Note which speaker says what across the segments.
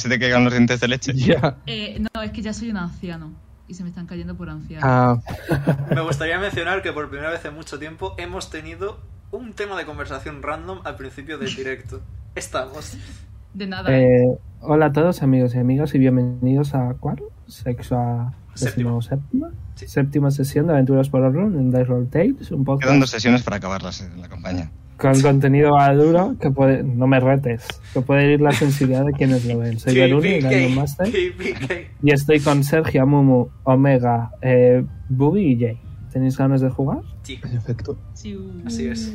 Speaker 1: se te caigan los dientes de leche.
Speaker 2: Ya.
Speaker 3: Eh, no, es que ya soy un anciano. Y se me están cayendo por anciano.
Speaker 2: Ah,
Speaker 4: Me gustaría mencionar que por primera vez en mucho tiempo hemos tenido un tema de conversación random al principio del directo. Estamos.
Speaker 3: De nada. ¿eh?
Speaker 2: eh, hola a todos, amigos y amigas, y bienvenidos a ¿cuál? Sexo a
Speaker 4: Séptima.
Speaker 2: décimo séptima.
Speaker 4: Sí.
Speaker 2: Séptima sesión de Aventuras por Horror en Dice Roll Tales,
Speaker 1: Quedan
Speaker 2: un podcast
Speaker 1: dos sesiones para acabarlas en la campaña.
Speaker 2: con contenido a duro que puede, no me retes, que puede ir la sensibilidad de quienes lo ven. Soy Veruni,
Speaker 4: KPK,
Speaker 2: Game Master,
Speaker 4: KPK.
Speaker 2: y estoy con Sergio, Mumu, Omega, eh, Boogie y Jay. ¿Tenéis ganas de jugar?
Speaker 4: Sí,
Speaker 5: En efecto.
Speaker 3: Chiu.
Speaker 4: así es.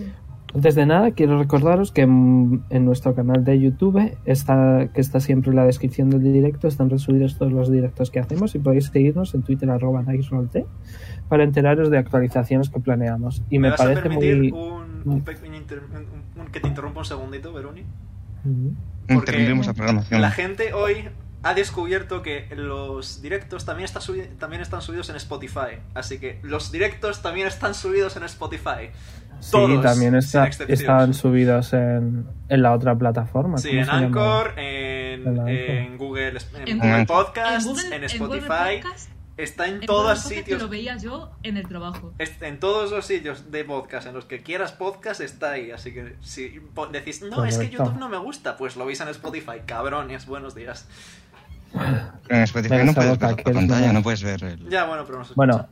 Speaker 2: Antes de nada, quiero recordaros que en, en nuestro canal de YouTube, está, que está siempre en la descripción del directo, están resubidos todos los directos que hacemos y podéis seguirnos en Twitter arroba dicerollt para enteraros de actualizaciones que planeamos. Y
Speaker 4: ¿Me,
Speaker 2: me,
Speaker 4: vas a
Speaker 2: parece
Speaker 4: permitir
Speaker 2: muy...
Speaker 4: un, un pequeño inter- un- un- que te interrumpa un segundito, Veroni?
Speaker 2: Ujú.
Speaker 4: Porque
Speaker 1: Interrumpimos la programación.
Speaker 4: La gente hoy ha descubierto que los directos también, está subi- también están subidos en Spotify. Así que los directos también están subidos en Spotify.
Speaker 2: sí,
Speaker 4: Todos,
Speaker 2: también está-
Speaker 4: sin excepción.
Speaker 2: estaban subidos en, en la otra plataforma.
Speaker 4: Sí,
Speaker 2: ¿cómo
Speaker 4: en
Speaker 2: se llama?
Speaker 4: Anchor, en,
Speaker 2: En Anchor.
Speaker 4: en Google, en
Speaker 3: En
Speaker 4: Google
Speaker 1: Google-
Speaker 4: Podcasts, en,
Speaker 3: Google- Google
Speaker 4: Spotify.
Speaker 3: Podcast,
Speaker 4: está en
Speaker 3: en
Speaker 4: todos
Speaker 3: Google Podcast
Speaker 4: sitios.
Speaker 3: que lo veía yo en el trabajo.
Speaker 4: Es- En todos los sitios de podcast, en los que quieras podcast, está ahí. Así que si po- decís, no, es que
Speaker 2: Correcto.
Speaker 4: YouTube no me gusta, pues lo veis en Spotify. Cabrones, buenos días.
Speaker 1: En Spotify
Speaker 2: Ven
Speaker 1: no
Speaker 2: esa
Speaker 1: puedes
Speaker 2: boca,
Speaker 1: ver
Speaker 2: que
Speaker 1: la
Speaker 2: es
Speaker 1: pantalla,
Speaker 2: una-
Speaker 1: no puedes ver el...
Speaker 4: Ya, bueno, pero no se
Speaker 2: Bueno,
Speaker 4: escucha.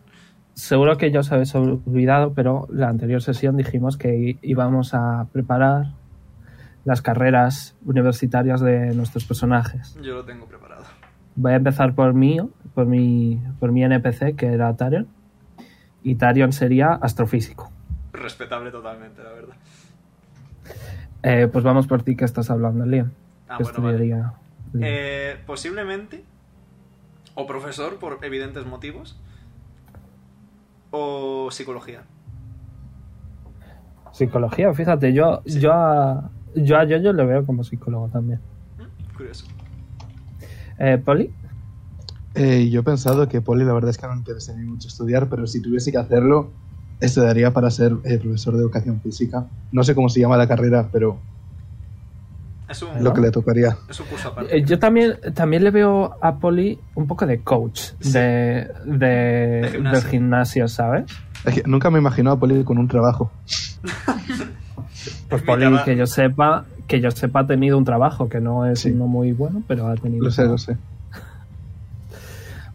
Speaker 2: seguro que ya os habéis olvidado, pero la anterior sesión dijimos que í- íbamos a preparar las carreras universitarias de nuestros personajes.
Speaker 4: Yo lo tengo preparado.
Speaker 2: Voy a empezar por mí, por mi, por mi NPC, que era Tarion. Y Tarion sería astrofísico.
Speaker 4: Respetable totalmente, la verdad.
Speaker 2: Eh, pues vamos por ti que estás hablando, Liam.
Speaker 4: Ah,
Speaker 2: que
Speaker 4: bueno, vale.
Speaker 2: estudiaría Liam.
Speaker 4: Eh, posiblemente, o profesor por evidentes motivos, o psicología.
Speaker 2: Psicología, fíjate, yo,
Speaker 4: Sí.
Speaker 2: yo a yo a Yoyo lo veo como psicólogo también.
Speaker 4: Mm, Curioso.
Speaker 2: Eh, Poli,
Speaker 5: Eh, yo he pensado que Poli, la verdad es que no me interesa ni mucho estudiar, pero si tuviese que hacerlo, estudiaría para ser eh, profesor de educación física. No sé cómo se llama la carrera, pero
Speaker 4: Es un,
Speaker 5: es lo que le tocaría.
Speaker 4: es un curso aparte.
Speaker 2: Eh, yo también, también le veo a Poli un poco de coach
Speaker 4: Sí.
Speaker 2: de, de,
Speaker 4: De gimnasio.
Speaker 2: del gimnasio, ¿sabes?
Speaker 5: Es que nunca me imagino a Poli con un trabajo.
Speaker 2: Pues
Speaker 4: Mi
Speaker 2: Poli,
Speaker 4: traba-
Speaker 2: que yo sepa, que yo sepa, ha tenido un trabajo que no es
Speaker 5: Sí.
Speaker 2: uno muy bueno, pero ha tenido.
Speaker 5: Lo sé, lo
Speaker 2: trabajo.
Speaker 5: sé.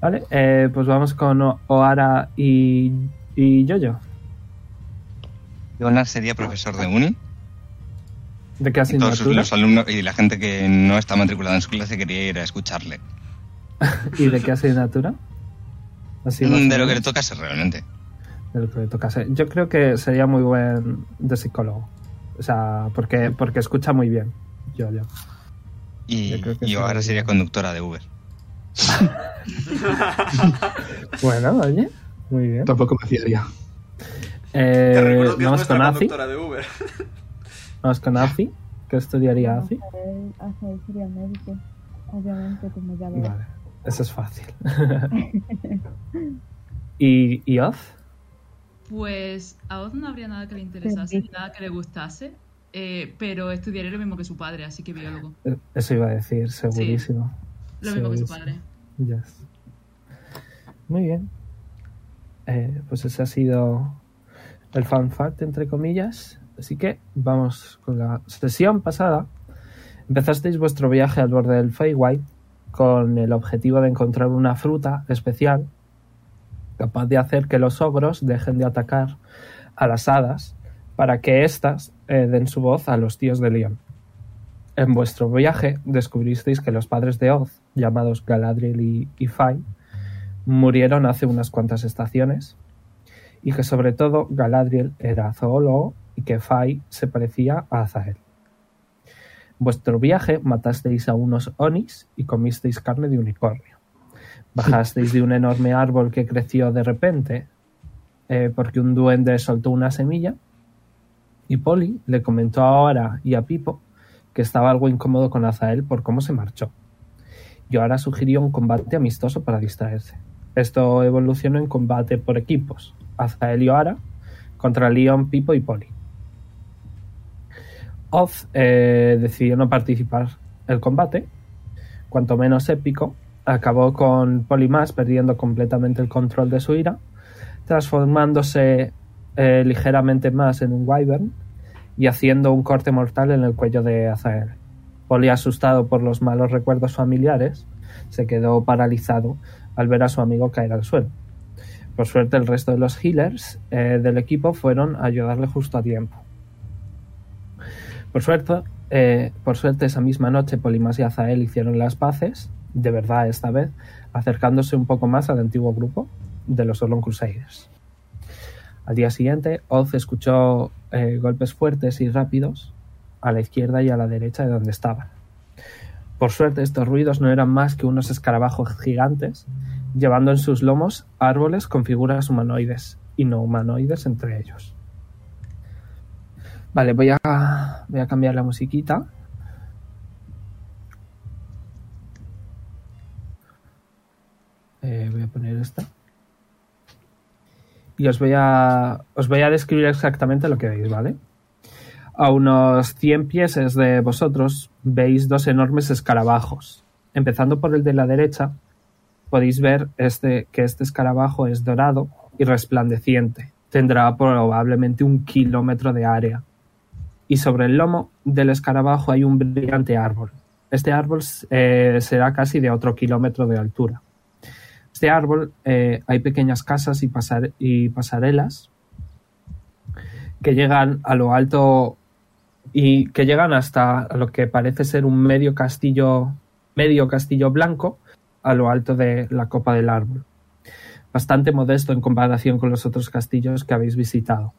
Speaker 2: Vale, eh, pues vamos con O- Oara y, y Yoyo.
Speaker 1: Jonas sería profesor de uni.
Speaker 2: ¿De qué
Speaker 1: y Todos sus-
Speaker 2: asignatura?
Speaker 1: los alumnos y la gente que no está matriculada en su clase quería ir a escucharle.
Speaker 2: ¿Y de qué asignatura? Así más o
Speaker 1: Mm, de lo que le
Speaker 2: menos,
Speaker 1: toca ser realmente.
Speaker 2: de lo que le tocase. Yo creo que sería muy buen de psicólogo. O sea, porque, porque escucha muy bien, Yoyo.
Speaker 1: Y,
Speaker 2: Yo creo que
Speaker 1: y
Speaker 2: sí.
Speaker 1: ahora sería conductora de Uber.
Speaker 2: Bueno, oye, muy bien.
Speaker 5: Tampoco me fiaría.
Speaker 2: Eh,
Speaker 4: Te recuerdo que es
Speaker 2: vamos
Speaker 4: nuestra
Speaker 2: con Afi.
Speaker 4: conductora de Uber.
Speaker 2: Vamos con Afi. ¿Qué estudiaría Afi?
Speaker 6: Azael- Azael sería médico, obviamente, como ya lo
Speaker 2: Vale, eso es fácil. ¿Y, y Oz?
Speaker 3: Pues a Oz no habría nada que le interesase, ni nada que le gustase, eh, pero estudiaré lo mismo que su padre, así que biólogo.
Speaker 2: Eh, Eso iba a decir, segurísimo.
Speaker 3: Lo mismo que su
Speaker 2: Segurísimo.
Speaker 3: padre.
Speaker 2: Yes. Muy bien. Eh, pues ese ha sido el fanfart, entre comillas. Así que vamos con la sesión pasada. Empezasteis vuestro viaje al borde del Feywild con el objetivo de encontrar una fruta especial capaz de hacer que los ogros dejen de atacar a las hadas para que éstas eh, den su voz a los tíos de León. En vuestro viaje descubristeis que los padres de Oz, llamados Galadriel y, y Fay, murieron hace unas cuantas estaciones y que sobre todo Galadriel era zoólogo y que Fay se parecía a Azael. En vuestro viaje matasteis a unos onis y comisteis carne de unicornio. Bajasteis de un enorme árbol que creció de repente eh, porque un duende soltó una semilla y Polly le comentó a Hora y a Pipo que estaba algo incómodo con Azael por cómo se marchó. Y ahora sugirió un combate amistoso para distraerse. Esto evolucionó en combate por equipos. Azael y Oara contra Leon, Pipo y Poli. Oz eh, decidió no participar el combate, cuanto menos épico, acabó con Polymas perdiendo completamente el control de su ira, transformándose eh, ligeramente más en un wyvern y haciendo un corte mortal en el cuello de Azael. Poli, asustado por los malos recuerdos familiares, se quedó paralizado al ver a su amigo caer al suelo. Por suerte, el resto de los healers eh, del equipo fueron a ayudarle justo a tiempo. Por suerte, eh, por suerte, esa misma noche Polimas y Azael hicieron las paces, de verdad esta vez, acercándose un poco más al antiguo grupo de los Orlon Crusaders. Al día siguiente, Oz escuchó eh, golpes fuertes y rápidos a la izquierda y a la derecha de donde estaban. Por suerte, estos ruidos no eran más que unos escarabajos gigantes, llevando en sus lomos árboles con figuras humanoides y no humanoides entre ellos. Vale, voy a, voy a cambiar la musiquita. Eh, voy a poner esta. Y os voy, a, os voy a describir exactamente lo que veis, ¿vale? A unos 100 pies de vosotros veis dos enormes escarabajos. Empezando por el de la derecha, podéis ver este, que este escarabajo es dorado y resplandeciente. Tendrá probablemente un kilómetro de área y sobre el lomo del escarabajo hay un brillante árbol. Este árbol eh, será casi de otro kilómetro de altura. Este árbol eh, hay pequeñas casas y, pasar- y pasarelas que llegan a lo alto y que llegan hasta lo que parece ser un medio castillo, medio castillo blanco a lo alto de la copa del árbol. Bastante modesto en comparación con los otros castillos que habéis visitado.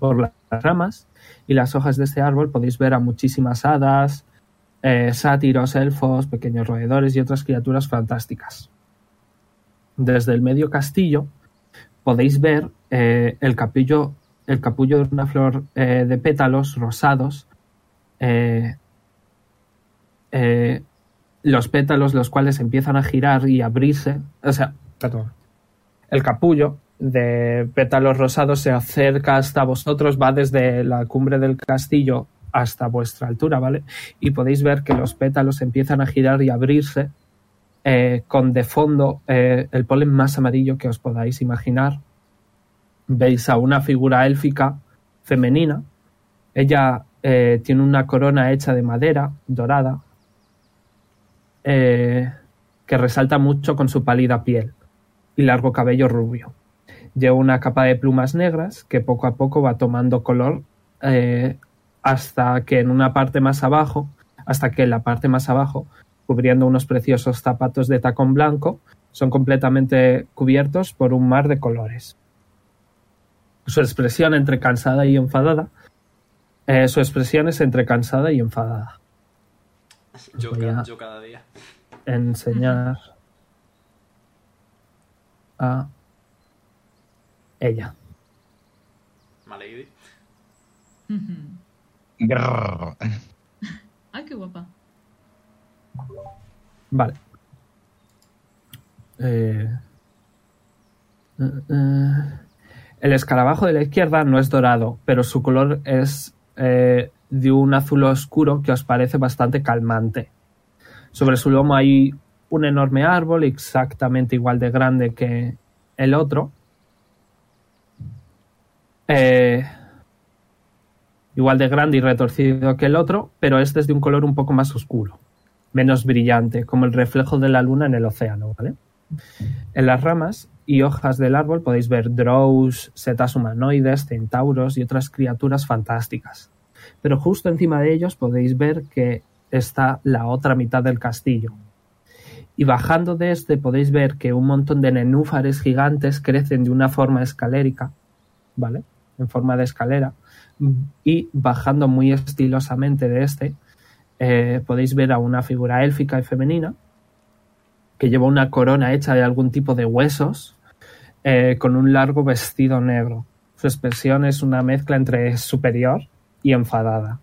Speaker 2: Por las ramas y las hojas de este árbol podéis ver a muchísimas hadas, eh, sátiros, elfos, pequeños roedores y otras criaturas fantásticas. Desde el medio castillo podéis ver eh, el, capillo, el capullo de una flor eh, de pétalos rosados, eh, eh, los pétalos los cuales empiezan a girar y abrirse. O sea, perdón. el capullo de pétalos rosados se acerca hasta vosotros, va desde la cumbre del castillo hasta vuestra altura, ¿vale? Y podéis ver que los pétalos empiezan a girar y abrirse eh, con de fondo eh, el polen más amarillo que os podáis imaginar. Veis a una figura élfica femenina. Ella eh, tiene una corona hecha de madera dorada eh, que resalta mucho con su pálida piel y largo cabello rubio. Lleva una capa de plumas negras que poco a poco va tomando color eh, hasta que en una parte más abajo, hasta que en la parte más abajo, cubriendo unos preciosos zapatos de tacón blanco, son completamente cubiertos por un mar de colores. Su expresión entre cansada y enfadada, eh, su expresión es entre cansada y enfadada.
Speaker 4: Yo,
Speaker 2: Voy
Speaker 4: ca-
Speaker 2: a-
Speaker 4: yo cada día.
Speaker 2: enseñar a ella.
Speaker 4: Malady.
Speaker 3: Ujú.
Speaker 1: Grrr.
Speaker 3: Ay, qué guapa.
Speaker 2: Vale. Eh, eh, eh. el escarabajo de la izquierda no es dorado, pero su color es eh, de un azul oscuro que os parece bastante calmante. Sobre su lomo hay un enorme árbol exactamente igual de grande que el otro. Eh, igual de grande y retorcido que el otro, pero este es de un color un poco más oscuro menos brillante, como el reflejo de la luna en el océano, ¿vale? En las ramas y hojas del árbol podéis ver drows, setas humanoides, centauros y otras criaturas fantásticas. Pero justo encima de ellos podéis ver que está la otra mitad del castillo. Y bajando de este podéis ver que un montón de nenúfares gigantes crecen de una forma escalérica, ¿vale? En forma de escalera. Y bajando muy estilosamente de este, eh, podéis ver a una figura élfica y femenina que lleva una corona hecha de algún tipo de huesos eh, con un largo vestido negro. Su expresión es una mezcla entre superior y enfadada.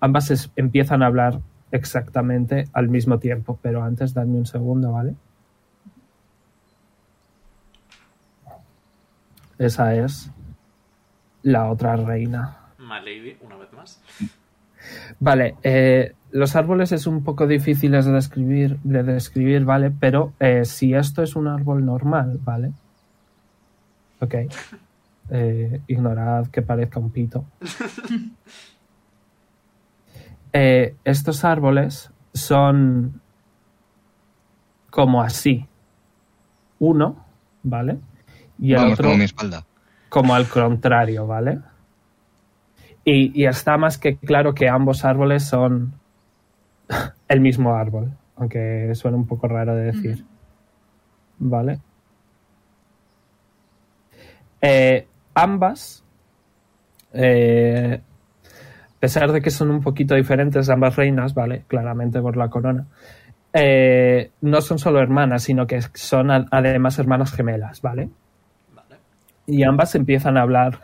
Speaker 2: Ambas es- empiezan a hablar exactamente al mismo tiempo, pero antes dadme un segundo, ¿vale? Esa es la otra reina.
Speaker 4: Malady, una vez más.
Speaker 2: Vale, eh, los árboles es un poco difíciles de describir, de describir ¿vale? Pero eh, si esto es un árbol normal, ¿vale? Ok. Eh, ignorad que parezca un pito. Eh, estos árboles son como así. Uno, ¿vale? Y el
Speaker 1: Vamos,
Speaker 2: otro
Speaker 1: como mi espalda.
Speaker 2: como al contrario, ¿vale? Y, y está más que claro que ambos árboles son el mismo árbol, aunque suena un poco raro de decir, ¿vale? Eh, ambas, eh, a pesar de que son un poquito diferentes ambas reinas, ¿vale? Claramente por la corona, eh, no son solo hermanas, sino que son a- además hermanas gemelas, ¿vale?
Speaker 4: Vale.
Speaker 2: y ambas empiezan a hablar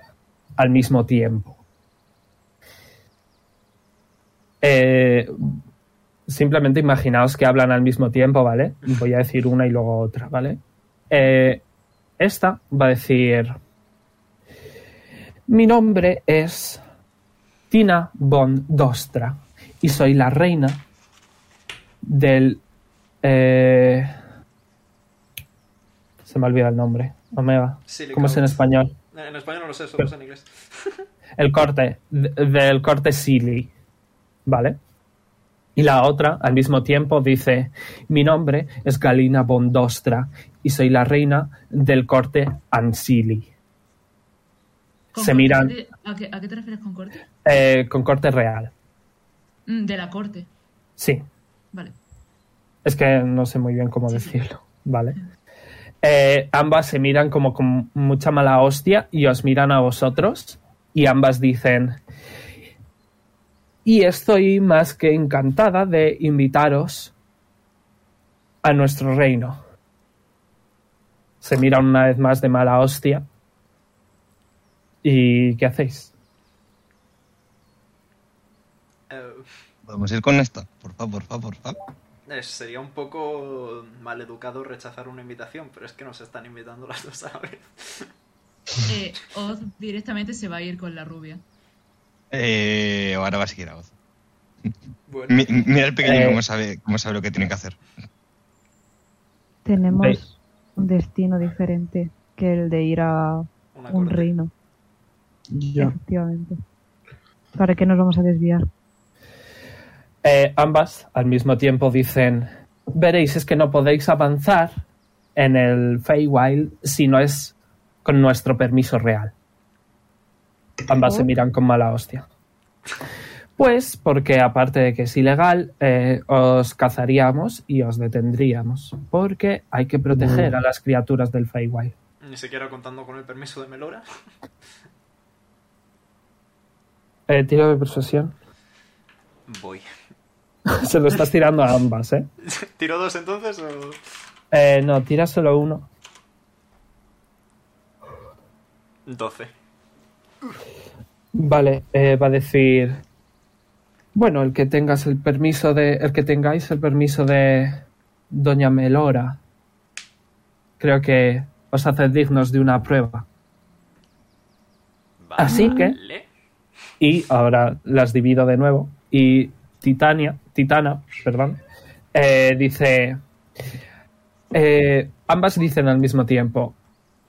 Speaker 2: al mismo tiempo. Eh, simplemente imaginaos que hablan al mismo tiempo, ¿vale? Voy a decir una y luego otra, ¿vale? Eh, esta va a decir, mi nombre es Tina Bond Dostra y soy la reina del... eh, se me olvida el nombre, Omega.
Speaker 4: Silicon.
Speaker 2: ¿Cómo es en español?
Speaker 4: Eh, En español no lo sé, solo sé en inglés.
Speaker 2: El corte, de- del corte Silly, ¿vale? Y la otra, al mismo tiempo, dice, mi nombre es Galina Bondostra y soy la reina del corte Ansili,
Speaker 3: Con
Speaker 2: Se
Speaker 3: corte,
Speaker 2: miran.
Speaker 3: ¿de- ¿A qué, a qué te refieres con corte?
Speaker 2: eh, con corte real.
Speaker 3: Mm, De la corte.
Speaker 2: Sí,
Speaker 3: Vale.
Speaker 2: es que no sé muy bien cómo decirlo, ¿vale? Eh, ambas se miran como con mucha mala hostia y os miran a vosotros y ambas dicen, y estoy más que encantada de invitaros a nuestro reino. Se miran una vez más de mala hostia. ¿Y qué hacéis?
Speaker 4: Eh,
Speaker 1: Podemos ir con esta, por favor, por favor, por favor.
Speaker 4: eh, sería un poco maleducado rechazar una invitación, pero es que nos están invitando las dos a la vez.
Speaker 3: Eh, Oz directamente se va a ir con la rubia.
Speaker 1: Eh, ahora va a seguir a Oz.
Speaker 4: Bueno,
Speaker 1: Mi- Mira el pequeño
Speaker 2: Eh.
Speaker 1: cómo, sabe, cómo sabe lo que tiene que hacer.
Speaker 6: Tenemos
Speaker 2: Ve-
Speaker 6: un destino diferente que el de ir a
Speaker 4: una
Speaker 6: un
Speaker 4: corte.
Speaker 6: reino,
Speaker 5: Ya.
Speaker 6: efectivamente. ¿Para qué nos vamos a desviar?
Speaker 2: Eh, ambas al mismo tiempo dicen, veréis, es que no podéis avanzar en el Feywild si no es con nuestro permiso real. Ambas se
Speaker 6: Oh.
Speaker 2: miran con mala hostia. Pues porque aparte de que es ilegal, eh, os cazaríamos y os detendríamos. Porque hay que proteger
Speaker 5: Mm.
Speaker 2: a las criaturas del Feywild.
Speaker 4: Ni siquiera contando con el permiso de Melora.
Speaker 2: Eh, tiro de persuasión.
Speaker 4: Voy.
Speaker 2: se lo estás tirando a ambas, ¿eh?
Speaker 4: ¿Tiro dos entonces o...?
Speaker 2: Eh, no, tira solo uno.
Speaker 4: 12.
Speaker 2: Vale, eh, va a decir. Bueno, el que tengas el permiso de. El que tengáis el permiso de Doña Melora. Creo que os hace dignos de una prueba.
Speaker 4: Vale.
Speaker 2: Así que- Y ahora las divido de nuevo. Y Titania, Titana, perdón, eh, dice. eh, ambas dicen al mismo tiempo.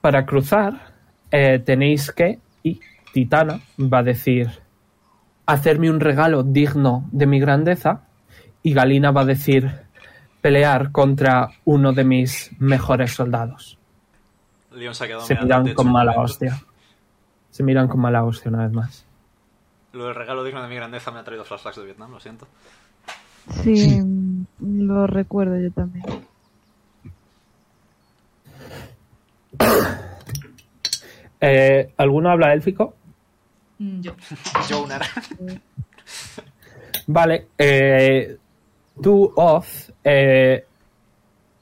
Speaker 2: Para cruzar eh, tenéis que. Y Titana va a decir. Hacerme un regalo digno de mi grandeza. Y Galina va a decir. Pelear contra uno de mis mejores soldados.
Speaker 4: Leon se ha quedado
Speaker 2: Se
Speaker 4: mirando al
Speaker 2: miran
Speaker 4: techo
Speaker 2: con
Speaker 4: un
Speaker 2: mala
Speaker 4: momento.
Speaker 2: hostia. Se miran con mala hostia una vez más.
Speaker 4: Lo del regalo digno de mi grandeza me ha traído flashbacks de Vietnam, lo siento.
Speaker 6: Sí, mm, lo recuerdo yo también.
Speaker 2: Eh, ¿Alguno habla élfico?
Speaker 3: Mm, Yo.
Speaker 4: Jonar.
Speaker 2: Vale, eh, tú, Oz, eh,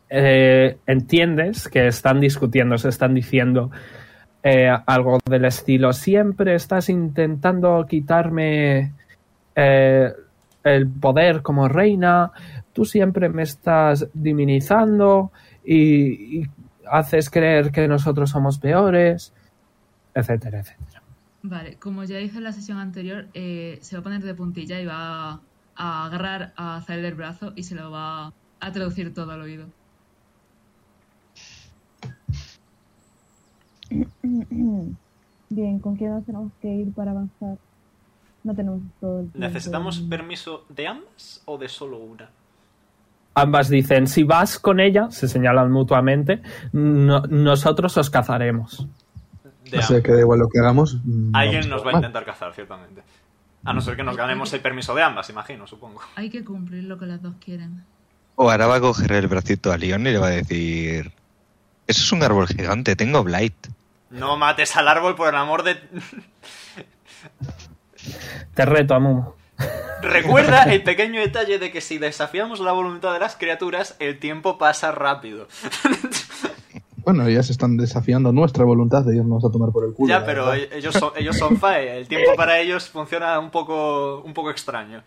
Speaker 2: eh, entiendes que están discutiendo, se están diciendo eh, algo del estilo, siempre estás intentando quitarme eh, el poder como reina, tú siempre me estás divinizando y, y haces creer que nosotros somos peores, etcétera, etcétera.
Speaker 3: Vale, como ya dije en la sesión anterior, eh, se va a poner de puntilla y va a agarrar a Zael del brazo y se lo va a traducir todo al oído.
Speaker 6: Bien, ¿con qué edad tenemos que ir para avanzar? No tenemos todo el tiempo. Ah,
Speaker 4: ¿Necesitamos permiso de ambas o de solo una?
Speaker 2: Ambas dicen, si vas con ella, se señalan mutuamente, "no- nosotros os cazaremos.
Speaker 4: De
Speaker 5: o sea
Speaker 4: ambas.
Speaker 5: que da igual lo que hagamos. mm, no
Speaker 4: Alguien
Speaker 5: vamos
Speaker 4: nos
Speaker 5: a
Speaker 4: va a
Speaker 5: mal.
Speaker 4: intentar cazar, ciertamente. A no ser que nos ganemos el permiso de ambas, imagino, supongo.
Speaker 3: Hay que cumplir lo que las dos quieren.
Speaker 1: O ahora va a coger el bracito a Leon y le va a decir... Eso es un árbol gigante, tengo Blight.
Speaker 4: No mates al árbol por el amor de...
Speaker 2: Te reto, Amumu.
Speaker 4: Recuerda el pequeño detalle de que si desafiamos la voluntad de las criaturas, el tiempo pasa rápido.
Speaker 5: Bueno, ellas están desafiando nuestra voluntad de irnos a tomar por el culo.
Speaker 4: ya,
Speaker 5: la
Speaker 4: pero
Speaker 5: verdad.
Speaker 4: e- ellos son, ellos son fae. El tiempo para ellos funciona un poco, un poco extraño.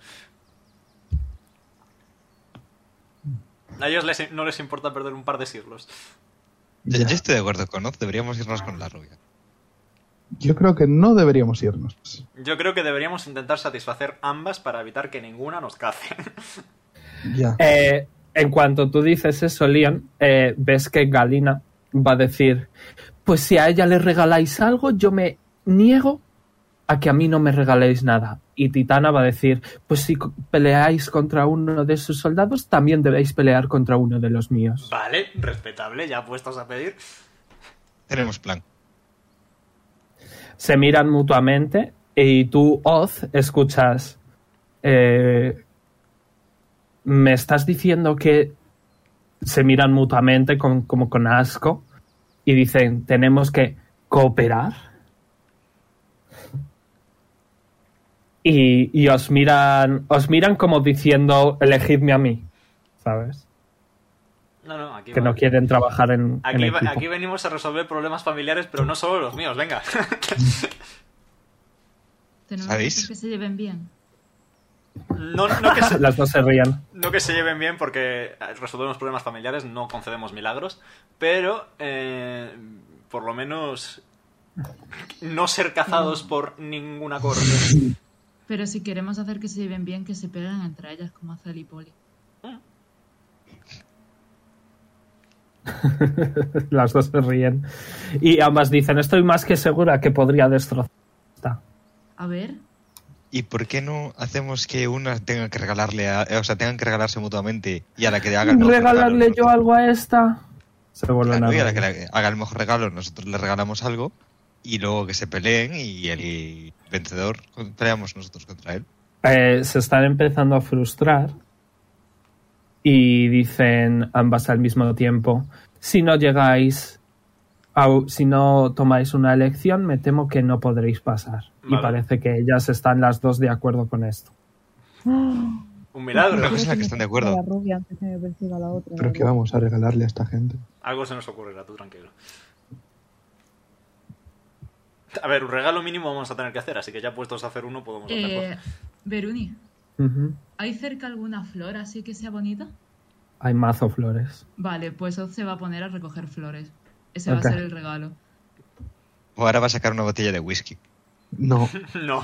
Speaker 4: A ellos les- no les importa perder un par de siglos.
Speaker 1: Yo,
Speaker 5: Ya.
Speaker 1: yo estoy de acuerdo con Oz, deberíamos irnos con la rubia.
Speaker 5: Yo creo que no deberíamos irnos.
Speaker 4: Yo creo que deberíamos intentar satisfacer ambas para evitar que ninguna nos cace.
Speaker 5: Ya.
Speaker 2: Eh, en cuanto tú dices eso, Leon, eh, ves que Galina va a decir, pues si a ella le regaláis algo, yo me niego a que a mí no me regaléis nada. Y Titana va a decir, pues si co- peleáis contra uno de sus soldados, también debéis pelear contra uno de los míos.
Speaker 4: Vale, respetable, ya puestos a pedir.
Speaker 1: Tenemos plan.
Speaker 2: Se miran mutuamente y tú, Oz, escuchas, eh, me estás diciendo que se miran mutuamente con- como con asco y dicen, tenemos que cooperar. Y, y os miran os miran como diciendo, elegidme a mí, ¿sabes?
Speaker 4: No, no, aquí,
Speaker 2: Que
Speaker 4: va-
Speaker 2: no quieren trabajar en, en
Speaker 4: aquí, va-
Speaker 2: equipo.
Speaker 4: aquí venimos a resolver problemas familiares, pero no solo los míos, venga.
Speaker 3: Tenemos
Speaker 1: ¿Sabéis?
Speaker 3: que hacer que se lleven bien.
Speaker 4: No, no que se,
Speaker 2: Las dos se rían.
Speaker 4: no que se lleven bien porque resolvemos problemas familiares, no concedemos milagros, pero eh, por lo menos no ser cazados por ninguna corte.
Speaker 3: Pero si queremos hacer que se lleven bien, que se peguen entre ellas, como hace el Hipólito.
Speaker 2: Las dos se ríen. Y ambas dicen, estoy más que segura que podría destrozar. esta".
Speaker 3: A ver,
Speaker 1: ¿Y por qué no hacemos que una tenga que regalarle a, eh, o sea, tengan que regalarse mutuamente y a la que le haga el mejor
Speaker 2: ¿Regalarle
Speaker 1: regalo,
Speaker 2: yo algo a esta? Se vuelven
Speaker 1: Claro,
Speaker 2: a
Speaker 1: y a la que
Speaker 2: reír.
Speaker 1: le haga el mejor regalo nosotros le regalamos algo y luego que se peleen y el vencedor con- peleamos nosotros contra él.
Speaker 2: Eh, se están empezando a frustrar y dicen ambas al mismo tiempo, si no llegáis, a, u- si no tomáis una elección, me temo que no podréis pasar. Y
Speaker 4: Vale.
Speaker 2: parece que ellas están las dos de acuerdo con esto.
Speaker 6: ¡Ah!
Speaker 4: Un
Speaker 1: Una
Speaker 4: milagro.
Speaker 1: cosa en la que están de acuerdo.
Speaker 6: La rubia antes que me persiga la otra.
Speaker 5: Pero
Speaker 6: la
Speaker 5: que
Speaker 6: rubia.
Speaker 5: vamos a regalarle a esta gente.
Speaker 4: Algo se nos ocurrirá, tú tranquilo. A ver, un regalo mínimo vamos a tener que hacer, así que ya puestos a hacer uno podemos hacer dos.
Speaker 3: eh, Veruni,
Speaker 2: Ujú.
Speaker 3: ¿hay cerca alguna flor así que sea bonita?
Speaker 2: Hay mazo flores.
Speaker 3: Vale, pues Oz se va a poner a recoger flores. Ese va
Speaker 2: Ok.
Speaker 3: a ser el regalo.
Speaker 1: O ahora va a sacar una botella de whisky.
Speaker 5: No,
Speaker 4: No.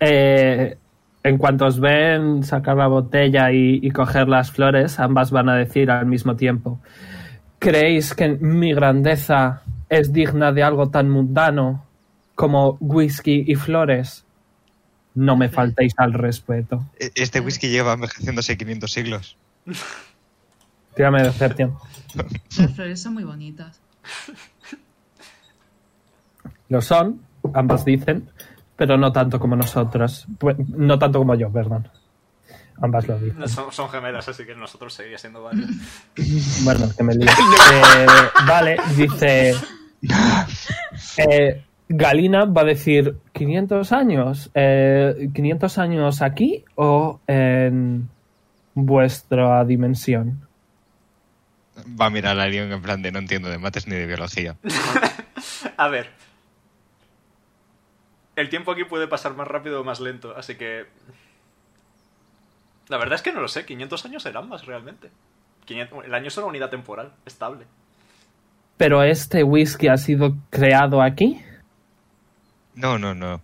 Speaker 2: Eh, en cuanto os ven sacar la botella y, y coger las flores, ambas van a decir al mismo tiempo, ¿creéis que mi grandeza es digna de algo tan mundano como whisky y flores? No me faltéis al respeto.
Speaker 1: E- Este whisky lleva envejeciéndose 500 siglos.
Speaker 2: Tírame de Perception.
Speaker 3: Las flores son muy bonitas.
Speaker 2: Lo son, ambas dicen, pero no tanto como nosotros. Pues, No tanto como yo, perdón. Ambas lo dicen.
Speaker 4: Son, son gemelas, así que nosotros seguiría siendo varios.
Speaker 2: Bueno, que me lío. Eh, vale, dice. eh, Galina va a decir: 500 años. eh, 500 años aquí o en vuestra dimensión.
Speaker 1: Va a mirar a Leon en plan de no entiendo de mates ni de biología.
Speaker 4: A ver. El tiempo aquí puede pasar más rápido o más lento, así que... La verdad es que no lo sé, 500 años serán más realmente. 500 El año es una unidad temporal, estable.
Speaker 2: Pero este whisky ha sido creado aquí.
Speaker 1: No, no, no.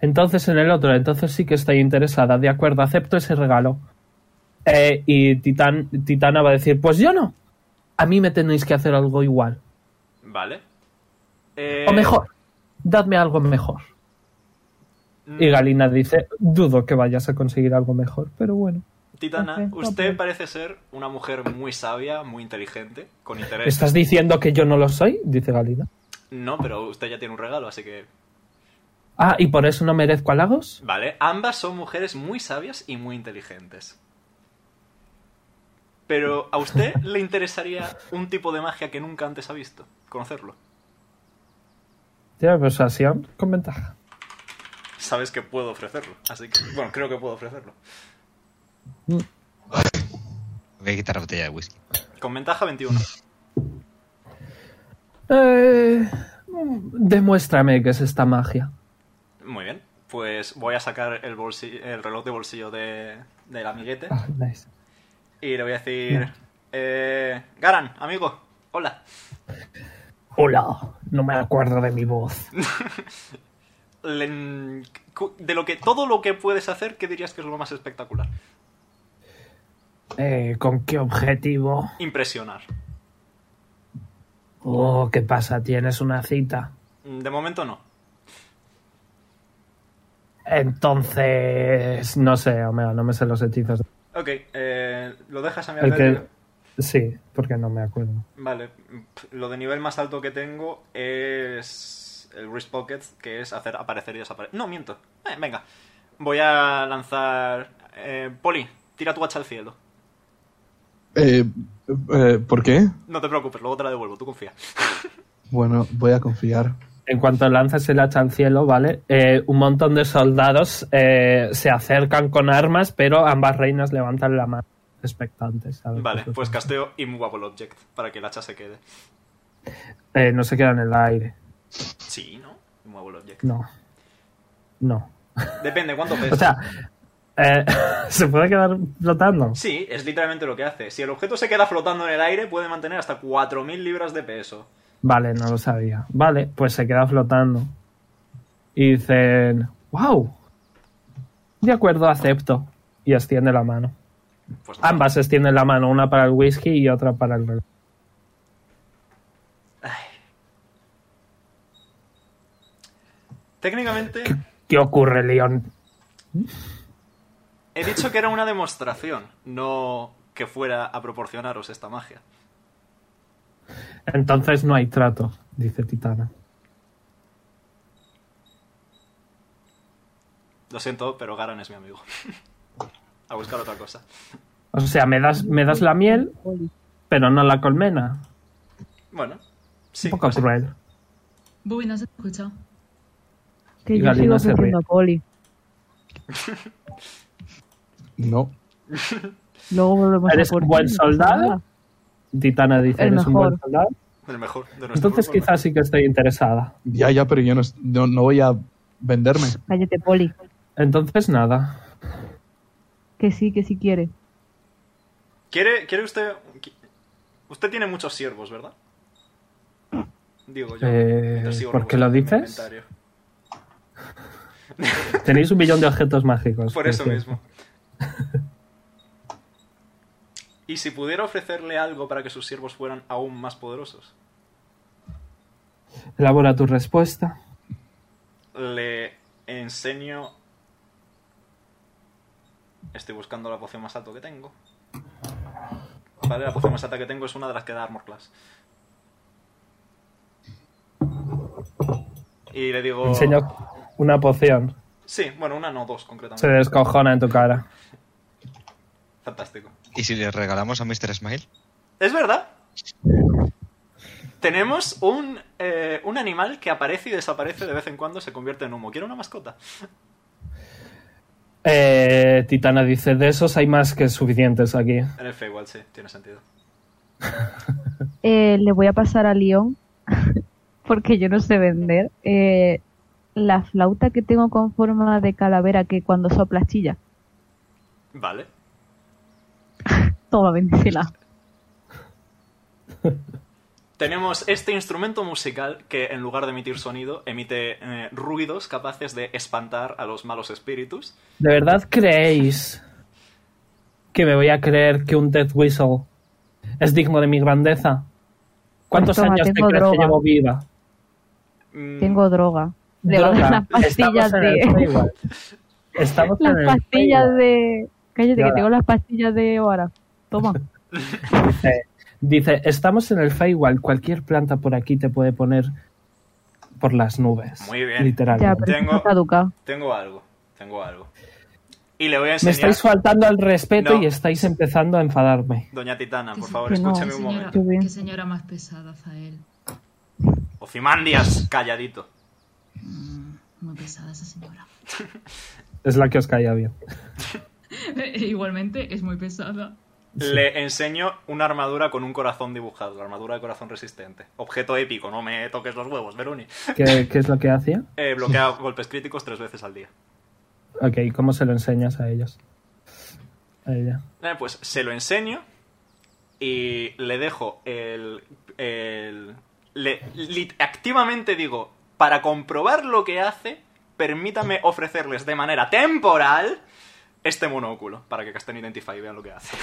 Speaker 2: Entonces en el otro, entonces sí que estoy interesada. De acuerdo, acepto ese regalo. Eh, y Titán, Titana va a decir, pues yo no. A mí me tenéis que hacer algo igual.
Speaker 4: Vale. Eh,
Speaker 2: O mejor, dadme algo mejor.
Speaker 4: mm,
Speaker 2: Y Galina dice, dudo que vayas a conseguir algo mejor, pero bueno.
Speaker 4: Titana,
Speaker 6: Ok,
Speaker 4: usted
Speaker 6: ok.
Speaker 4: parece ser una mujer muy sabia, muy inteligente, con interés.
Speaker 2: ¿Estás diciendo que yo no lo soy? Dice Galina.
Speaker 4: No, pero usted ya tiene un regalo, así que.
Speaker 2: Ah, ¿y por eso no merezco halagos?
Speaker 4: Vale, ambas son mujeres muy sabias y muy inteligentes. Pero a usted le interesaría un tipo de magia que nunca antes ha visto, conocerlo.
Speaker 2: Tiene persuasión pues con ventaja.
Speaker 4: Sabes que puedo ofrecerlo, así que. Bueno, creo que puedo ofrecerlo.
Speaker 1: Voy a quitar la botella de whisky.
Speaker 4: Con ventaja 21.
Speaker 2: Eh, mm, demuéstrame qué es esta magia.
Speaker 4: Muy bien. Pues voy a sacar el, bolsi- el reloj de bolsillo de, del amiguete
Speaker 2: Ah, nice.
Speaker 4: y le voy a decir... Eh, Garan, amigo, hola.
Speaker 2: Hola, no me acuerdo de mi voz.
Speaker 4: Len- cu- De lo que todo lo que puedes hacer, ¿qué dirías que es lo más espectacular?
Speaker 2: Eh, ¿Con qué objetivo?
Speaker 4: Impresionar.
Speaker 2: Oh, ¿qué pasa? ¿Tienes una cita?
Speaker 4: Mm, De momento no.
Speaker 2: Entonces, no sé, Omega, no me sé los hechizos.
Speaker 4: Ok, eh, lo dejas a mi
Speaker 2: El que...
Speaker 4: albedrío.
Speaker 2: Sí, porque no me acuerdo.
Speaker 4: Vale, pf, lo de nivel más alto que tengo es el Wrist Pocket, que es hacer aparecer y desaparecer. No, miento. Eh, venga, voy a lanzar... Eh, Poli, tira tu hacha al cielo.
Speaker 5: Eh, eh, ¿Por qué?
Speaker 4: No te preocupes, luego te la devuelvo, tú confía.
Speaker 5: Bueno, voy a confiar.
Speaker 2: En cuanto lanzas el hacha al cielo, ¿vale? Eh, un montón de soldados eh, se acercan con armas, pero ambas reinas levantan la mano expectantes. ¿sabes?
Speaker 4: Vale, pues casteo Immovable Object para que el hacha se quede.
Speaker 2: Eh, no se queda en el aire.
Speaker 4: Sí, ¿no? Immovable Object.
Speaker 2: No. No.
Speaker 4: Depende, ¿cuánto pesa?
Speaker 2: O sea, eh, se puede quedar flotando.
Speaker 4: Sí, es literalmente lo que hace. Si el objeto se queda flotando en el aire, puede mantener hasta 4.000 libras de peso.
Speaker 2: Vale, no lo sabía. Vale, pues se queda flotando. Y dicen, wow. De acuerdo, acepto. Y extiende la mano.
Speaker 4: Pues nada.
Speaker 2: Ambas extienden la mano, una para el whisky y otra para el reloj.
Speaker 4: Técnicamente,
Speaker 2: Ah. ¿Qué ocurre, León?
Speaker 4: he dicho que era una demostración, no que fuera a proporcionaros esta magia.
Speaker 2: Entonces no hay trato, dice Titana.
Speaker 4: Lo siento, pero Garan es mi amigo. a buscar otra cosa.
Speaker 2: O sea, me das, me das la miel,
Speaker 6: Oli.
Speaker 2: pero no la colmena.
Speaker 4: Bueno, sí.
Speaker 2: Un poco
Speaker 4: así-
Speaker 2: cruel.
Speaker 3: Bobby, no se te escucha.
Speaker 6: Que
Speaker 2: Y
Speaker 6: yo
Speaker 2: Galina
Speaker 6: sigo
Speaker 2: se ríe.
Speaker 6: ofreciendo a Poli.
Speaker 5: No.
Speaker 6: Luego volvemos
Speaker 2: ¿Eres
Speaker 6: a por
Speaker 2: un buen
Speaker 6: ti, no pasa
Speaker 2: soldado?
Speaker 6: nada.
Speaker 2: Titana dice,
Speaker 6: El
Speaker 2: eres un buen
Speaker 6: mejor.
Speaker 2: soldado.
Speaker 4: el mejor de nuestro
Speaker 2: Entonces
Speaker 4: grupo, el
Speaker 2: quizás sí que estoy interesada.
Speaker 5: Ya, ya, pero yo no, es- no, no voy a venderme.
Speaker 6: Cállate, Poli.
Speaker 2: Entonces nada.
Speaker 6: Que sí, que sí quiere.
Speaker 4: ¿Quiere, quiere usted... qui- Usted tiene muchos siervos, ¿verdad? Digo yo.
Speaker 2: Eh,
Speaker 4: mientras sigo
Speaker 2: ¿por qué lo
Speaker 4: rebuscando en mi
Speaker 2: dices?
Speaker 4: inventario.
Speaker 2: Tenéis un millón de objetos mágicos.
Speaker 4: Por eso
Speaker 2: decía.
Speaker 4: mismo. ¿Y si pudiera ofrecerle algo para que sus siervos fueran aún más poderosos?
Speaker 2: Elabora tu respuesta.
Speaker 4: Le enseño... Estoy buscando la poción más alta que tengo. Vale, la poción más alta que tengo es una de las que da Armor Class. Y le digo...
Speaker 2: Enseño una poción.
Speaker 4: Sí, bueno, una no, dos
Speaker 2: Se
Speaker 4: concretamente.
Speaker 2: descojona en tu cara.
Speaker 4: Fantástico.
Speaker 1: ¿Y si le regalamos a Mr. Smile?
Speaker 4: Es verdad. Tenemos un, eh, un animal que aparece y desaparece de vez en cuando, se convierte en humo. Quiero una mascota.
Speaker 2: Eh, Titana dice, de esos hay más que suficientes aquí.
Speaker 4: En el Feywild, sí, tiene sentido.
Speaker 6: Eh, le voy a pasar a León, porque yo no sé vender, eh, la flauta que tengo con forma de calavera que cuando sopla chilla.
Speaker 4: Vale.
Speaker 6: Toma, bendícela.
Speaker 4: Tenemos este instrumento musical que en lugar de emitir sonido, emite eh, ruidos capaces de espantar a los malos espíritus.
Speaker 2: ¿De verdad creéis que me voy a creer que un Death Whistle es digno de mi grandeza? ¿Cuántos
Speaker 6: Toma,
Speaker 2: años te
Speaker 6: tengo
Speaker 2: crees que
Speaker 6: droga.
Speaker 2: llevo viva?
Speaker 4: Mm,
Speaker 6: Tengo droga. Le va a dar
Speaker 2: Droga.
Speaker 6: las pastillas
Speaker 2: Estamos en el
Speaker 6: de.
Speaker 2: Feywild. Estamos en
Speaker 6: Las
Speaker 2: el
Speaker 6: pastillas
Speaker 2: Feywild.
Speaker 6: de. Cállate, que
Speaker 2: Nada.
Speaker 6: tengo las pastillas de Oara. Toma.
Speaker 2: Dice, estamos en el Feywild, cualquier planta por aquí te puede poner por las nubes.
Speaker 4: Muy bien.
Speaker 6: Ya,
Speaker 2: Literalmente.
Speaker 6: pero
Speaker 4: Tengo-
Speaker 6: está caducado.
Speaker 4: tengo algo, tengo algo. Y le voy a
Speaker 2: Me
Speaker 4: enseñar...
Speaker 2: estáis faltando al respeto
Speaker 4: No.
Speaker 2: y estáis empezando a enfadarme.
Speaker 4: Doña Titana,
Speaker 3: Que
Speaker 4: por
Speaker 3: sí,
Speaker 4: favor,
Speaker 6: que no,
Speaker 3: Qué
Speaker 4: escúchame un
Speaker 3: señora,
Speaker 4: momento.
Speaker 6: momento.
Speaker 3: qué señora más pesada, Zael.
Speaker 4: Ocimandias, calladito.
Speaker 3: Mm, Muy pesada esa señora.
Speaker 2: Es la que os caía bien.
Speaker 3: Igualmente es muy pesada.
Speaker 4: Le enseño una armadura con un corazón dibujado, la armadura de corazón resistente. Objeto épico, no me toques los huevos, Veruni.
Speaker 2: ¿Qué, qué es lo que hacía?
Speaker 4: Eh, bloquea golpes críticos tres veces al día.
Speaker 2: Ok, ¿cómo se lo enseñas a ellos? A ella.
Speaker 4: Eh, pues se lo enseño y le dejo el... el- le, lit- activamente digo, para comprobar lo que hace, permítame ofrecerles de manera temporal este monóculo, para que Casten Identify y vean lo que hace.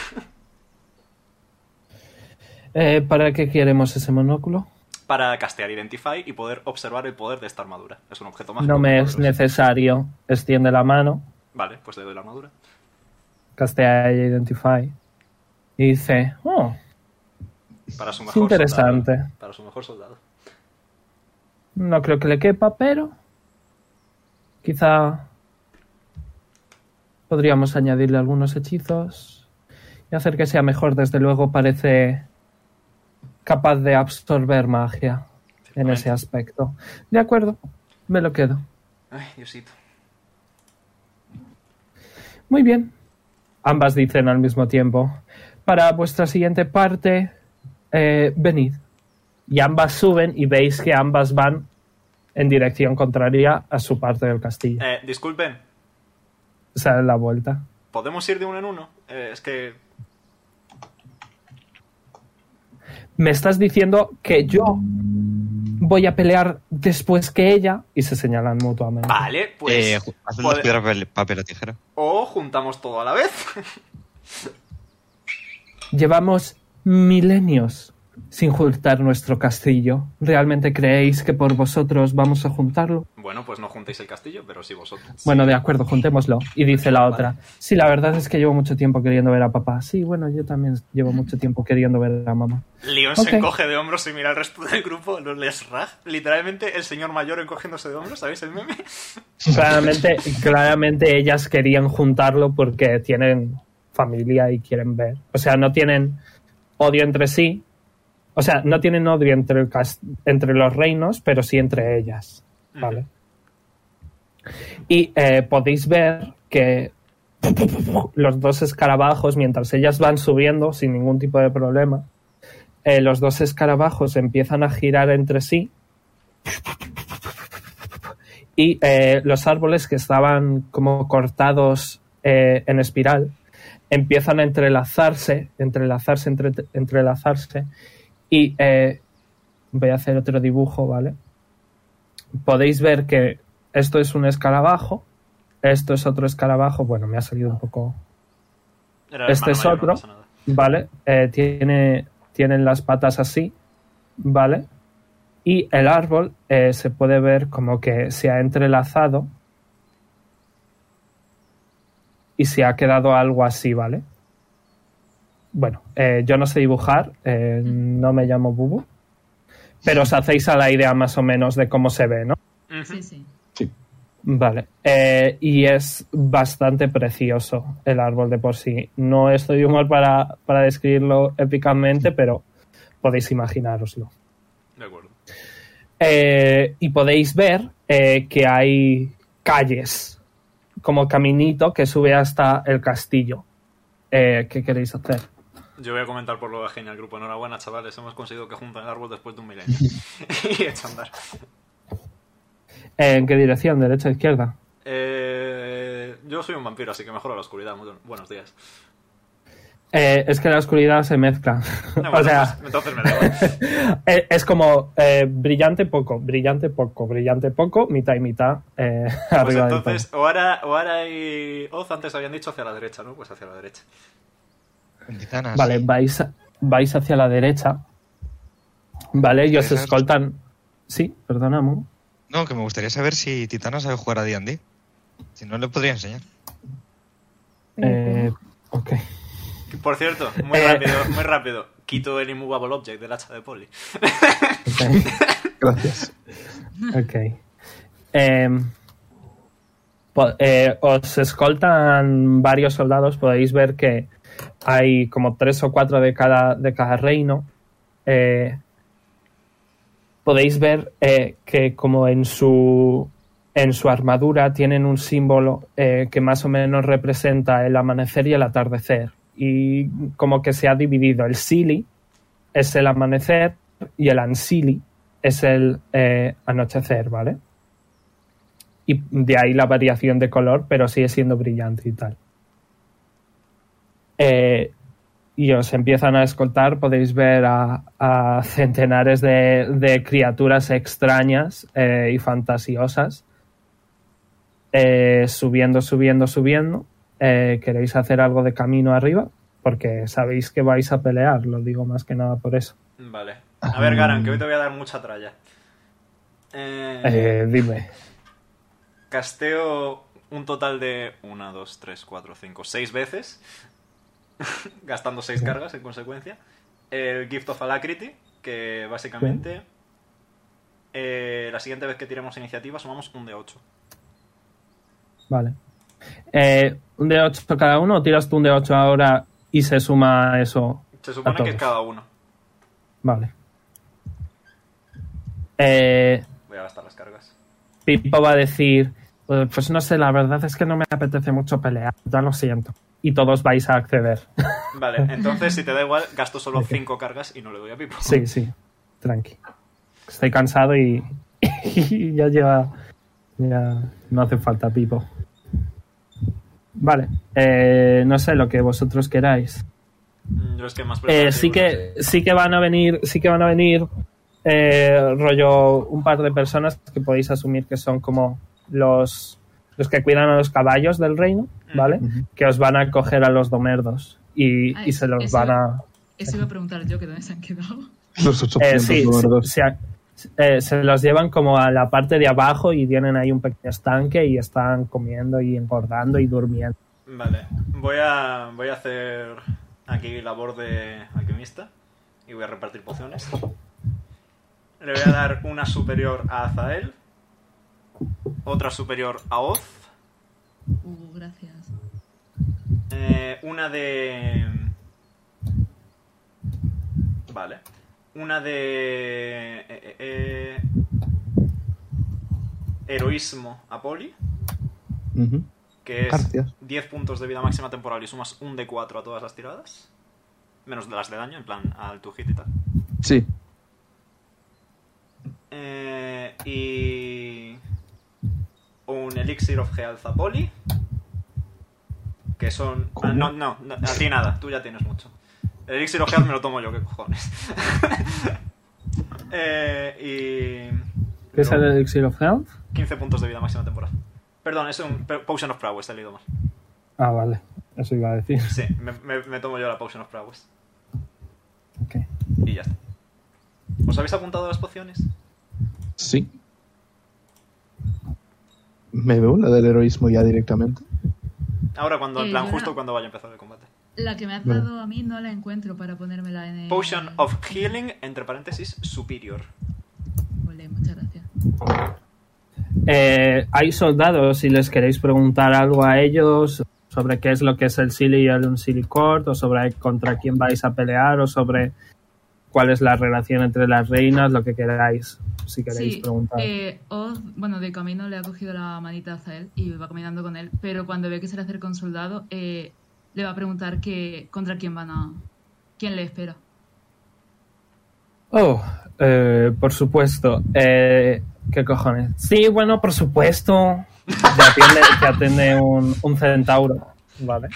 Speaker 2: Eh, ¿Para qué queremos ese monóculo?
Speaker 4: Para castear Identify y poder observar el poder de esta armadura. Es un objeto mágico.
Speaker 2: No me es
Speaker 4: poderoso.
Speaker 2: necesario. Extiende la mano,
Speaker 4: Vale, pues le doy la armadura.
Speaker 2: castea ella Identify. Y dice, oh,
Speaker 4: Para su mejor
Speaker 2: interesante.
Speaker 4: soldado. Para su mejor soldado.
Speaker 2: No creo que le quepa, pero quizá podríamos añadirle algunos hechizos y hacer que sea mejor. Desde luego parece capaz de absorber magia en ese aspecto. De acuerdo, me lo quedo.
Speaker 4: Ay, Diosito.
Speaker 2: Muy bien. Ambas dicen al mismo tiempo. Para vuestra siguiente parte, eh, venid. Y ambas suben y veis que ambas van en dirección contraria a su parte del castillo.
Speaker 4: Eh, disculpen,
Speaker 2: Se dan la vuelta.
Speaker 4: ¿podemos ir de uno en uno? Eh, es que...
Speaker 2: Me estás diciendo que yo voy a pelear después que ella y se señalan mutuamente.
Speaker 4: Vale, pues...
Speaker 1: eh, ju- hazle
Speaker 4: puede-
Speaker 1: las piedras, papel, papel o tijera.
Speaker 4: O juntamos todo a la vez.
Speaker 2: Llevamos milenios sin juntar nuestro castillo. ¿Realmente creéis que por vosotros vamos a juntarlo?
Speaker 4: bueno, pues no juntéis el castillo, pero sí vosotros.
Speaker 2: Bueno, de acuerdo, juntémoslo. Y dice la otra,
Speaker 4: Vale.
Speaker 2: sí, la verdad es que llevo mucho tiempo queriendo ver a papá. Sí, bueno, yo también llevo mucho tiempo queriendo ver a mamá.
Speaker 4: Leon
Speaker 2: ok.
Speaker 4: se encoge de hombros y mira al resto del grupo, los les raj. Literalmente el señor mayor encogiéndose de hombros, ¿sabéis el meme?
Speaker 2: Claramente, claramente ellas querían juntarlo porque tienen familia y quieren ver. O sea, no tienen odio entre sí. O sea, no tienen odio entre, el cas- entre los reinos, pero sí entre ellas. Vale. Y eh, podéis ver que los dos escarabajos, mientras ellas van subiendo sin ningún tipo de problema, eh, los dos escarabajos empiezan a girar entre sí y eh, los árboles que estaban como cortados eh, en espiral empiezan a entrelazarse, entrelazarse, entre- entrelazarse y eh, voy a hacer otro dibujo, ¿vale? Podéis ver que esto es un escarabajo, esto es otro escarabajo, bueno, me ha salido un poco
Speaker 4: Era el
Speaker 2: Este
Speaker 4: hermano
Speaker 2: es
Speaker 4: mayor,
Speaker 2: otro.
Speaker 4: no pasa nada.
Speaker 2: ¿vale? Eh, tiene, tienen las patas así, ¿vale? Y el árbol eh, se puede ver como que se ha entrelazado y se ha quedado algo así, ¿vale? Bueno, eh, yo no sé dibujar, eh, no me llamo Bubu, pero os hacéis a la idea más o menos de cómo se ve, ¿no?
Speaker 4: Ujú.
Speaker 3: Sí, sí.
Speaker 2: Vale, eh, y es bastante precioso el árbol de por sí. No estoy de humor para, para describirlo épicamente, pero podéis imaginároslo.
Speaker 4: De acuerdo.
Speaker 2: Eh, y podéis ver eh, que hay calles, como caminito que sube hasta el castillo. Eh, ¿Qué queréis hacer?
Speaker 4: Yo voy a comentar por lo de genial grupo. Enhorabuena, chavales. Hemos conseguido que junten el árbol después de un milenio. y echa a andar.
Speaker 2: ¿En qué dirección? ¿Derecha o izquierda?
Speaker 4: Eh, yo soy un vampiro, así que mejor a la oscuridad. Muy- Buenos días.
Speaker 2: Eh, es que la oscuridad se mezcla.
Speaker 4: No,
Speaker 2: o
Speaker 4: Ah, bueno, pues
Speaker 2: sea,
Speaker 4: entonces- entonces me da igual.
Speaker 2: eh, es como eh, brillante poco, brillante poco, brillante poco, mitad y mitad eh,
Speaker 4: Pues
Speaker 2: arriba del
Speaker 4: entonces, Oara, Oara y Oz antes habían dicho hacia la derecha, ¿no? Pues hacia la derecha.
Speaker 1: En titanas.
Speaker 2: todo. Vale, vais, a- vais hacia la derecha. Vale, y os
Speaker 1: Derecha.
Speaker 2: escoltan. Sí, perdona, Mu.
Speaker 1: No, que me gustaría saber si Titana sabe jugar a D&D. Si no, le podría enseñar.
Speaker 2: Eh, ok.
Speaker 4: Por cierto, muy
Speaker 2: Eh.
Speaker 4: rápido, muy rápido. Quito el immovable object del hacha de Poli.
Speaker 2: ok.
Speaker 5: Gracias.
Speaker 2: Ok. Em, po- eh, os escoltan varios soldados. Podéis ver que hay como tres o cuatro de cada, de cada reino. Eh, podéis ver eh, que como en su en su armadura tienen un símbolo eh, que más o menos representa el amanecer y el atardecer. Y como que se ha dividido. El Sili es el amanecer y el Ansili es el eh, anochecer, ¿vale? Y de ahí la variación de color, pero sigue siendo brillante y tal. Eh, y os empiezan a escoltar, podéis ver a, a centenares de, de criaturas extrañas eh, y fantasiosas eh, subiendo, subiendo, subiendo. Eh, ¿Queréis hacer algo de camino arriba? Porque sabéis que vais a pelear, lo digo más que nada por eso.
Speaker 4: Vale. A ver, Garan, que hoy te voy a dar mucha tralla. Eh,
Speaker 2: Eh, dime.
Speaker 4: Casteo un total de 1, 2, 3, 4, 5, 6 veces. gastando 6 cargas en consecuencia. El Gift of Alacrity, que básicamente. eh, la siguiente vez que tiremos iniciativa sumamos un de 8.
Speaker 2: Vale. Eh, un de 8 cada uno, o tiras tú un de 8 ahora y se suma a eso.
Speaker 4: Se supone que es
Speaker 2: todos.
Speaker 4: cada uno.
Speaker 2: Vale. Eh,
Speaker 4: Voy a gastar las cargas.
Speaker 2: Pipo va a decir: "Eh, Pues no sé, la verdad es que no me apetece mucho pelear, ya lo siento. Y todos vais a acceder.
Speaker 4: Vale, entonces si te da igual, gasto solo 5 cargas y no le doy a Pipo.
Speaker 2: sí, sí, tranqui. Estoy cansado y, y ya lleva. Ya no hace falta Pipo. Vale, eh, no sé lo que vosotros queráráis.
Speaker 4: Mm, Yo es que más
Speaker 2: Eh, sí que sí que van a venir sí que van a venir eh, rollo un par de personas que podéis asumir que son como los los que cuidan a los caballos del reino vale que os van a coger a los domerdos y,
Speaker 3: Ah,
Speaker 2: y se los
Speaker 3: eso-
Speaker 2: van a
Speaker 3: Eso iba a preguntar yo, que dónde se han quedado.
Speaker 5: Los 800
Speaker 2: eh, sí,
Speaker 5: gordos.
Speaker 2: se, se- eh, se los llevan como a la parte de abajo y tienen ahí un pequeño estanque y están comiendo y engordando y durmiendo
Speaker 4: Vale, voy a, voy a hacer aquí labor de alquimista y voy a repartir pociones. Le voy a dar una superior a Azael, otra superior a Oz,
Speaker 3: Uh, gracias.
Speaker 4: eh, una de... Vale. Una de... eh, eh, eh, heroísmo a Poli,
Speaker 5: Ujú.
Speaker 4: que es
Speaker 5: Gracias.
Speaker 4: 10 puntos de vida máxima temporal y sumas un de 4 a todas las tiradas. Menos de las de daño, en plan, al tu hit y tal.
Speaker 5: Sí.
Speaker 4: Eh, y. Un Elixir of Health a Poli. Que son. ah, no, no, no, a ti nada, tú ya tienes mucho. El Elixir of Health me lo tomo yo, qué cojones. eh, y.
Speaker 2: ¿qué es el elixir of health?
Speaker 4: 15 puntos de vida máxima temporal. Perdón, es un pe- Potion of Prowess, he leído mal.
Speaker 2: ah vale eso iba a decir
Speaker 4: Sí, me, me- me tomo yo la Potion of Prowess.
Speaker 2: Ok.
Speaker 4: Y ya está. ¿Os habéis apuntado las pociones?
Speaker 5: Sí. Me veo la del heroísmo ya directamente.
Speaker 4: Ahora cuando, en
Speaker 3: Eh,
Speaker 4: plan,
Speaker 3: yo
Speaker 4: justo
Speaker 3: no.
Speaker 4: cuando vaya a empezar el combate.
Speaker 3: La que me has
Speaker 5: Vale.
Speaker 3: dado a mí no la encuentro para ponérmela en el...
Speaker 4: Potion of Healing, entre paréntesis, superior.
Speaker 3: Vale, muchas gracias.
Speaker 2: Eh, hay soldados, si les queréis preguntar algo a ellos sobre qué es lo que es el Silly y el Unsilicort, o sobre contra quién vais a pelear, o sobre cuál es la relación entre las reinas, lo que queráis, si queréis
Speaker 3: Sí,
Speaker 2: preguntar.
Speaker 3: eh, Oz, bueno, de camino le ha cogido la manita a Azael y va caminando con él, pero cuando ve que se le acerca un soldado, eh, le va a preguntar que contra quién van a... quién le espera.
Speaker 2: Oh, eh, por supuesto. Eh, ¿Qué cojones? Sí, bueno, por supuesto. Te atiende, te atiende un, un centauro, ¿vale?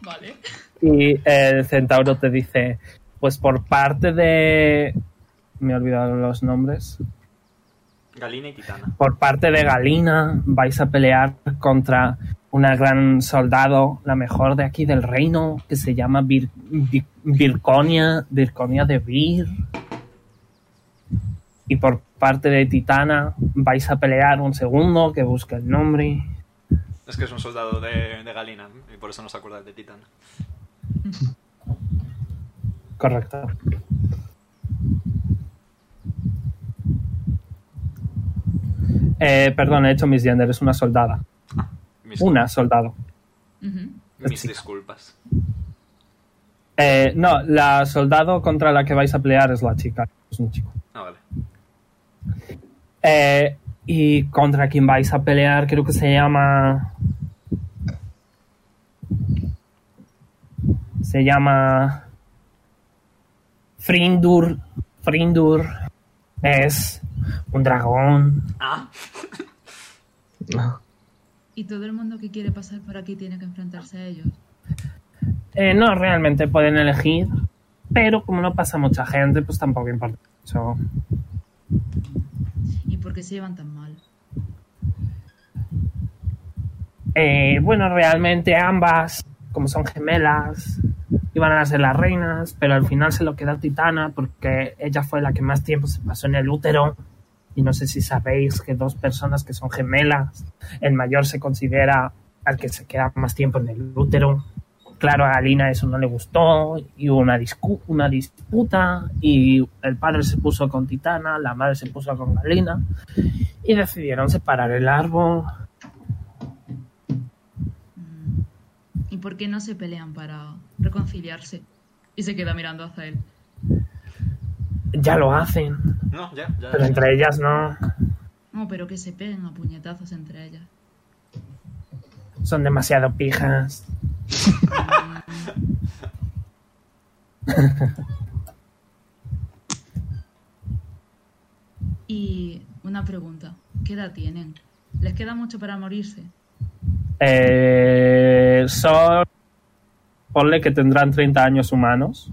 Speaker 3: Vale.
Speaker 2: Y el centauro te dice, pues por parte de... Me he olvidado los nombres.
Speaker 4: Galina y Titana.
Speaker 2: Por parte de Galina vais a pelear contra una gran soldado, la mejor de aquí del reino, que se llama Vir- Vi- Virconia, Virconia de Vir. Y por parte de Titana vais a pelear un segundo que busca el nombre.
Speaker 4: Es que es un soldado de, de Galina y por eso no se acuerda de Titana.
Speaker 2: Correcto. Eh, perdón, he hecho mis gender, es una soldada.
Speaker 4: Mis,
Speaker 2: Una soldado.
Speaker 3: Ujú.
Speaker 4: mis
Speaker 2: sí.
Speaker 4: disculpas.
Speaker 2: Eh, no, la soldado contra la que vais a pelear es la chica, es un chico.
Speaker 4: Ah, vale.
Speaker 2: Eh, y contra quien vais a pelear, creo que se llama. Se llama. Frindur. Frindur es un dragón.
Speaker 4: Ah,
Speaker 3: Y todo el mundo que quiere pasar por aquí tiene que enfrentarse a ellos.
Speaker 2: Eh, no, realmente pueden elegir. Pero como no pasa mucha gente, pues tampoco importa mucho.
Speaker 3: ¿Y por qué se llevan tan mal?
Speaker 2: Eh, bueno, realmente ambas, como son gemelas, iban a ser las reinas, pero al final se lo quedó Titana porque ella fue la que más tiempo se pasó en el útero. Y no sé si sabéis que dos personas que son gemelas, el mayor se considera al que se queda más tiempo en el útero. Claro, a Alina eso no le gustó y hubo una, discu- una disputa y el padre se puso con Titana, la madre se puso con Alina y decidieron separar el árbol.
Speaker 3: Mm. ¿Y por qué no se pelean para reconciliarse? Y se queda mirando hacia él.
Speaker 2: Ya lo hacen,
Speaker 4: no, ya, ya.
Speaker 2: Pero
Speaker 4: ya.
Speaker 2: entre ellas no.
Speaker 3: No, pero que se peguen a puñetazos entre ellas.
Speaker 2: Son demasiado pijas.
Speaker 3: Y una pregunta, ¿qué edad tienen? ¿Les queda mucho para morirse?
Speaker 2: Eh, son. Ponle que tendrán 30 años humanos.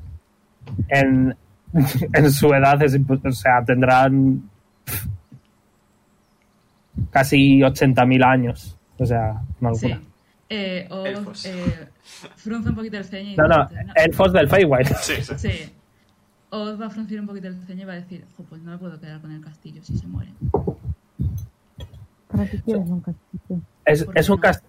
Speaker 2: En, en su edad, es impo- o sea, tendrán. casi 80.000 años. O sea, no
Speaker 3: Sí.
Speaker 2: alguna.
Speaker 3: Eh, o
Speaker 4: Elfos.
Speaker 3: eh, frunce un poquito el ceño y
Speaker 2: No, no,
Speaker 3: dice, "No".
Speaker 2: elfos del Feywild.
Speaker 4: Sí, sí.
Speaker 3: Sí. Oz va a fruncir un poquito el ceño y va a decir, "Jo, pues no me puedo quedar con el castillo si se muere.
Speaker 6: ¿Para qué quieres un castillo?
Speaker 2: Es,
Speaker 3: ¿Por qué
Speaker 2: es, un,
Speaker 3: no?
Speaker 2: cas-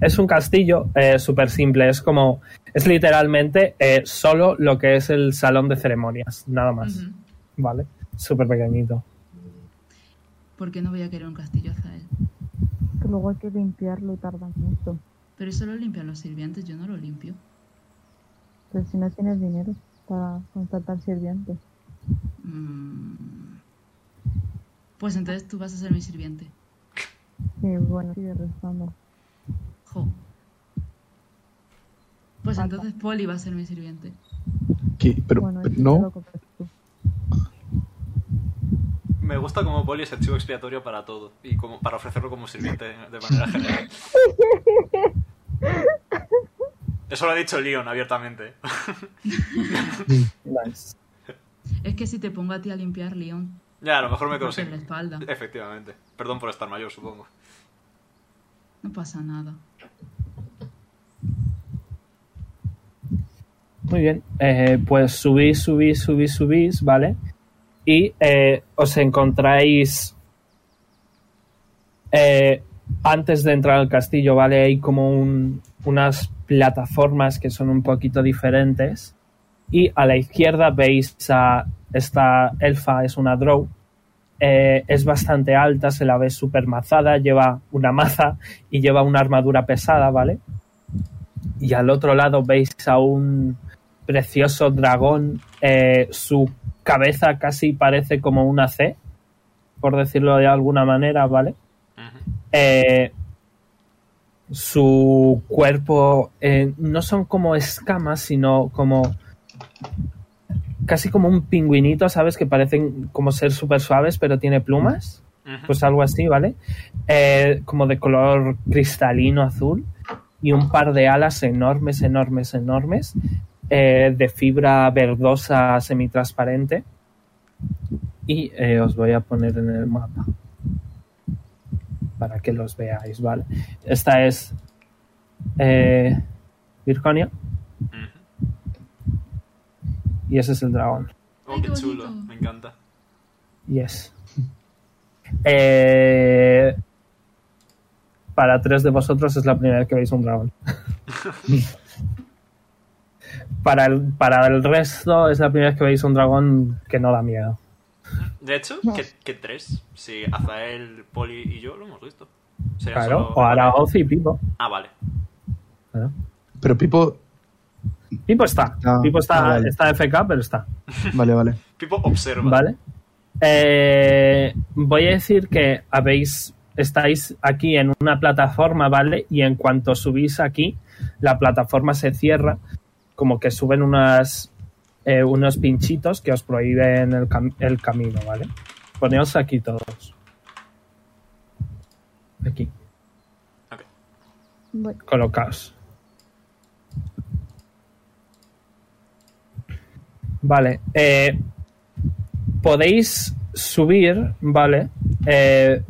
Speaker 2: es un castillo eh, súper simple. Es como. Es literalmente eh, solo lo que es el salón de ceremonias. Nada más.
Speaker 3: Ujú.
Speaker 2: Vale, súper pequeñito.
Speaker 3: ¿Por qué no voy a querer un castillo a él?
Speaker 6: Que luego hay que limpiarlo y tarda mucho.
Speaker 3: Pero eso lo limpian los sirvientes, yo no lo limpio.
Speaker 6: Pero si no tienes dinero para contratar sirvientes.
Speaker 3: Mm. Pues entonces tú vas a ser mi sirviente.
Speaker 6: Sí, bueno, sigue rezando.
Speaker 3: Jo. Pues
Speaker 6: Falta.
Speaker 3: entonces Polly va a ser mi sirviente.
Speaker 5: ¿Qué? Pero,
Speaker 6: bueno,
Speaker 5: pero
Speaker 6: eso te lo
Speaker 5: no.
Speaker 6: compras tú.
Speaker 4: Me gusta como Poli es archivo expiatorio para todo y como para ofrecerlo como sirviente de manera general. Eso lo ha dicho Leon abiertamente.
Speaker 2: Nice.
Speaker 3: Es que si te pongo a ti a limpiar, Leon,
Speaker 4: Ya, a lo mejor me quedo
Speaker 3: en la
Speaker 4: sin.
Speaker 3: espalda.
Speaker 4: Efectivamente. Perdón por estar mayor, supongo.
Speaker 3: No pasa nada.
Speaker 2: Muy bien. Eh, pues subís, subís, subís, subís, ¿vale? Y eh, os encontráis. eh, antes de entrar al castillo, ¿vale? Hay como un- unas plataformas que son un poquito diferentes. Y a la izquierda veis a esta elfa, es una drow. Eh, es bastante alta, se la ve súper mazada, lleva una maza y lleva una armadura pesada, ¿vale? y al otro lado veis a un precioso dragón. eh, su cabeza casi parece como una C, por decirlo de alguna manera, ¿vale?
Speaker 4: Ujú.
Speaker 2: Eh, su cuerpo eh, no son como escamas, sino como casi como un pingüinito, ¿sabes? Que parecen como ser súper suaves, pero tiene plumas
Speaker 4: Ujú.
Speaker 2: pues algo así, ¿vale? Eh, como de color cristalino azul. y un par de alas enormes, enormes, enormes, eh, de fibra verdosa semitransparente. Y eh, os voy a poner en el mapa para que los veáis, ¿vale? Esta es eh, Virconia y ese es el dragón.
Speaker 3: Ay,
Speaker 4: Oh,
Speaker 3: qué
Speaker 4: qué chulo,
Speaker 3: bonito.
Speaker 4: me encanta.
Speaker 2: Yes. Eh, para tres de vosotros es la primera vez que veis un dragón. para, el, para el resto es la primera vez que veis un dragón que no da miedo.
Speaker 4: De hecho, que, que tres. Si Azael, Poli y yo lo hemos visto. Sería
Speaker 2: Claro.
Speaker 4: solo-
Speaker 2: O Araoz y Pipo.
Speaker 4: Ah, vale.
Speaker 2: Claro.
Speaker 5: Pero Pipo.
Speaker 2: Pipo está.
Speaker 5: Ah,
Speaker 2: Pipo está,
Speaker 5: ah, vale.
Speaker 2: está FK, pero está.
Speaker 5: Vale, vale.
Speaker 4: Pipo observa.
Speaker 2: Vale. Eh, voy a decir que habéis. Estáis aquí en una plataforma, ¿vale? Y en cuanto subís aquí, la plataforma se cierra. Como que suben unas, eh, unos pinchitos que os prohíben el, cam- el camino, ¿vale? Poneos aquí todos. Aquí,
Speaker 6: Voy.
Speaker 2: colocaos. Vale. eh, podéis subir, ¿vale? Eh,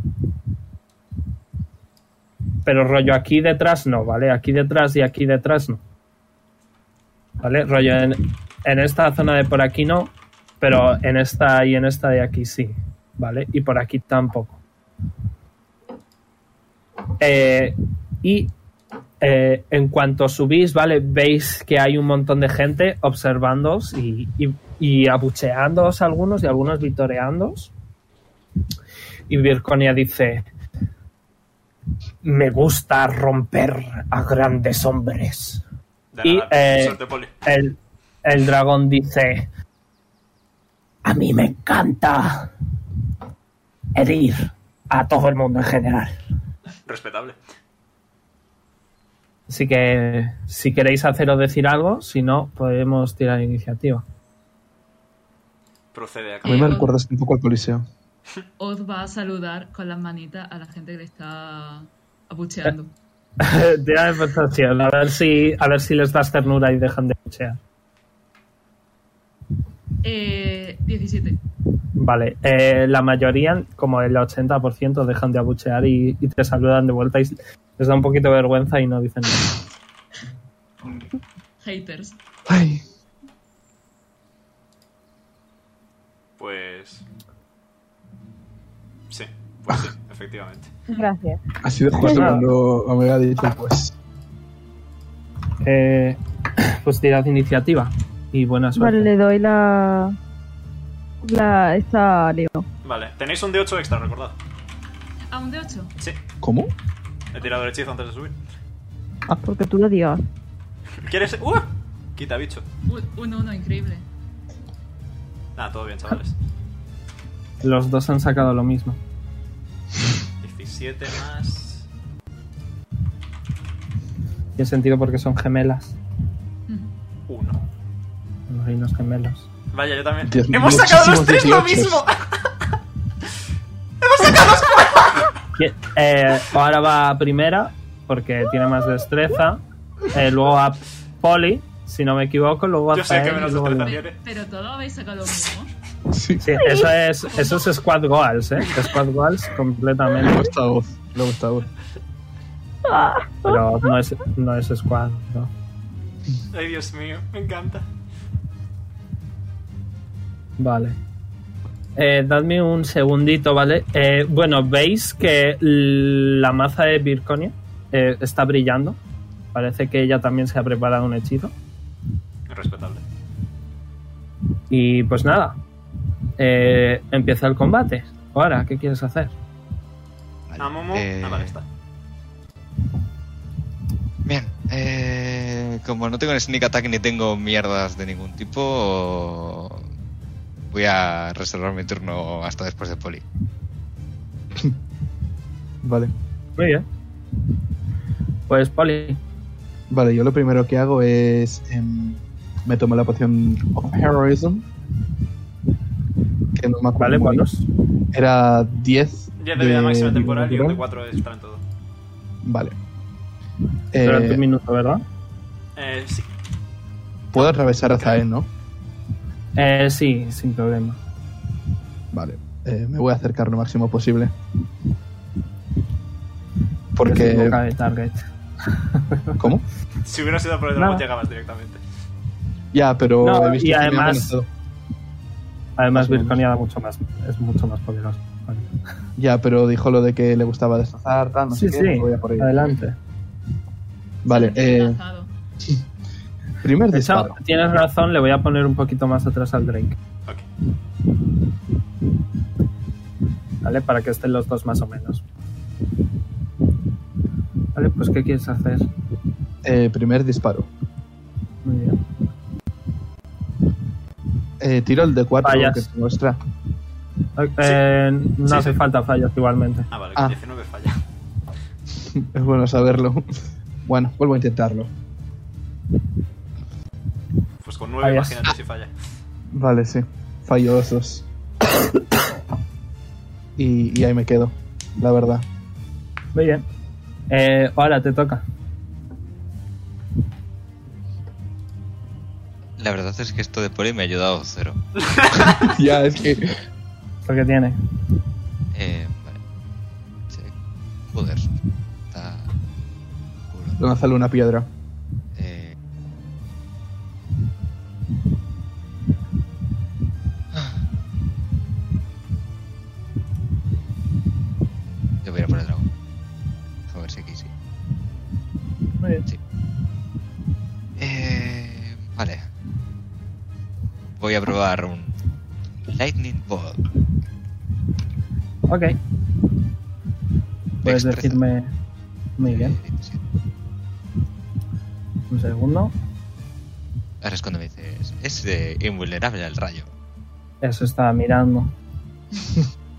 Speaker 2: pero rollo aquí detrás no, ¿vale? Aquí detrás y aquí detrás no. ¿Vale? Rollo en, en esta zona de por aquí no, pero en esta y en esta de aquí sí, ¿vale? Y por aquí tampoco. Eh, y eh, en cuanto subís, ¿vale? Veis que hay un montón de gente observándoos y, y, y abucheándoos algunos y algunos vitoreándoos. Y Virconia dice, me gusta romper a grandes hombres.
Speaker 4: De
Speaker 2: Y,
Speaker 4: nada,
Speaker 2: eh,
Speaker 4: suerte, Poli.
Speaker 2: El, el dragón dice, a mí me encanta herir a todo el mundo en general.
Speaker 4: Respetable.
Speaker 2: Así que si queréis haceros decir algo, si no, podemos tirar iniciativa.
Speaker 4: Procede acá.
Speaker 5: A mí me
Speaker 3: Eh,
Speaker 5: recuerdas un poco al Coliseo.
Speaker 3: Oz va a saludar con las manitas a la gente que le está abucheando.
Speaker 2: Tira de percepción, a ver si, a ver si les das ternura y dejan de buchear.
Speaker 3: Eh, 17.
Speaker 2: Vale, eh, la mayoría, como el 80%, dejan de abuchear y, y te saludan de vuelta y les da un poquito de vergüenza y no dicen nada.
Speaker 3: Haters.
Speaker 5: Ay.
Speaker 4: Pues. Sí, pues sí, efectivamente.
Speaker 6: Gracias.
Speaker 5: Así de justo
Speaker 2: Nada.
Speaker 5: cuando Omega ha dicho, pues.
Speaker 2: Eh, pues tirad iniciativa y buena suerte.
Speaker 6: Vale, le doy la. La. Esta a Leo.
Speaker 4: Vale, tenéis un D8 extra, recordad.
Speaker 3: ¿A un de 8?
Speaker 4: Sí,
Speaker 5: ¿Cómo?
Speaker 4: he tirado el hechizo antes de subir.
Speaker 6: Ah, porque tú lo digas.
Speaker 4: ¿Quieres.? ¡Uh! Quita, bicho.
Speaker 3: Un 1, increíble.
Speaker 4: Nada, todo bien, chavales.
Speaker 2: Los dos han sacado lo mismo.
Speaker 4: 17 más.
Speaker 2: Tiene sentido porque son gemelas.
Speaker 4: 1.
Speaker 2: Los reinos gemelos.
Speaker 4: Vaya, yo también.
Speaker 5: Dios mío,
Speaker 4: ¡Hemos sacado los
Speaker 5: muchísimos
Speaker 4: tres lo
Speaker 5: 18s.
Speaker 4: mismo!
Speaker 2: Bien, eh, ahora va a primera, porque tiene más destreza. Eh, luego a Poli, si no me equivoco. Luego a
Speaker 4: Yo sé que
Speaker 2: Zael y
Speaker 4: menos
Speaker 2: luego
Speaker 4: destreza
Speaker 2: a Lin.
Speaker 4: tiene.
Speaker 3: Pero todos habéis sacado lo mismo.
Speaker 5: Sí,
Speaker 2: Sí, eso es, eso es Squad Goals, ¿eh? Squad Goals
Speaker 5: luego
Speaker 2: completamente.
Speaker 5: está voz. Luego está voz.
Speaker 2: Pero no es, no es Squad, ¿no?
Speaker 4: Ay, Dios mío, me encanta.
Speaker 2: Vale. Eh, dadme un segundito, ¿vale? Eh, bueno, veis que la maza de Virconia eh, está brillando. Parece que ella también se ha preparado un hechizo.
Speaker 4: Respetable.
Speaker 2: Y pues nada, eh, empieza el combate. Ahora, ¿qué quieres hacer?
Speaker 1: Vale,
Speaker 4: A Momo.
Speaker 1: eh,
Speaker 4: Ah, vale, está.
Speaker 1: Bien, eh, como no tengo sneak attack ni tengo mierdas de ningún tipo, voy a reservar mi turno hasta después de poli.
Speaker 5: Vale.
Speaker 2: Muy bien. Pues Poli,
Speaker 5: Vale, yo lo primero que hago es. em, me tomo la poción of Heroism. Que no me
Speaker 2: ¿vale?
Speaker 5: acuerdo. muy bien.
Speaker 2: Buenos.
Speaker 5: Era 10.
Speaker 4: 10 de vida máxima temporal y un
Speaker 5: natural.
Speaker 4: de 4 extra en todo.
Speaker 5: Vale.
Speaker 2: Durante
Speaker 5: Eh,
Speaker 2: un minuto, ¿verdad?
Speaker 4: Eh, sí.
Speaker 5: puedo atravesar a Zael, ¿no?
Speaker 2: Eh, sí, sin problema.
Speaker 5: Vale. Eh, me voy a acercar lo máximo posible. Porque.
Speaker 2: Boca de target.
Speaker 5: ¿Cómo?
Speaker 4: Si hubiera sido por el dragón,
Speaker 2: Nada.
Speaker 4: llegabas directamente.
Speaker 5: Ya, pero
Speaker 2: No,
Speaker 5: he visto
Speaker 2: y
Speaker 5: que me ha
Speaker 2: además-
Speaker 5: amenazado.
Speaker 2: Además,
Speaker 5: Más o menos.
Speaker 2: Virconia da mucho más, es mucho más poderoso. Vale.
Speaker 5: Ya, pero dijo lo de que le gustaba destrozar, tal, no
Speaker 2: sí,
Speaker 5: sé
Speaker 2: sí,
Speaker 5: qué. voy a por ello.
Speaker 2: adelante.
Speaker 5: Vale, eh,
Speaker 3: Enlazado.
Speaker 5: primer
Speaker 2: De hecho,
Speaker 5: disparo.
Speaker 2: tienes razón, le voy a poner un poquito más atrás al Drake.
Speaker 4: Ok.
Speaker 2: ¿Vale? Para que estén los dos más o menos. Vale, pues ¿qué quieres hacer?
Speaker 5: Eh, primer disparo.
Speaker 2: Muy bien.
Speaker 5: Eh, tiro el de 4
Speaker 2: Fallas.
Speaker 5: que te muestra.
Speaker 2: Eh, no
Speaker 4: Sí,
Speaker 2: hace
Speaker 4: sí.
Speaker 2: falta fallas igualmente.
Speaker 4: Ah, vale,
Speaker 5: Ah.
Speaker 4: 19 falla.
Speaker 5: Es bueno saberlo. Bueno, vuelvo a intentarlo.
Speaker 4: Pues con 9,
Speaker 2: Fallas.
Speaker 4: imagínate si falla.
Speaker 5: Vale, sí. Fallo los dos. y, y ahí me quedo, la verdad.
Speaker 2: Muy bien. Eh, ahora te toca.
Speaker 1: La verdad es que esto de poli me ha ayudado cero.
Speaker 5: ya, es que.
Speaker 2: Lo que tiene.
Speaker 1: Eh, vale. Sí. Joder. Está. culo.
Speaker 5: Lánzale una piedra.
Speaker 1: Eh. Yo voy a ir a por el dragón. A ver si aquí sí.
Speaker 2: Muy bien.
Speaker 1: Eh, vale. Voy a probar un Lightning Bolt.
Speaker 2: Ok. Puedes
Speaker 1: Destreza.
Speaker 2: decirme. Muy bien.
Speaker 1: Eh, 17.
Speaker 2: Un segundo.
Speaker 1: Ahora es cuando me dices, es eh, invulnerable al rayo.
Speaker 2: Eso estaba mirando.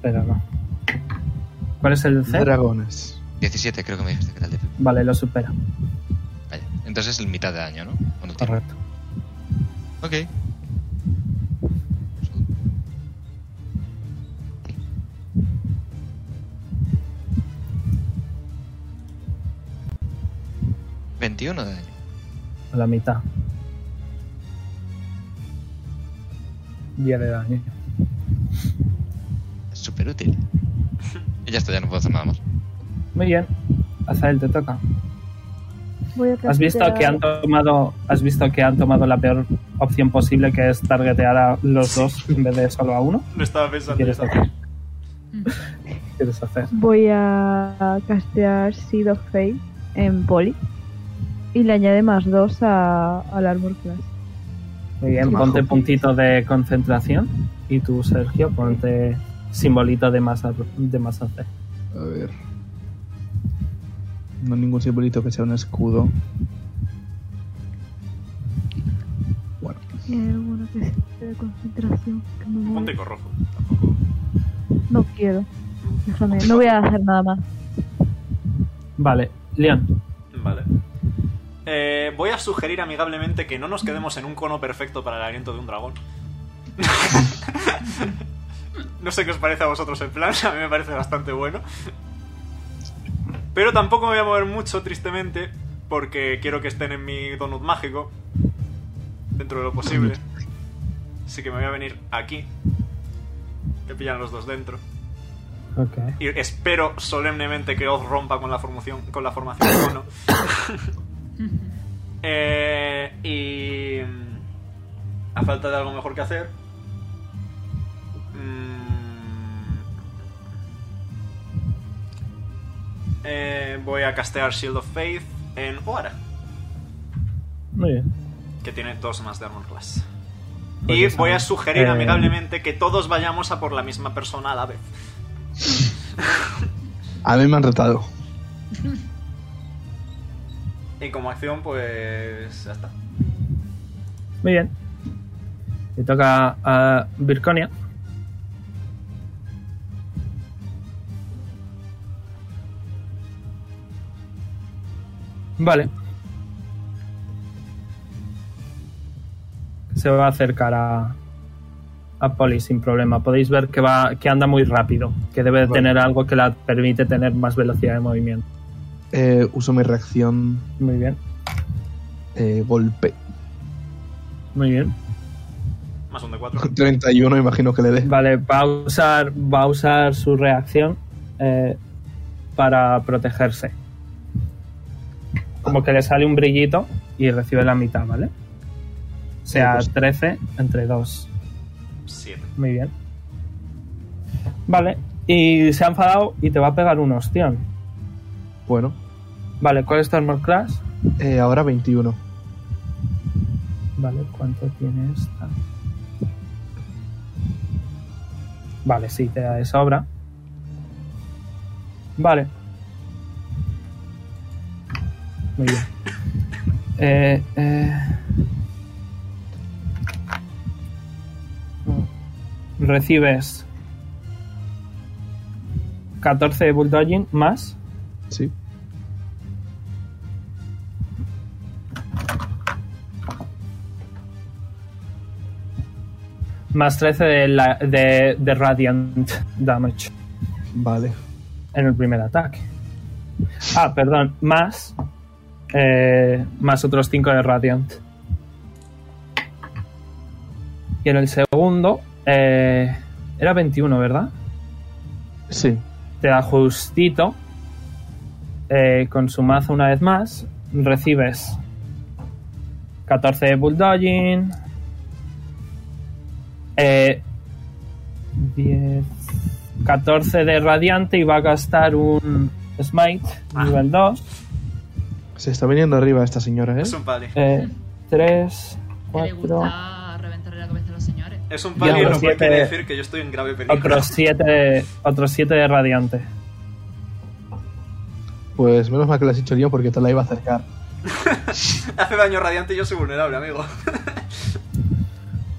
Speaker 2: Pero no. ¿Cuál es el C?
Speaker 5: Dragones.
Speaker 1: 17 creo que me dijiste que era el de PP.
Speaker 2: Vale, lo supera.
Speaker 1: Vaya. Entonces es mitad de daño, ¿no? ¿O no tiene?
Speaker 2: Correcto.
Speaker 1: Ok. ¿21 de daño?
Speaker 2: A la mitad. 10 de daño.
Speaker 1: Es súper útil. Y ya está, ya no puedo hacer nada más.
Speaker 2: Muy bien. Azael, te toca.
Speaker 6: Voy a
Speaker 2: Has visto que han tomado, has visto que han tomado la peor opción posible, que es targetear a los dos en vez de solo a uno.
Speaker 4: No estaba
Speaker 2: ¿Qué
Speaker 4: pensando.
Speaker 2: quieres
Speaker 4: en eso.
Speaker 2: hacer?
Speaker 3: Mm.
Speaker 2: ¿Qué quieres hacer?
Speaker 6: Voy a castear Seed of Fate en poli. Y le añade más dos a, al Armor Class.
Speaker 2: Muy bien,
Speaker 5: Qué
Speaker 2: ponte
Speaker 5: majo.
Speaker 2: puntito de concentración y tú, Sergio, ponte simbolito de más de más AC.
Speaker 5: A ver. No ningún simbolito que sea un escudo. Bueno,
Speaker 6: Y hay alguno que se de concentración que me
Speaker 4: Un
Speaker 6: mueve.
Speaker 4: tico rojo. Tampoco.
Speaker 6: No quiero. Déjame. No voy a hacer nada más.
Speaker 2: Vale, Leon,
Speaker 4: Vale. Eh, voy a sugerir amigablemente que no nos quedemos en un cono perfecto para el aliento de un dragón. no sé qué os parece a vosotros el plan, a mí me parece bastante bueno. Pero tampoco me voy a mover mucho, tristemente, porque quiero que estén en mi donut mágico, dentro de lo posible. Así que me voy a venir aquí. Que pillan los dos dentro.
Speaker 2: ok.
Speaker 4: Y espero solemnemente que Oz rompa con la formación, con la formación de cono. Eh, y. mm, A falta de algo mejor que hacer. mm, eh, voy a castear Shield of Faith en Oara,
Speaker 2: Muy bien.
Speaker 4: que tiene dos más de Armor Class.
Speaker 2: Pues
Speaker 4: y
Speaker 2: ya
Speaker 4: voy a
Speaker 2: sabes.
Speaker 4: sugerir
Speaker 2: Eh,
Speaker 4: amigablemente que todos vayamos a por la misma persona a la vez.
Speaker 5: a mí me han retado.
Speaker 4: Y como acción, pues. Ya está.
Speaker 2: Muy bien. Le toca a Virconia. Vale. Se va a acercar a, a Polly sin problema. Podéis ver que va que anda muy rápido, que debe de
Speaker 5: Vale.
Speaker 2: tener algo que la permite tener más velocidad de movimiento.
Speaker 5: Eh, uso mi reacción
Speaker 2: Muy bien.
Speaker 5: eh, golpe.
Speaker 2: Muy bien.
Speaker 4: Más un de 4.
Speaker 5: 31, imagino que le dé.
Speaker 2: Vale, va a usar, va a usar su reacción eh, para protegerse. Como que le sale un brillito y recibe la mitad, ¿vale? O sea,
Speaker 5: Sí,
Speaker 2: 13 entre 2.
Speaker 4: 7.
Speaker 2: Muy bien. Vale, y se ha enfadado y te va a pegar un ostión.
Speaker 5: Bueno,
Speaker 2: Vale, ¿cuál es tu armor class?
Speaker 5: eh, ahora 21.
Speaker 2: Vale, ¿cuánto tiene esta? Vale, sí, te da de sobra. Vale. Muy bien. Eh, eh. Recibes 14 de bulldogging más
Speaker 5: Sí.
Speaker 2: más 13 de, la- de- de Radiant Damage
Speaker 5: Vale.
Speaker 2: en el primer ataque. Ah, perdón, más. eh, más otros 5 de Radiant. Y en el segundo. eh, era 21, ¿verdad?
Speaker 5: Sí.
Speaker 2: Te da justito. eh, con su mazo una vez más. Recibes 14 de bulldogging. Eh, 10, 14 de radiante y va a gastar un smite
Speaker 4: Ah.
Speaker 2: nivel 2.
Speaker 5: Se está viniendo arriba esta señora, ¿eh?
Speaker 4: Es un pali.
Speaker 2: Eh, 3,
Speaker 3: Que le
Speaker 2: 4,
Speaker 3: gusta reventarle la cabeza a los señores.
Speaker 4: Es un
Speaker 2: ya,
Speaker 4: pali, lo
Speaker 2: pues,
Speaker 4: cual
Speaker 2: siete.
Speaker 4: quiere decir que yo estoy en grave peligro.
Speaker 2: otros 7 de, otros siete de radiante.
Speaker 5: Pues menos mal que lo has dicho yo porque te la iba a acercar.
Speaker 4: Hace daño radiante y yo soy vulnerable, amigo.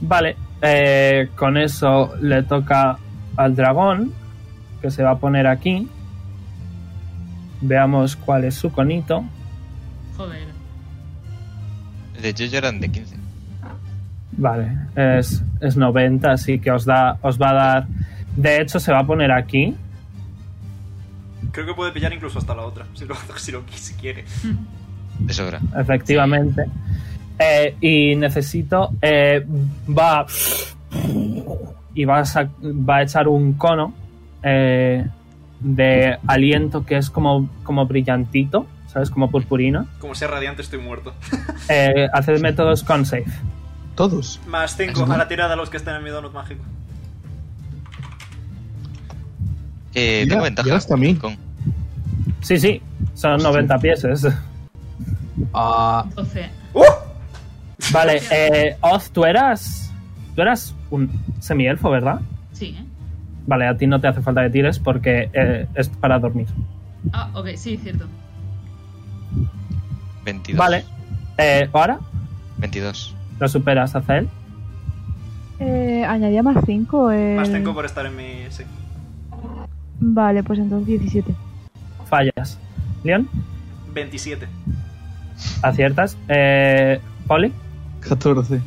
Speaker 2: Vale, eh, con eso le toca al dragón, que se va a poner aquí. Veamos cuál es su conito.
Speaker 3: Joder.
Speaker 1: De hecho, yo eran de 15.
Speaker 2: Vale, es, es 90, así que os, da, os va a dar... De hecho, se va a poner aquí.
Speaker 4: Creo que puede pillar incluso hasta la otra, si lo, si lo si quiere.
Speaker 1: De sobra.
Speaker 2: Efectivamente. Eh, y necesito. eh, va. Y va a, sac- va a echar un cono eh, de aliento que es como, como brillantito, ¿sabes? Como purpurina.
Speaker 4: Como sea radiante, estoy muerto.
Speaker 2: Eh, hacedme todos con safe.
Speaker 5: Todos.
Speaker 4: Más 5 a la tirada a los que están en mi donut mágico.
Speaker 1: Eh,
Speaker 5: Mira,
Speaker 1: tengo ventaja.
Speaker 5: llegaste a mí.
Speaker 1: Con-
Speaker 2: Sí, sí, son 90 piezas.
Speaker 5: Ah,
Speaker 3: 12.
Speaker 4: ¡Uh!
Speaker 2: Vale, eh, Oz, tú eras. Tú eras un semielfo, ¿verdad?
Speaker 3: Sí, ¿eh?
Speaker 2: Vale, a ti no te hace falta que tires porque eh, es para dormir.
Speaker 3: Ah, ok, sí, cierto.
Speaker 1: 22.
Speaker 2: Vale. Eh, ¿Ahora?
Speaker 1: 22.
Speaker 2: ¿Lo superas, Azael?
Speaker 6: Eh, añadía más eh, 5.
Speaker 4: Más 5 por estar en mi. Sí.
Speaker 6: Vale, pues entonces 17.
Speaker 2: Fallas. Leon,
Speaker 4: 27.
Speaker 2: aciertas. Eh, Poli,
Speaker 5: 14.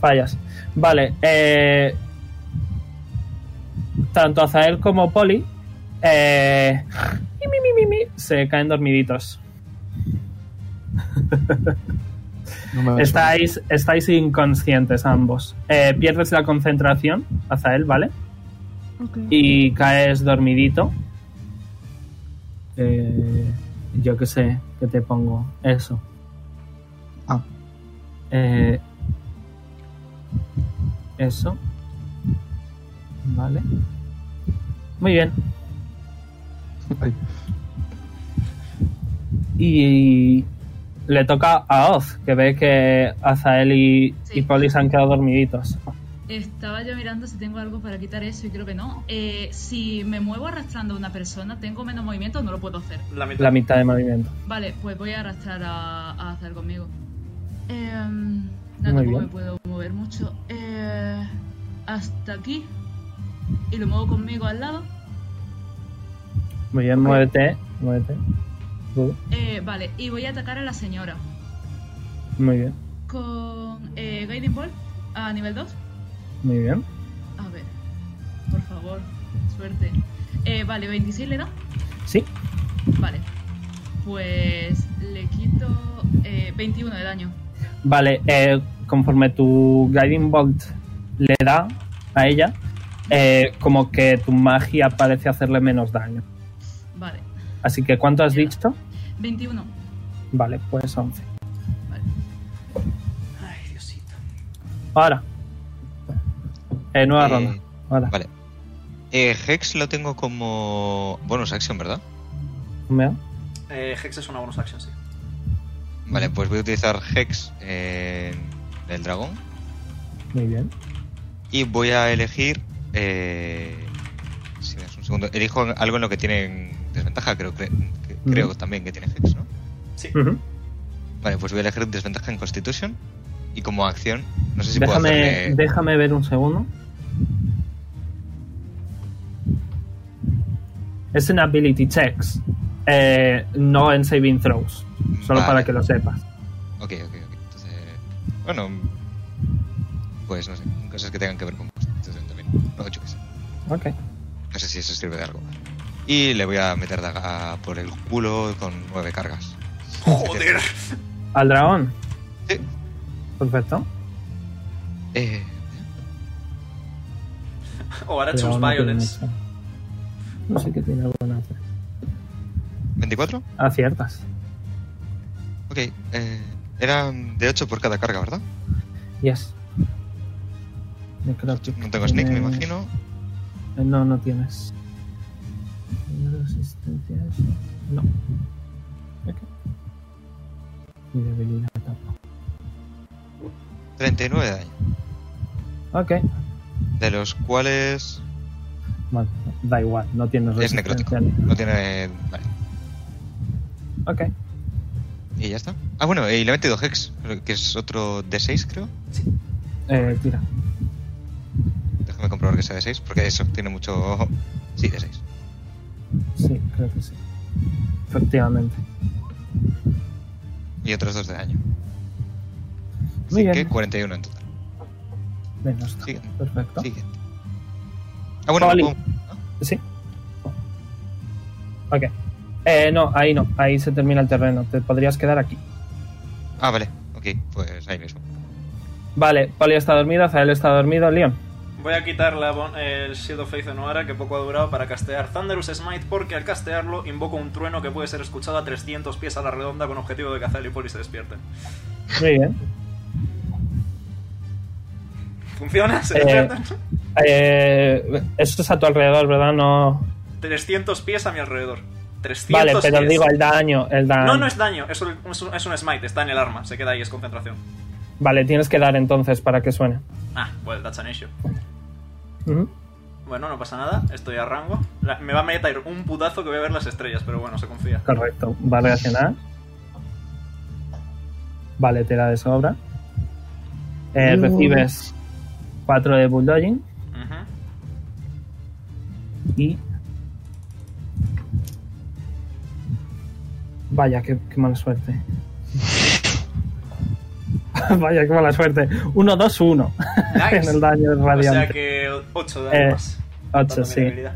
Speaker 2: fallas. Vale. eh, tanto Azael como Poli eh, y mi, mi, mi, mi, se caen dormiditos.
Speaker 5: No me
Speaker 2: Estáis, estáis inconscientes ambos. Eh, pierdes la concentración, Azael, ¿vale? Y caes dormidito. Eh, yo qué sé, que te pongo eso.
Speaker 5: Ah.
Speaker 2: Eh, eso. Vale. Muy bien.
Speaker 5: Ay.
Speaker 2: Y le toca a Oz, que ve que Azael y,
Speaker 3: Sí.
Speaker 2: y Polly se han quedado dormiditos.
Speaker 3: Estaba yo mirando si tengo algo para quitar eso y creo que no. Eh, si me muevo arrastrando a una persona, tengo menos movimiento o no lo puedo hacer.
Speaker 4: La mitad.
Speaker 2: La mitad de movimiento.
Speaker 3: Vale, pues voy a arrastrar a, a hacer conmigo. Em, no
Speaker 2: Muy
Speaker 3: tampoco
Speaker 2: bien.
Speaker 3: me puedo mover mucho. Eh, hasta aquí. Y lo muevo conmigo al lado.
Speaker 2: Muy bien, muévete. Muévete. Tú.
Speaker 3: Eh, vale, y voy a atacar a la señora.
Speaker 2: Muy bien,
Speaker 3: Con eh, Guiding Ball a nivel 2.
Speaker 2: muy bien.
Speaker 3: A ver. Por favor, suerte. Eh, vale, 26 le da.
Speaker 2: Sí,
Speaker 3: Vale. Pues le quito eh, 21 de daño.
Speaker 2: Vale, eh, conforme tu Guiding Bolt le da a ella, eh, como que tu magia parece hacerle menos daño.
Speaker 3: Vale.
Speaker 2: Así que, ¿cuánto has dicho?
Speaker 3: 21.
Speaker 2: Vale, pues 11.
Speaker 3: Vale.
Speaker 4: Ay, Diosito.
Speaker 2: Ahora. Eh, nueva
Speaker 1: Eh,
Speaker 2: ronda. Ahora.
Speaker 1: Vale. Eh, Hex lo tengo como bonus action, ¿verdad?
Speaker 2: Meo.
Speaker 4: Eh, Hex es una bonus action, sí.
Speaker 1: Vale, pues voy a utilizar Hex eh, del dragón
Speaker 2: Muy bien.
Speaker 1: y voy a elegir... eh, si me das un segundo, elijo algo en lo que tienen desventaja, creo, cre- que- creo también que tiene Hex, ¿no?
Speaker 4: Sí.
Speaker 2: Ujú.
Speaker 1: Vale, pues voy a elegir desventaja en Constitution y como acción, no sé si
Speaker 2: déjame,
Speaker 1: puedo hacerle...
Speaker 2: déjame ver un segundo. Es en ability checks, eh, no en saving throws. Solo
Speaker 1: Vale.
Speaker 2: para que lo sepas.
Speaker 1: Ok, ok, ok. Entonces, bueno, pues no sé, cosas que tengan que ver con Constitution también. No, yo qué sé.
Speaker 2: Ok.
Speaker 1: No sé si eso sirve de algo. Y le voy a meter daga por el culo con nueve cargas.
Speaker 4: Joder.
Speaker 2: Al dragón.
Speaker 1: Sí.
Speaker 2: Perfecto.
Speaker 1: Eh,
Speaker 4: O ahora
Speaker 2: Pero
Speaker 4: choose
Speaker 2: no tiene
Speaker 4: violence.
Speaker 2: mucho. No sé qué tiene alguna.
Speaker 1: ¿24?
Speaker 2: Aciertas.
Speaker 1: Ok. Eh, eran de 8 por cada carga, ¿verdad?
Speaker 2: Yes. Necrotic
Speaker 1: No tengo sneak, me
Speaker 2: tiene-
Speaker 1: imagino.
Speaker 2: Eh, No, no tienes. Resistencias. No. Ok. Ni debilidad tampoco.
Speaker 1: 39 de daño.
Speaker 2: Ok.
Speaker 1: De los cuales
Speaker 2: Bueno, da igual, no tienes
Speaker 1: es
Speaker 2: resistencia.
Speaker 1: necrótico.
Speaker 2: ni-
Speaker 1: No tiene... Vale.
Speaker 2: Ok.
Speaker 1: Y ya está. Ah, bueno, eh, y le he metido Hex, que es otro de 6 creo.
Speaker 2: Eh, tira.
Speaker 1: Déjame comprobar que sea de 6 porque eso tiene mucho... Sí, de 6
Speaker 2: Sí, creo que sí. Efectivamente.
Speaker 1: Y otros 2 de daño. Así
Speaker 2: Muy bien.
Speaker 1: que 41 en total.
Speaker 2: Menos. dos.
Speaker 1: Sigue.
Speaker 2: Perfecto.
Speaker 1: Siguiente. Ah, bueno,
Speaker 2: Poli.
Speaker 1: pum.
Speaker 2: Sí. Ok. Eh, no, ahí no. Ahí se termina el terreno. Te podrías quedar aquí.
Speaker 1: Ah, vale. Ok, pues ahí mismo.
Speaker 2: Vale, Poli está dormido, Zael está dormido, Leon.
Speaker 4: Voy a quitar la bon- el Shield of Faith de Noara, que poco ha durado, para castear Thunderous Smite, porque al castearlo invoco un trueno que puede ser escuchado a 300 pies a la redonda con objetivo de que Azael y Poli se despierten.
Speaker 2: Muy bien.
Speaker 4: ¿Funciona? ¿Se
Speaker 2: Eh.
Speaker 4: despiertan?
Speaker 2: Eh, esto es a tu alrededor, ¿verdad? No.
Speaker 4: 300 pies a mi alrededor. 300
Speaker 2: Vale, pero
Speaker 4: pies.
Speaker 2: digo el daño, el daño.
Speaker 4: No, no es daño, es un, es un- es un smite, está en el arma, se queda ahí, es concentración.
Speaker 2: Vale, tienes que dar entonces para que suene.
Speaker 4: Ah, well, that's an issue.
Speaker 2: Ujú.
Speaker 4: Bueno, no pasa nada, estoy a rango. La- me va a meter un putazo que voy a ver las estrellas, pero bueno, se confía.
Speaker 2: Correcto. Va a reaccionar. Vale, te da de sobra.
Speaker 4: Uh.
Speaker 2: Eh,
Speaker 6: Mm.
Speaker 2: Recibes 4 de bulldogging
Speaker 4: Ujú.
Speaker 2: y. Vaya, qué, qué mala suerte. Vaya, qué mala suerte. 1-2-1 en
Speaker 4: Nice.
Speaker 2: el daño
Speaker 4: o sea
Speaker 2: radiante.
Speaker 4: que 8
Speaker 2: Eh,
Speaker 4: daños más.
Speaker 2: 8,
Speaker 4: Dando mi
Speaker 2: sí.
Speaker 4: debilidad.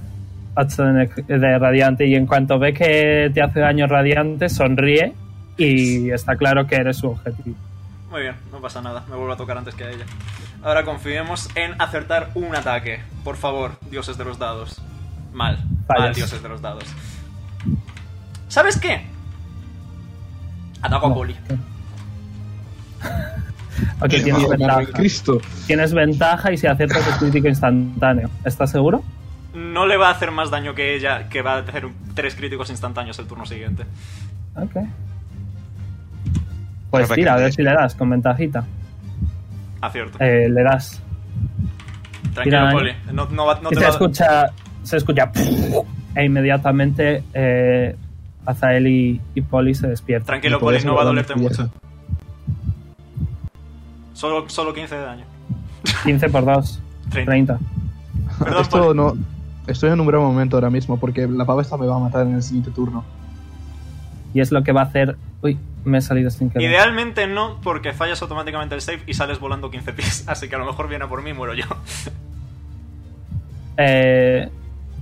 Speaker 2: 8 de, nec- de radiante y en cuanto ve que te hace daño radiante, sonríe y está claro que eres su objetivo.
Speaker 4: Muy bien, no pasa nada, me vuelvo a tocar antes que a ella. Ahora confiemos en acertar un ataque. Por favor, dioses de los dados. Mal, mal,
Speaker 2: Fallas.
Speaker 4: dioses de los dados. ¿Sabes qué? Ataco a
Speaker 2: No.
Speaker 4: Poli.
Speaker 2: Ok,
Speaker 5: Le
Speaker 2: tienes
Speaker 5: bajo el árbol,
Speaker 2: ventaja.
Speaker 5: Cristo.
Speaker 2: Tienes ventaja y si aciertas es crítico instantáneo. ¿Estás seguro?
Speaker 4: No le va a hacer más daño que ella, que va a hacer un- tres críticos instantáneos el turno siguiente.
Speaker 2: Ok. Pues
Speaker 1: Pero
Speaker 2: tira, a
Speaker 1: para que
Speaker 2: ver
Speaker 1: te-
Speaker 2: si le das con ventajita.
Speaker 4: Acierto.
Speaker 2: Eh, le das.
Speaker 4: Tranquilo,
Speaker 2: tira
Speaker 4: Poli. No, no va- no
Speaker 2: y
Speaker 4: te
Speaker 2: se
Speaker 4: va a...
Speaker 2: escucha. Se escucha. E inmediatamente eh, Azael y, y Poli se despiertan.
Speaker 4: Tranquilo,
Speaker 5: Me podías
Speaker 4: Poli, no va a
Speaker 5: haber
Speaker 4: dolerte
Speaker 5: dado una
Speaker 4: mucho. Solo, solo 15 de daño.
Speaker 2: 15 por 2,
Speaker 4: 30.
Speaker 2: 30.
Speaker 4: Perdón,
Speaker 5: Esto
Speaker 4: Poli.
Speaker 5: no. Estoy en un gran momento ahora mismo porque la pava esta me va a matar en el siguiente turno.
Speaker 2: Y es lo que va a hacer. Uy, me he salido sin querer.
Speaker 4: Idealmente no, porque fallas automáticamente el save y sales volando 15 pies. Así que a lo mejor viene a por mí y muero yo.
Speaker 2: Eh,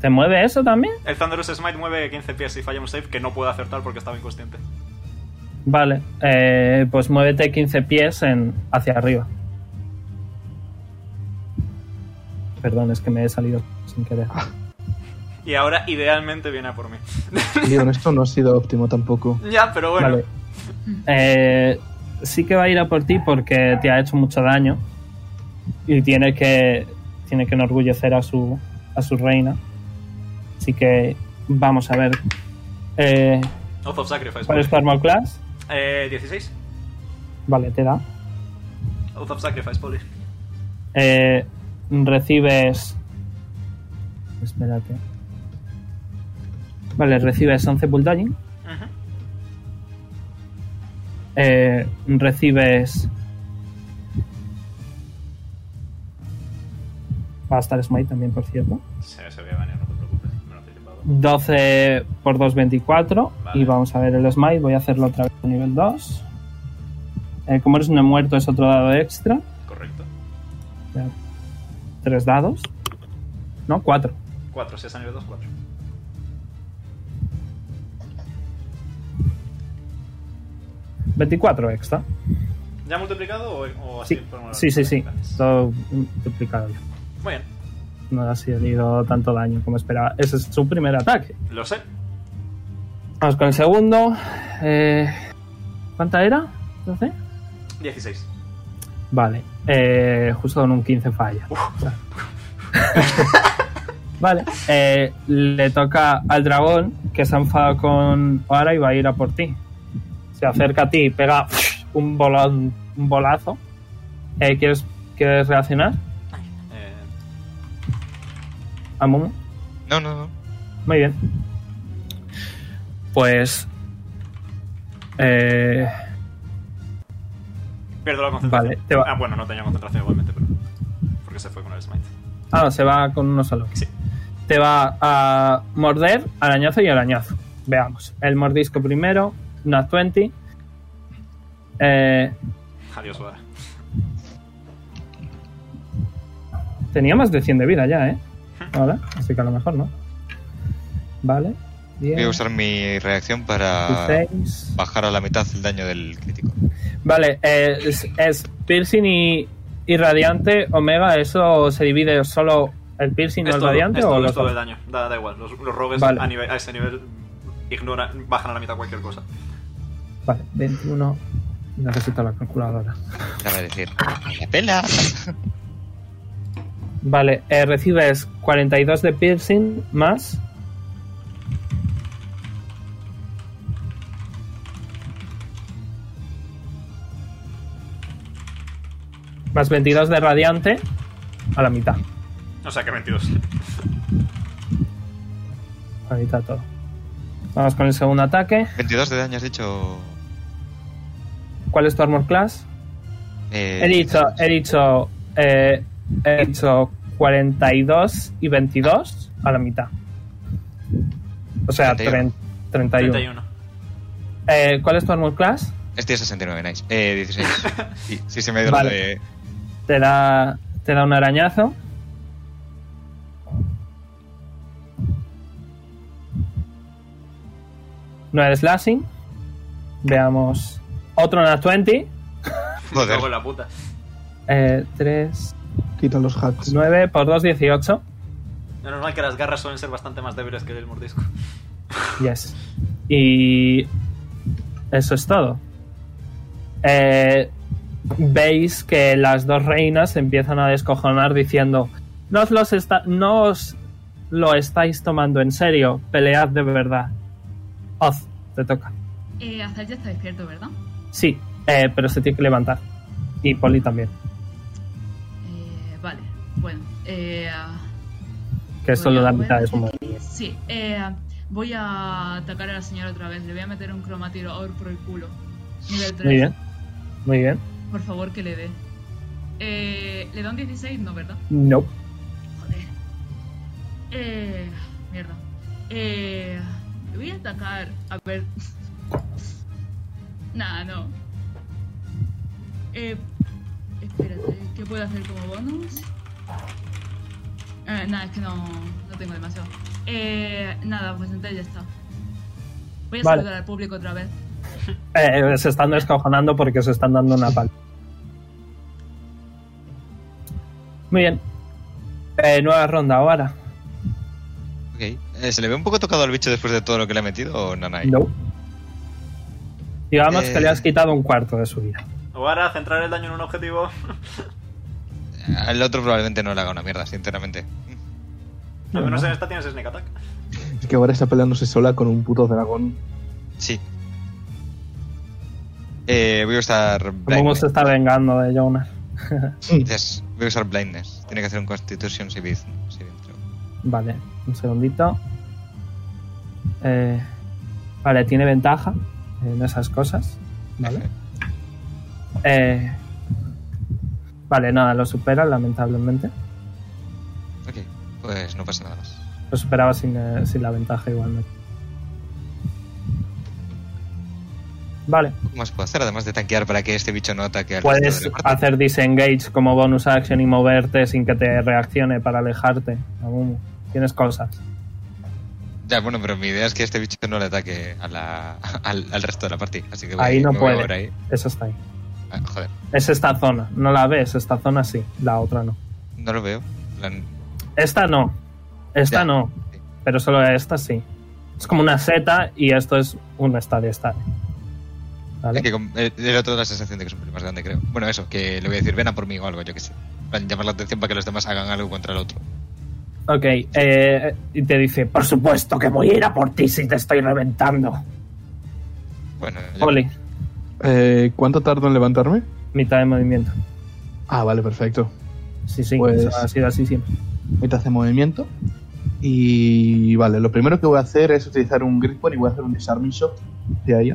Speaker 2: ¿Se mueve eso también?
Speaker 4: El Thunderous Smite mueve 15 pies y falla un save que no puede acertar porque estaba inconsciente.
Speaker 2: Vale, eh, pues muévete 15 pies en, hacia arriba. Perdón, es que me he salido sin querer.
Speaker 4: Y ahora idealmente viene a por mí.
Speaker 5: Leon, esto no ha sido óptimo tampoco.
Speaker 4: ya, pero bueno.
Speaker 2: Vale. Eh, sí que va a ir a por ti porque te ha hecho mucho daño y tiene que tiene que enorgullecer a su a su reina. Así que vamos a ver eh,
Speaker 4: Oath of Sacrifice.
Speaker 2: cuál es tu
Speaker 4: Poli.
Speaker 2: armor class.
Speaker 4: Eh, 16.
Speaker 2: Vale, te da.
Speaker 4: Oath of Sacrifice, Poli.
Speaker 2: Eh, recibes. Espérate. Vale, recibes 11 bulldogging.
Speaker 4: Ujú.
Speaker 2: Eh, recibes. Va a estar Smite también, por cierto.
Speaker 4: Se, se veía venir, no te preocupes. Me lo he anticipado.
Speaker 2: 12 por 2, 24.
Speaker 4: Vale.
Speaker 2: Y vamos a ver el Smite. Voy a hacerlo otra vez a nivel 2. Eh, como eres un muerto, es otro dado extra.
Speaker 4: Correcto.
Speaker 2: Ya. Tres dados. No, cuatro.
Speaker 4: 4, si es a nivel 2, 4.
Speaker 2: ¿24 extra?
Speaker 4: ¿Ya multiplicado o, o así?
Speaker 2: Sí,
Speaker 4: por una-
Speaker 2: sí, sí. sí.
Speaker 4: Gracias.
Speaker 2: Todo duplicado.
Speaker 4: Muy bien,
Speaker 2: No ha sido tanto daño como esperaba. Ese es su primer ataque.
Speaker 4: lo sé.
Speaker 2: Vamos con el segundo. Eh, ¿Cuánta era? ¿12?
Speaker 4: 16.
Speaker 2: Vale. Eh, justo con un 15 falla. vale. eh, le toca al dragón que se ha enfadado con Oara y va a ir a por ti. Se acerca a ti y pega un, bolón, un bolazo. Eh, ¿quieres, ¿Quieres reaccionar?
Speaker 4: Eh,
Speaker 2: A Momo.
Speaker 1: No, no, no.
Speaker 2: Muy bien. Pues. Eh,
Speaker 4: pierdo la concentración.
Speaker 2: vale, te va.
Speaker 4: Ah, bueno, no tenía concentración igualmente, pero. Porque se fue con el smite.
Speaker 2: Ah, se va con uno solo.
Speaker 4: Sí.
Speaker 2: Te va a morder, arañazo y arañazo. Veamos. El mordisco primero, Nat 20. Eh,
Speaker 4: Adiós, Oda.
Speaker 2: tenía más de 100 de vida ya, ¿eh? Ahora, así que a lo mejor no. Vale.
Speaker 1: Voy a
Speaker 2: 10,
Speaker 1: usar mi reacción para
Speaker 2: 16.
Speaker 1: bajar a la mitad el daño del crítico.
Speaker 2: Vale, eh, es, es piercing y, y radiante. Omega, ¿eso se divide solo el piercing
Speaker 4: Es
Speaker 2: o el
Speaker 4: todo,
Speaker 2: radiante?
Speaker 4: es
Speaker 2: o
Speaker 4: todo,
Speaker 2: los
Speaker 4: es todo
Speaker 2: dos?
Speaker 4: el daño. Da, da igual. Los, los rogues
Speaker 2: Vale.
Speaker 4: a, nivel, a ese nivel ignoran, bajan a la mitad cualquier cosa.
Speaker 2: Vale, 21. Necesito la calculadora.
Speaker 1: Déjame decir. ¡Me la pela!
Speaker 2: Vale, eh, recibes 42 de piercing más. Más 22 de radiante a la mitad.
Speaker 4: O sea que 22.
Speaker 2: A la mitad todo. Vamos con el segundo ataque.
Speaker 1: 22 de daño has dicho.
Speaker 2: ¿Cuál es tu armor class?
Speaker 1: Eh,
Speaker 2: He dicho, he dicho, eh, he dicho 42 y 22 a la mitad. O sea,
Speaker 1: 31.
Speaker 2: 31. 31.
Speaker 4: 31.
Speaker 2: Eh, ¿Cuál es tu armor class?
Speaker 1: Este es 69, nice. Eh, 16. Sí, sí, se me ha ido
Speaker 2: Vale.
Speaker 1: la de.
Speaker 2: Te da, te da un arañazo. No eres slashing. Veamos. Otro Nat 20.
Speaker 4: Me
Speaker 1: Joder.
Speaker 4: cago en la puta.
Speaker 2: Eh, 3,
Speaker 5: Quita los hacks.
Speaker 2: 9 por 2, 18.
Speaker 4: Menos mal que las garras suelen ser bastante más débiles que el mordisco.
Speaker 2: Yes. Y eso es todo. Eh, veis que las dos reinas empiezan a descojonar diciendo: no os, los está- no os lo estáis tomando en serio, pelead de verdad. Oz, te toca.
Speaker 3: Eh, Azael ya está despierto, ¿verdad?
Speaker 2: Sí, eh, pero se tiene que levantar. Y Polly también,
Speaker 3: Eh, vale, bueno. Eh,
Speaker 2: que es
Speaker 3: Voy
Speaker 2: solo
Speaker 3: a
Speaker 2: la
Speaker 3: mover
Speaker 2: mitad de su
Speaker 3: aquí.
Speaker 2: movimiento.
Speaker 3: sí, eh, voy a atacar a la señora otra vez. Le voy a meter un cromatiro por el culo. Nivel 3.
Speaker 2: Muy bien, muy bien.
Speaker 3: Por favor, que le dé. Eh, le da un 16, ¿no, verdad?
Speaker 2: No.
Speaker 3: Joder. Eh, mierda. Eh, le voy a atacar. A ver. Nah, no. Eh, espérate, ¿qué puedo hacer como bonus? Eh, nada, es que no, no tengo demasiado. Eh, nada, pues entonces ya está. Voy a
Speaker 2: Vale.
Speaker 3: saludar al público otra vez.
Speaker 2: Eh, se están descojonando porque se están dando una pal. Muy bien. Eh, nueva ronda ahora.
Speaker 1: Ok. Eh, ¿Se le ve un poco tocado al bicho después de todo lo que le ha metido o Nanai?
Speaker 2: No. Digamos
Speaker 1: Eh.
Speaker 2: que le has quitado un cuarto de su vida.
Speaker 4: Ahora, centrar el daño en un objetivo.
Speaker 1: Al otro probablemente no le haga una mierda, sinceramente.
Speaker 4: Al menos en esta tienes Sneak Attack.
Speaker 5: Es que ahora está peleándose sola con un puto dragón.
Speaker 1: Sí. Eh, voy a usar
Speaker 2: Como se
Speaker 1: blindness.
Speaker 2: está vengando de Jonas.
Speaker 1: Yes, voy a usar blindness. Tiene que hacer un Constitution saving saving throw.
Speaker 2: Vale, un segundito. Eh, vale, tiene ventaja en esas cosas. Vale. Eh, vale, nada, lo supera, lamentablemente.
Speaker 1: Ok, pues no pasa nada más.
Speaker 2: Lo superaba sin, eh, sin la ventaja igualmente. Vale,
Speaker 1: ¿Qué más puedo hacer? Además de tanquear para que este bicho no ataque al resto
Speaker 2: puedes
Speaker 1: de la parte.
Speaker 2: hacer disengage como bonus action y moverte sin que te reaccione para alejarte. Aún Tienes cosas.
Speaker 1: Ya, bueno, pero mi idea es que este bicho no le ataque a la- al, al resto de la partida. Así que voy-
Speaker 2: Ahí no
Speaker 1: me voy a
Speaker 2: puede.
Speaker 1: mover ahí.
Speaker 2: Eso está ahí.
Speaker 1: Ah, joder,
Speaker 2: Es esta zona. No la ves, esta zona sí, la otra no.
Speaker 1: no lo veo. En plan,
Speaker 2: Esta no. Esta
Speaker 1: Ya.
Speaker 2: no. Pero solo esta sí. Es como una seta y esto es un estadio estadio. ¿Vale?
Speaker 1: Es que con- el, el otro da la sensación de que es un pelín más grande, creo. Bueno, eso, que le voy a decir, ven a por mí o algo, yo qué sé. En plan, llamar la atención para que los demás hagan algo contra el otro.
Speaker 2: Ok. eh, y te dice, por supuesto que voy a ir a por ti si te estoy reventando.
Speaker 1: Bueno, yo-
Speaker 2: Oli,
Speaker 5: Eh, ¿Cuánto tardo en levantarme?
Speaker 2: mitad de movimiento.
Speaker 5: Ah, vale, perfecto.
Speaker 2: Sí, sí,
Speaker 5: Pues-
Speaker 2: eso ha sido así siempre.
Speaker 5: Ahorita hace movimiento. Y vale, lo primero que voy a hacer es utilizar un grip point y voy a hacer un disarming shot de ahí.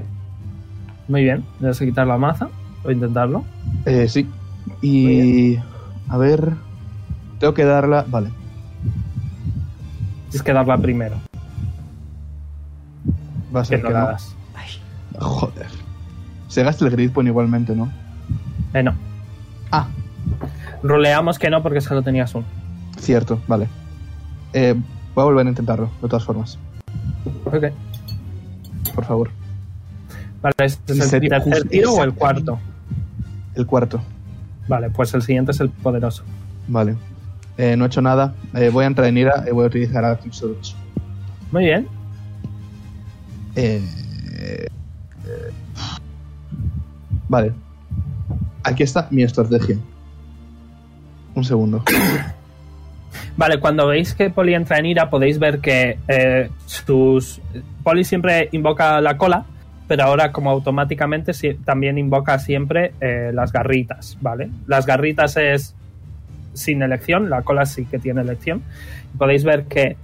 Speaker 2: Muy bien. Le vas a quitar la maza o intentarlo.
Speaker 5: Eh, sí.
Speaker 2: Muy
Speaker 5: Y a ver, tengo que darla, vale.
Speaker 2: Tienes que darla primero,
Speaker 5: Va a
Speaker 2: que
Speaker 5: ser
Speaker 2: no
Speaker 5: que
Speaker 2: la
Speaker 5: no.
Speaker 2: das.
Speaker 5: Joder. Se gasta el grip point igualmente, ¿no?
Speaker 2: Eh, no.
Speaker 5: Ah,
Speaker 2: Roleamos que no porque solo tenías uno.
Speaker 5: cierto, vale. Eh, voy a volver a intentarlo, de todas formas.
Speaker 2: Ok.
Speaker 5: Por favor.
Speaker 2: Vale, ¿este
Speaker 5: ¿En
Speaker 2: es el
Speaker 5: serio?
Speaker 2: tercer
Speaker 5: Justo-
Speaker 2: tiro o el
Speaker 5: exactamente.
Speaker 2: cuarto?
Speaker 5: El cuarto.
Speaker 2: Vale, pues el siguiente es el poderoso.
Speaker 5: Vale. Eh, no he hecho nada. Eh, voy a entrar en ira y voy a utilizar Action Surge.
Speaker 2: Muy bien.
Speaker 5: Eh, eh, vale. Aquí está mi estrategia. Un segundo.
Speaker 2: Vale, cuando veis que Poli entra en ira, podéis ver que eh, sus. Poli siempre invoca la cola, pero ahora, como automáticamente, sí- también invoca siempre eh, las garritas, ¿vale? Las garritas es sin elección, la cola sí que tiene elección. Podéis ver que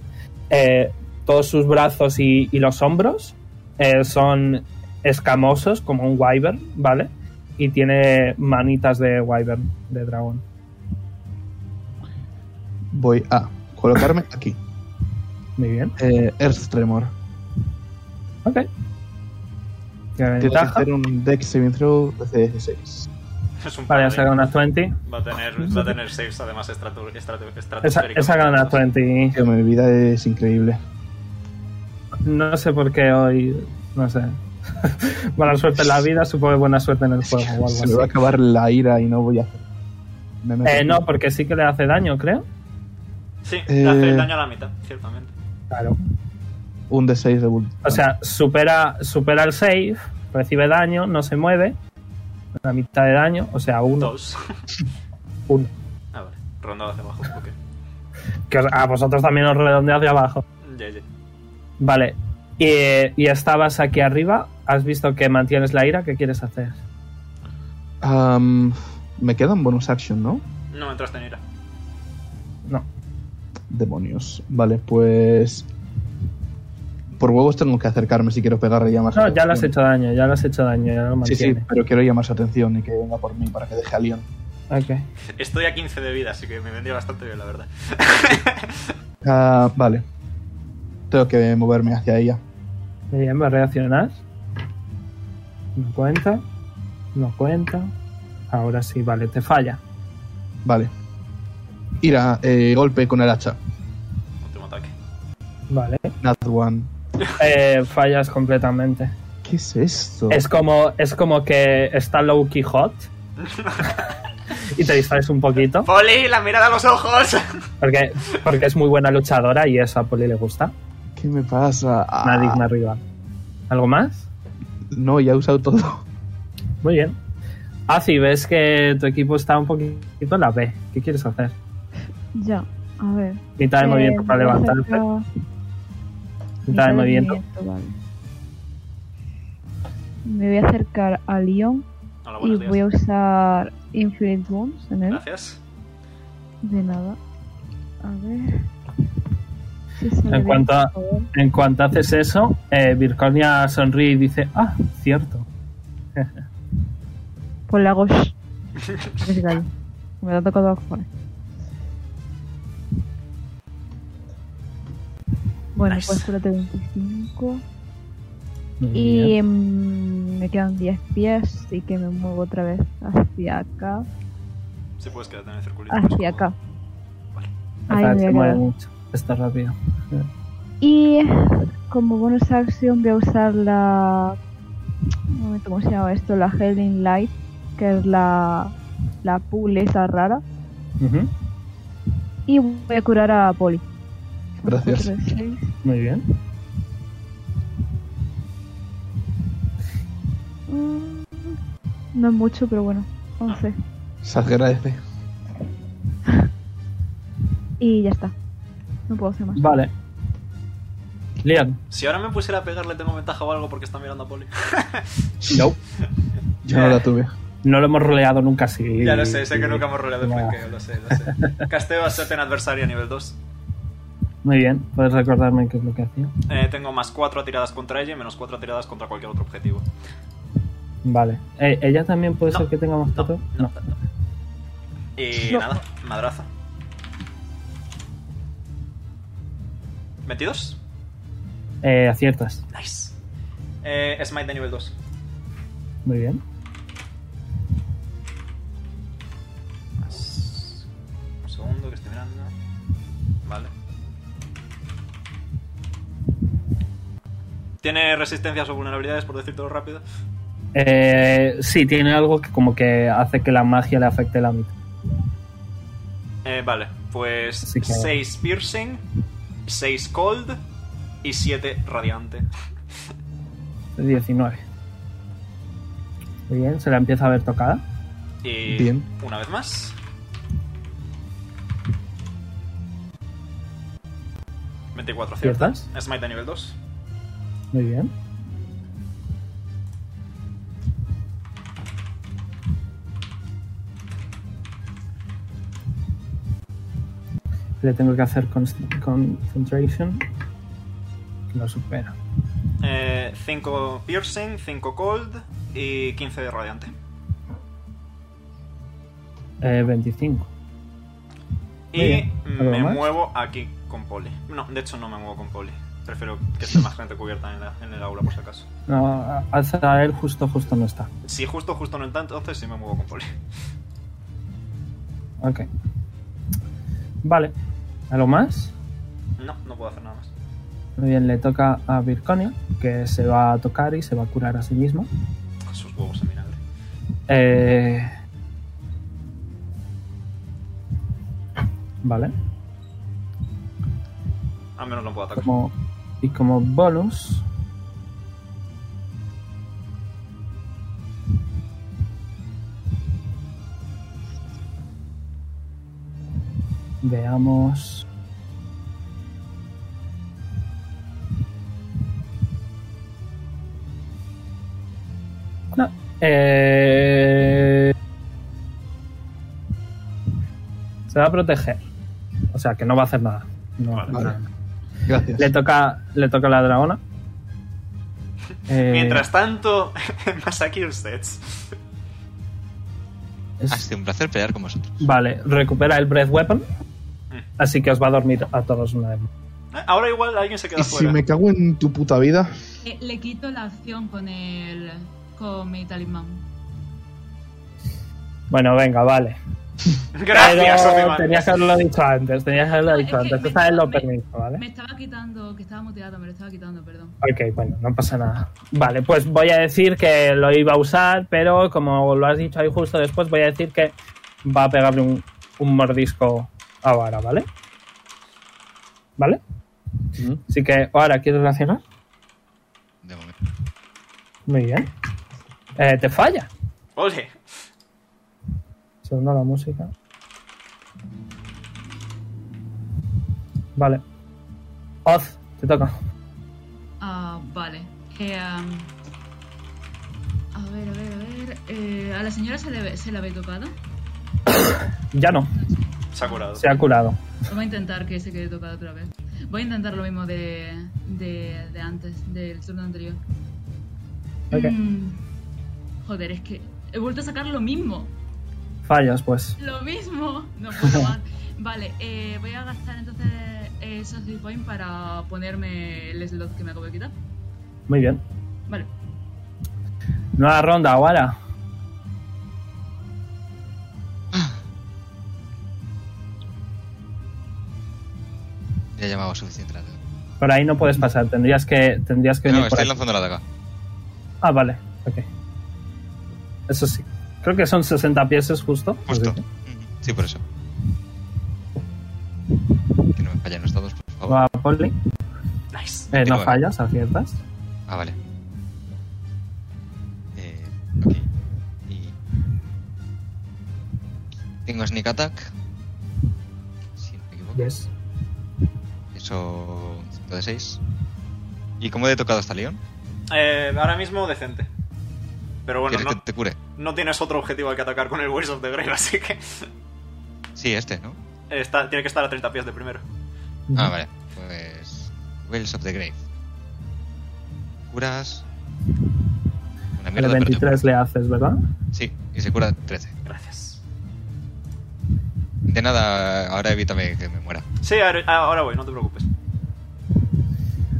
Speaker 2: eh, todos sus brazos y, y los hombros eh, son escamosos, como un wyvern, ¿vale? Y tiene manitas de wyvern, de dragón.
Speaker 5: Voy a colocarme aquí.
Speaker 2: Muy bien.
Speaker 5: Eh, Earth Tremor.
Speaker 2: Ok. Tiene
Speaker 5: Tienes que
Speaker 2: ventaja.
Speaker 5: hacer un Deck Saving Throw de 16.
Speaker 4: Es un
Speaker 2: Vale, ha
Speaker 4: paladín.
Speaker 2: sacado una 20.
Speaker 4: Va a tener, va a tener saves además estratu- estratu-
Speaker 2: Esa-
Speaker 4: estratosféricamente.
Speaker 2: He sacado una 20.
Speaker 5: Que mi vida es increíble.
Speaker 2: No sé por qué hoy. No sé. Buena suerte en la vida, supongo que buena suerte en el juego o
Speaker 5: Se me
Speaker 2: algo
Speaker 5: va a
Speaker 2: así.
Speaker 5: acabar la ira y no voy a hacer. Me meto
Speaker 2: Eh,
Speaker 5: en-
Speaker 2: no, porque sí que le hace daño, creo.
Speaker 4: Sí,
Speaker 5: Eh.
Speaker 4: hace daño a la mitad, ciertamente.
Speaker 2: Claro.
Speaker 5: Un D6 de bull.
Speaker 2: O sea, supera, supera el save, recibe daño, no se mueve. La mitad de daño, o sea, uno.
Speaker 4: Dos.
Speaker 2: uno.
Speaker 4: Ah, vale. Rondado hacia abajo. Ok.
Speaker 2: Que os- a vosotros también os redondea hacia abajo.
Speaker 4: Ya, ya.
Speaker 2: Vale. Y, y estabas aquí arriba, has visto que mantienes la ira, ¿qué quieres hacer?
Speaker 5: Am, me queda un bonus action, ¿no?
Speaker 4: No entraste en ira.
Speaker 2: No.
Speaker 5: Demonios. Vale, pues. Por huevos tengo que acercarme si quiero pegarle ya más.
Speaker 2: No, ya le has
Speaker 5: atención.
Speaker 2: hecho daño, ya le has hecho daño, ya lo
Speaker 5: Sí, sí,
Speaker 2: mantiene.
Speaker 5: pero quiero llamar su atención y que venga por mí para que deje a Leon.
Speaker 2: Ok.
Speaker 4: Estoy a 15 de vida, así que me vendría bastante bien, la verdad.
Speaker 5: Ah, vale. Tengo que moverme hacia ella.
Speaker 2: Muy bien, va a reaccionar. No cuenta. No cuenta. Ahora sí, vale, te falla.
Speaker 5: Vale. Ira, eh, golpe con el hacha.
Speaker 4: Último ataque.
Speaker 2: Vale.
Speaker 5: Nat one.
Speaker 2: Eh, fallas completamente.
Speaker 5: ¿Qué es esto?
Speaker 2: Es como, es como que está Loki hot. y te distraes un poquito.
Speaker 4: ¡Poli, la mirada a los ojos!
Speaker 2: Porque, porque es muy buena luchadora y eso a Poli le gusta.
Speaker 5: ¿Qué me pasa? Ah,
Speaker 2: Una digna rival. ¿Algo más?
Speaker 5: No, ya he usado todo.
Speaker 2: Muy bien. Azi, ves que tu equipo está un poquito en la B. ¿Qué quieres hacer?
Speaker 6: Ya, a ver.
Speaker 2: Mitad de
Speaker 6: Eh,
Speaker 2: movimiento para
Speaker 6: voy a hacer
Speaker 2: levantarte.
Speaker 6: yo-
Speaker 2: Mitad de
Speaker 6: mitad de
Speaker 2: movimiento.
Speaker 6: movimiento, vale. Me voy a acercar a Leon
Speaker 4: Hola,
Speaker 6: y
Speaker 4: buenos
Speaker 6: voy a
Speaker 4: días.
Speaker 6: usar Infinite Wounds en él.
Speaker 4: Ah, Gracias.
Speaker 6: De nada. A ver. Si sale ¿eh?
Speaker 2: En
Speaker 6: bien,
Speaker 2: cuanto a-
Speaker 6: por favor.
Speaker 2: En cuanto haces eso, eh, Virconia sonríe y dice, ah, cierto.
Speaker 6: Pues le hago shh. Que se calle. Me lo ha tocado los cojones. Bueno,
Speaker 4: Nice.
Speaker 6: pues solo tengo 25.
Speaker 2: Muy
Speaker 6: Y
Speaker 2: bien.
Speaker 6: em, me quedan 10 pies, así que me muevo otra vez hacia acá.
Speaker 4: Si puedes quedarte en el circulito.
Speaker 6: Hacia
Speaker 4: más cómodo.
Speaker 6: Ah, acá.
Speaker 4: Vale.
Speaker 6: Ahí
Speaker 2: Ah,
Speaker 6: me
Speaker 2: se
Speaker 6: voy a
Speaker 2: mueve
Speaker 6: quedar.
Speaker 2: mucho. Está rápido.
Speaker 6: Y como bonus acción voy a usar la... Un momento, ¿cómo se llama esto? La Healing Light, que es la... La pool esa rara.
Speaker 2: Ujú,
Speaker 6: Y voy a curar a Poli.
Speaker 5: Gracias.
Speaker 6: Cuatro, seis.
Speaker 2: Muy bien.
Speaker 6: Mm, No es mucho, pero bueno. 11.
Speaker 5: Se agradece.
Speaker 6: Y ya está. No puedo hacer más.
Speaker 2: Vale. Lian.
Speaker 4: Si ahora me pusiera a pegarle, tengo ventaja o algo porque está mirando a Poli.
Speaker 2: No.
Speaker 5: Yo no la tuve.
Speaker 2: No lo hemos roleado nunca así.
Speaker 4: Ya lo sé, sé que nunca hemos roleado el
Speaker 2: Nada.
Speaker 4: flanqueo, lo sé, lo sé. Casteo a Serpent Adversario a nivel 2.
Speaker 2: Muy bien, puedes recordarme qué es lo que hacía.
Speaker 4: Eh, tengo más 4 tiradas contra ella y menos 4 tiradas contra cualquier otro objetivo.
Speaker 2: Vale. Eh, ¿Ella también puede
Speaker 4: No,
Speaker 2: ser que tenga más
Speaker 4: no,
Speaker 2: cuatro?
Speaker 4: no, Y
Speaker 6: No.
Speaker 4: nada, madraza. ¿22?
Speaker 2: Eh, aciertas.
Speaker 4: Nice. Eh, Smite de nivel 2.
Speaker 2: Muy bien.
Speaker 4: Un segundo que estoy mirando. Vale. ¿Tiene resistencias o vulnerabilidades, por decírtelo rápido?
Speaker 2: Eh, sí, tiene algo que como que hace que la magia le afecte la mitad.
Speaker 4: Eh, vale, pues
Speaker 2: Así que-
Speaker 4: 6 piercing, 6 cold y 7 radiante.
Speaker 2: 19. Muy bien, se la empieza a ver tocada.
Speaker 4: Y
Speaker 5: Bien.
Speaker 4: una vez más. ¿24 ciertas? Smite a nivel 2.
Speaker 2: Muy bien. Le tengo que hacer const- concentration. Lo supera.
Speaker 4: 5 Eh, piercing, 5 cold y 15 de radiante.
Speaker 2: Eh, 25.
Speaker 4: Y
Speaker 2: Muy bien. ¿Algo
Speaker 4: me
Speaker 2: más?
Speaker 4: muevo aquí con poli. No, de hecho no me muevo con poli. Prefiero que esté más gente cubierta en, la- en el aula por si acaso.
Speaker 2: No, Azael justo, justo no está.
Speaker 4: Si justo, justo no en tanto, entonces sí me muevo con poli.
Speaker 2: Ok. Vale. ¿Algo más?
Speaker 4: No, no puedo hacer nada más.
Speaker 2: Muy bien, le toca a Virconia, que se va a tocar y se va a curar a sí misma.
Speaker 4: Sus huevos en vinagre.
Speaker 2: Eh... Vale.
Speaker 4: Al menos no puedo atacar.
Speaker 2: Como, y como bonus... Veamos... No. Eh... Se va a proteger. O sea, que no va a hacer nada. No va a hacer
Speaker 5: Vale.
Speaker 2: nada.
Speaker 5: Gracias.
Speaker 2: Le toca, le toca a la dragona. Eh,
Speaker 4: Mientras tanto, en Massachusetts.
Speaker 2: es-
Speaker 1: Ha sido un placer pelear con vosotros.
Speaker 2: vale, recupera el Breath Weapon.
Speaker 4: Mm.
Speaker 2: Así que os va a dormir a todos una vez. más.
Speaker 4: Eh, Ahora igual alguien se queda
Speaker 5: Y si
Speaker 4: fuera.
Speaker 5: me cago en tu puta vida.
Speaker 3: Eh, le quito la acción con el. con mi talismán.
Speaker 2: Bueno, venga, vale.
Speaker 4: Gracias,
Speaker 2: Pero
Speaker 4: Ozyman.
Speaker 2: tenías que haberlo dicho antes, tenías que haberlo
Speaker 3: Ah,
Speaker 2: dicho
Speaker 3: es que
Speaker 2: antes.
Speaker 3: me
Speaker 2: Esta vez lo
Speaker 3: estaba-
Speaker 2: permiso, ¿vale?
Speaker 3: Me estaba quitando, que estaba muteado, me lo estaba quitando, perdón.
Speaker 2: Ok, bueno, no pasa nada. Vale, pues voy a decir que lo iba a usar, pero como lo has dicho ahí justo después, voy a decir que va a pegarle un, un mordisco a Vara, ¿vale? ¿Vale? Así que, ahora, ¿quieres reaccionar?
Speaker 1: De momento.
Speaker 2: Muy bien. Eh, te falla.
Speaker 4: Ole.
Speaker 2: Segundo la música. Vale. Oz, te toca.
Speaker 3: Ah, vale. Eh, am, a ver, a ver, a ver. eh, ¿A la señora se, le, ve- se la ve tocada?
Speaker 2: Ya no,
Speaker 4: Se ha curado.
Speaker 2: se ha curado.
Speaker 3: Voy a intentar que se quede tocada otra vez. Voy a intentar lo mismo de, de, de antes, del turno anterior.
Speaker 2: Ok.
Speaker 3: Mm, joder, es que he vuelto a sacar lo mismo.
Speaker 2: Fallas, pues.
Speaker 3: Lo mismo. No puedo más. Vale, eh, voy a gastar entonces eh, esos hit points para ponerme el slot que me acabo de quitar.
Speaker 2: Muy bien.
Speaker 3: Vale.
Speaker 2: Nueva ronda, Wara.
Speaker 1: Ya llamaba suficiente la daga.
Speaker 2: Por ahí no puedes pasar, tendrías que, tendrías que
Speaker 1: No,
Speaker 2: venir por
Speaker 1: estáis
Speaker 2: aquí.
Speaker 1: lanzando la daga.
Speaker 2: Ah, vale, ok. Eso sí. Creo que son 60 piezas justo.
Speaker 1: Justo.
Speaker 2: Así
Speaker 1: Ujú, Sí, por eso. Que no me fallen los dados, por
Speaker 2: que
Speaker 1: favor.
Speaker 2: Va Polly.
Speaker 4: Nice.
Speaker 2: Eh, no
Speaker 1: Vale.
Speaker 2: fallas, aciertas.
Speaker 1: Ah, vale. Eh, ok. Y... Tengo sneak attack. Si no me equivoco.
Speaker 2: Yes.
Speaker 1: Eso... 5 de 6. ¿Y cómo le he tocado hasta León?
Speaker 4: Eh, ahora mismo decente. Pero bueno,
Speaker 1: ¿Quieres
Speaker 4: no,
Speaker 1: que te cure?
Speaker 4: no tienes otro objetivo al que atacar con el Ways of the Grave, así que
Speaker 1: Sí, este, ¿no?
Speaker 4: está, tiene que estar a 30 pies de primero.
Speaker 1: Ah, vale. Pues... Wells of the Grave. Curas... Una
Speaker 2: El
Speaker 1: mierda, pero te
Speaker 2: 23 le haces, ¿verdad?
Speaker 1: cura. Sí, y se cura 13.
Speaker 4: Gracias.
Speaker 1: De nada, ahora evítame que me muera.
Speaker 4: Sí, ahora, ahora voy, no te preocupes.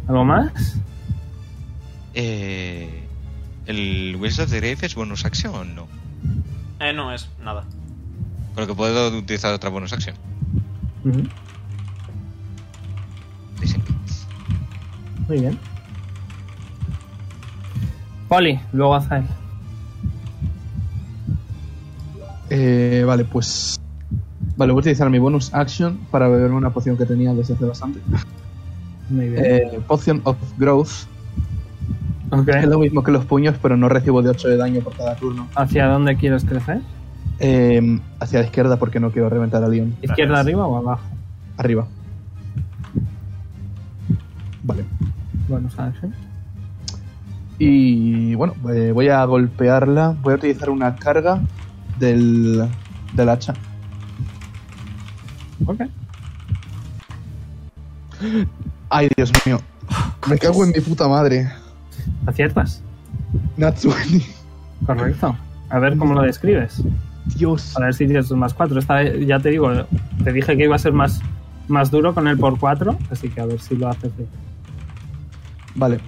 Speaker 2: ¿Algo más?
Speaker 1: Eh, ¿El Wills of the Grave es bonus action o no?
Speaker 4: Eh, no es nada.
Speaker 1: Con lo que puedo utilizar otra bonus action.
Speaker 2: Ujú,
Speaker 1: Disengage.
Speaker 2: Muy bien. Polly, luego Azael.
Speaker 5: Eh, vale, pues. Vale, voy a utilizar mi bonus action para beberme una poción que tenía desde hace bastante.
Speaker 2: Muy bien.
Speaker 5: Eh, potion of Growth.
Speaker 2: Ok.
Speaker 5: Es lo mismo que los puños, pero no recibo de 8 de daño por cada turno.
Speaker 2: ¿Hacia dónde quieres crecer?
Speaker 5: Eh, hacia la izquierda porque no quiero reventar a Leon.
Speaker 2: ¿Izquierda
Speaker 4: Gracias.
Speaker 2: arriba o abajo?
Speaker 5: Arriba. Vale.
Speaker 2: Bueno, action.
Speaker 5: Y bueno, eh, voy a golpearla. Voy a utilizar una carga del, del hacha.
Speaker 2: Ok.
Speaker 5: Ay, Dios mío. Me cago en mi puta madre.
Speaker 2: ¿Aciertas?
Speaker 5: Natsuki.
Speaker 2: Correcto. A ver cómo lo describes.
Speaker 5: Dios.
Speaker 2: A ver si tienes un más 4. Esta vez, ya te digo, te dije que iba a ser más, más duro con el por 4, así que a ver si lo haces bien.
Speaker 5: Vale.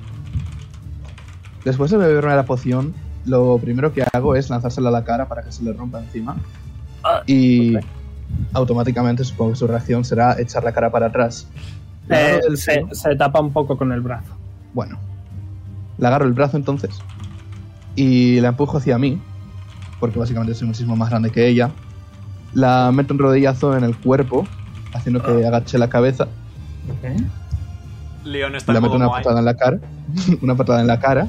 Speaker 5: Después de beberme la poción, lo primero que hago es lanzársela a la cara para que se le rompa encima. Ah, Y
Speaker 2: ok.
Speaker 5: automáticamente supongo que su reacción será echar la cara para atrás. Le
Speaker 2: Eh,
Speaker 5: agarro del
Speaker 2: se,
Speaker 5: pelo.
Speaker 2: se tapa un poco con el brazo.
Speaker 5: Bueno. Le agarro el brazo entonces. Y la empujo hacia mí. Porque básicamente soy muchísimo más grande que ella. La meto un rodillazo en el cuerpo. Haciendo que agache la cabeza.
Speaker 4: Leon está
Speaker 5: Le
Speaker 4: en
Speaker 5: meto
Speaker 4: modo
Speaker 5: una
Speaker 4: Moai.
Speaker 5: patada en la cara. una patada en la cara.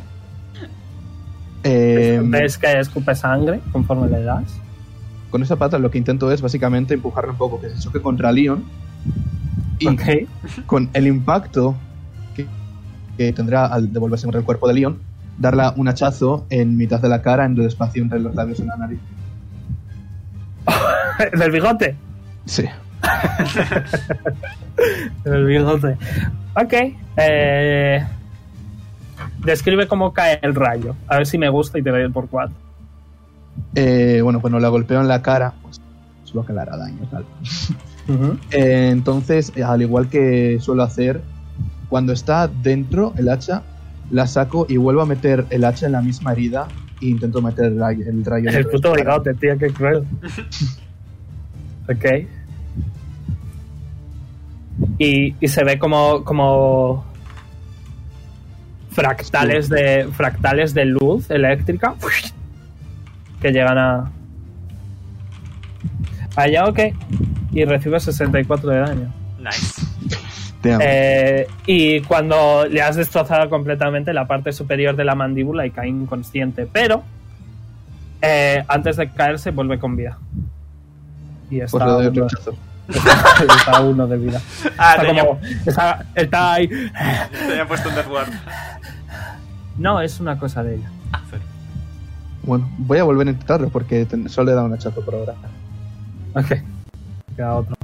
Speaker 5: Eh,
Speaker 2: Ves que escupe sangre conforme le das.
Speaker 5: con esa pata lo que intento es básicamente empujarle un poco, que se choque contra Leon. Y
Speaker 2: Ok.
Speaker 5: con el impacto que, que tendrá al devolverse contra el cuerpo de Leon, darle un hachazo en mitad de la cara, en el espacio entre los labios y la nariz.
Speaker 2: del bigote.
Speaker 5: Sí.
Speaker 2: Del bigote. Ok. eh, describe cómo cae el rayo. A ver si me gusta y te doy el por 4.
Speaker 5: Eh, bueno, cuando la golpeo en la cara, pues solo que le hará daño. tal. Eh, entonces, eh, al igual que suelo hacer, cuando está dentro el hacha, la saco y vuelvo a meter el hacha en la misma herida e intento meter el rayo. El, rayo
Speaker 2: El
Speaker 5: dentro de
Speaker 2: puto
Speaker 5: su cara.
Speaker 2: bigote, tío, qué cruel. Ok. Y, y se ve como, como fractales de fractales de luz eléctrica que llegan a allá ok y recibe 64 de daño
Speaker 4: Nice.
Speaker 5: Te amo.
Speaker 2: Eh, y cuando le has destrozado completamente la parte superior de la mandíbula y cae inconsciente. Pero eh, antes de caerse vuelve con vida. Y está,
Speaker 5: Pues le doy
Speaker 2: uno,
Speaker 5: otro hechazo.
Speaker 2: está a uno de vida.
Speaker 4: Ah,
Speaker 2: Está,
Speaker 4: te ya,
Speaker 2: como, está, está ahí.
Speaker 4: te ya he puesto un Death Ward.
Speaker 2: No, es una cosa de ella.
Speaker 4: Ah, sorry.
Speaker 5: Bueno, voy a volver a intentarlo porque ten- solo le he dado un hachazo por ahora.
Speaker 2: Ok. Queda otro.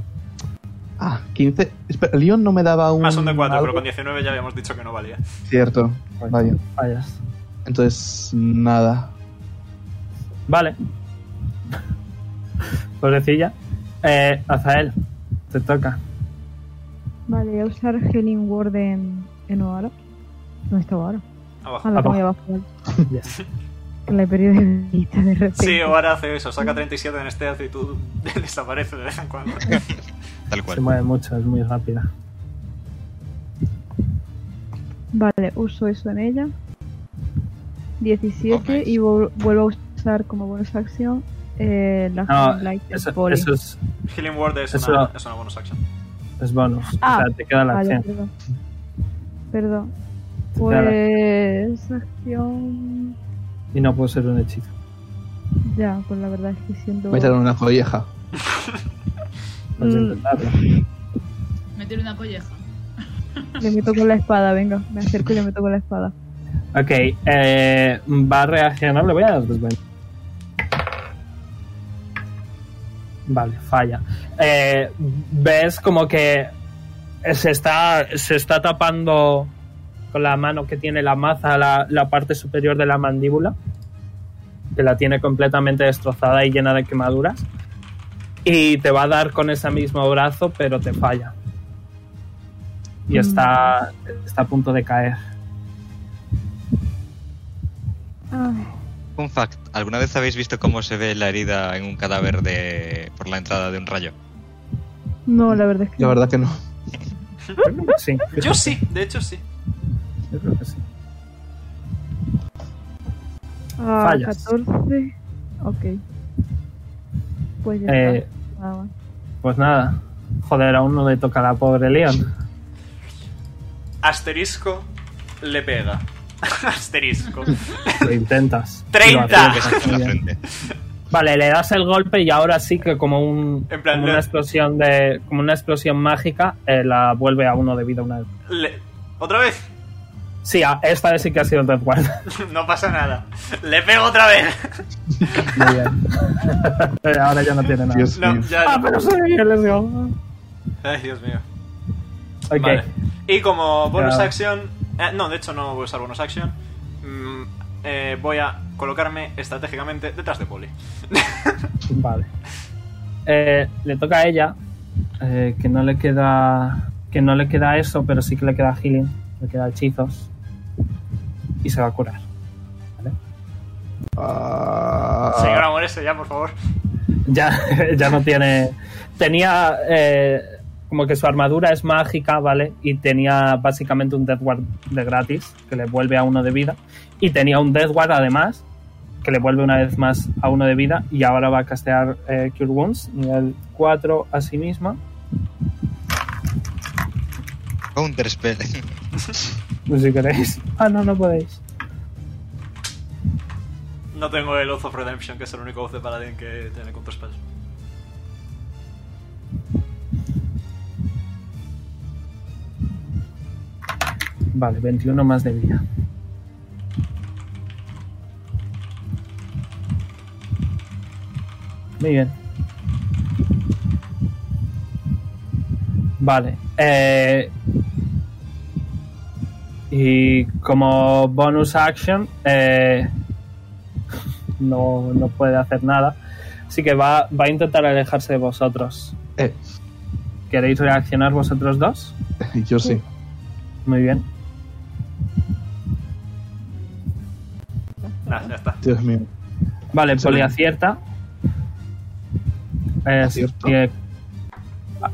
Speaker 5: Ah, 15. Espera, Leon no me daba un.
Speaker 4: Más un Ah, de 4,
Speaker 5: algo.
Speaker 4: pero con 19 ya habíamos dicho que no valía.
Speaker 5: Cierto, vaya.
Speaker 2: pues, Fallas.
Speaker 5: Entonces, nada.
Speaker 2: Vale. Pobrecilla. Eh, Azael, te toca.
Speaker 6: Vale, voy a usar Healing Word en, en Oaro. ¿Dónde está Oaro?
Speaker 4: Abajo.
Speaker 6: Ah, la
Speaker 2: Abajo.
Speaker 6: tengo ahí abajo. vale.
Speaker 2: Yes.
Speaker 6: Que la he perdido de vista de repente.
Speaker 4: Sí, ahora hace eso, saca 37 en este y tú desaparece de vez en cuando.
Speaker 1: Tal
Speaker 2: Se
Speaker 1: cual.
Speaker 2: mueve mucho, es muy rápida.
Speaker 6: Vale, uso eso en ella. 17
Speaker 1: Oh, nice.
Speaker 6: y vol- vuelvo a usar como bonus acción eh, la
Speaker 2: No,
Speaker 6: Healing Light del
Speaker 2: Ah, Eso,
Speaker 6: Poli.
Speaker 2: eso es,
Speaker 4: Healing Word es
Speaker 2: Eso-
Speaker 4: una, es una bonus action.
Speaker 2: es bonus.
Speaker 6: Ah,
Speaker 2: o sea, te queda la
Speaker 6: Vale,
Speaker 2: acción.
Speaker 6: perdón. Perdón.
Speaker 2: Nada.
Speaker 6: Pues acción
Speaker 2: Y no puedo ser un hechizo.
Speaker 6: ya, pues la verdad es que siento
Speaker 5: Voy a tirar una colleja.
Speaker 2: Vas a
Speaker 6: Mm.
Speaker 2: intentarlo.
Speaker 3: Meter una colleja.
Speaker 6: le meto con la espada, venga, me acerco y le meto con la espada.
Speaker 2: Ok, eh, va a reaccionar, le voy a dar desventaja. Vale, falla. Eh, ves como que se está, se está tapando con la mano que tiene la maza la, la parte superior de la mandíbula, que la tiene completamente destrozada y llena de quemaduras. Y te va a dar con ese mismo brazo, pero te falla. Y está, está a punto de caer.
Speaker 6: Ay,
Speaker 1: Fun fact, ¿alguna vez habéis visto cómo se ve la herida en un cadáver de por la entrada de un rayo?
Speaker 6: no, la verdad es que
Speaker 5: La verdad que no.
Speaker 2: Sí.
Speaker 4: Yo sí, de hecho sí.
Speaker 2: Yo creo que sí.
Speaker 6: Ah,
Speaker 2: fallas.
Speaker 6: 14. Ok. Pues ya
Speaker 2: Eh,
Speaker 6: está. nada más.
Speaker 2: pues nada. Joder, aún no le toca a la pobre Leon.
Speaker 4: Asterisco le pega. Asterisco.
Speaker 2: Lo intentas.
Speaker 4: ¡Treinta!
Speaker 2: Lo
Speaker 1: Que
Speaker 2: haces.
Speaker 1: se hace en la
Speaker 2: Muy bien.
Speaker 1: frente.
Speaker 2: Vale, le das el golpe y ahora sí que como un
Speaker 4: En plan,
Speaker 2: como
Speaker 4: le-
Speaker 2: una explosión de como una explosión mágica eh, la vuelve a uno de vida una vez.
Speaker 4: Le- ¿Otra vez?
Speaker 2: Sí, a- esta vez sí que ha sido Death Ward.
Speaker 4: No pasa nada. Le pego otra vez.
Speaker 2: Muy bien. Eh, ahora ya no tiene nada.
Speaker 5: Dios
Speaker 4: No,
Speaker 5: mío.
Speaker 4: ya.
Speaker 2: Ah, pero sí, let's go.
Speaker 4: Ay, Dios mío.
Speaker 2: Ok.
Speaker 4: Vale. Y como bonus
Speaker 2: Ya.
Speaker 4: action. eh, no, de hecho no voy a usar bonus action. Mm, eh, voy a colocarme estratégicamente detrás de Poli.
Speaker 2: Vale. Eh, le toca a ella, eh, que no le queda que no le queda eso, pero sí que le queda healing, le queda hechizos y se va a curar.
Speaker 5: Ah,
Speaker 4: Señora, morese ya, por favor.
Speaker 2: Ya, ya no tiene tenía eh, como que su armadura es mágica, vale, y tenía básicamente un Death Ward de gratis que le vuelve a uno de vida y tenía un Death Ward además que le vuelve una vez más a uno de vida y ahora va a castear eh, Cure Wounds nivel 4 a sí misma.
Speaker 1: Counter spell.
Speaker 2: No sé si queréis. Ah, no, no podéis.
Speaker 4: No tengo el Oath of Redemption, que es el único Oath de Paladin que tiene Counterspell.
Speaker 2: Vale, 21 más de vida. Muy bien. Vale. eh, y como bonus action, eh, no, no puede hacer nada. Así que va, va a intentar alejarse de vosotros.
Speaker 5: eh,
Speaker 2: ¿Queréis reaccionar vosotros dos?
Speaker 5: yo sí.
Speaker 2: Muy bien.
Speaker 4: Nah, ya está.
Speaker 5: Dios mío.
Speaker 2: Vale, pues
Speaker 5: Excelente.
Speaker 2: Poli acierta. Es
Speaker 5: Acierto.
Speaker 2: que- Ah,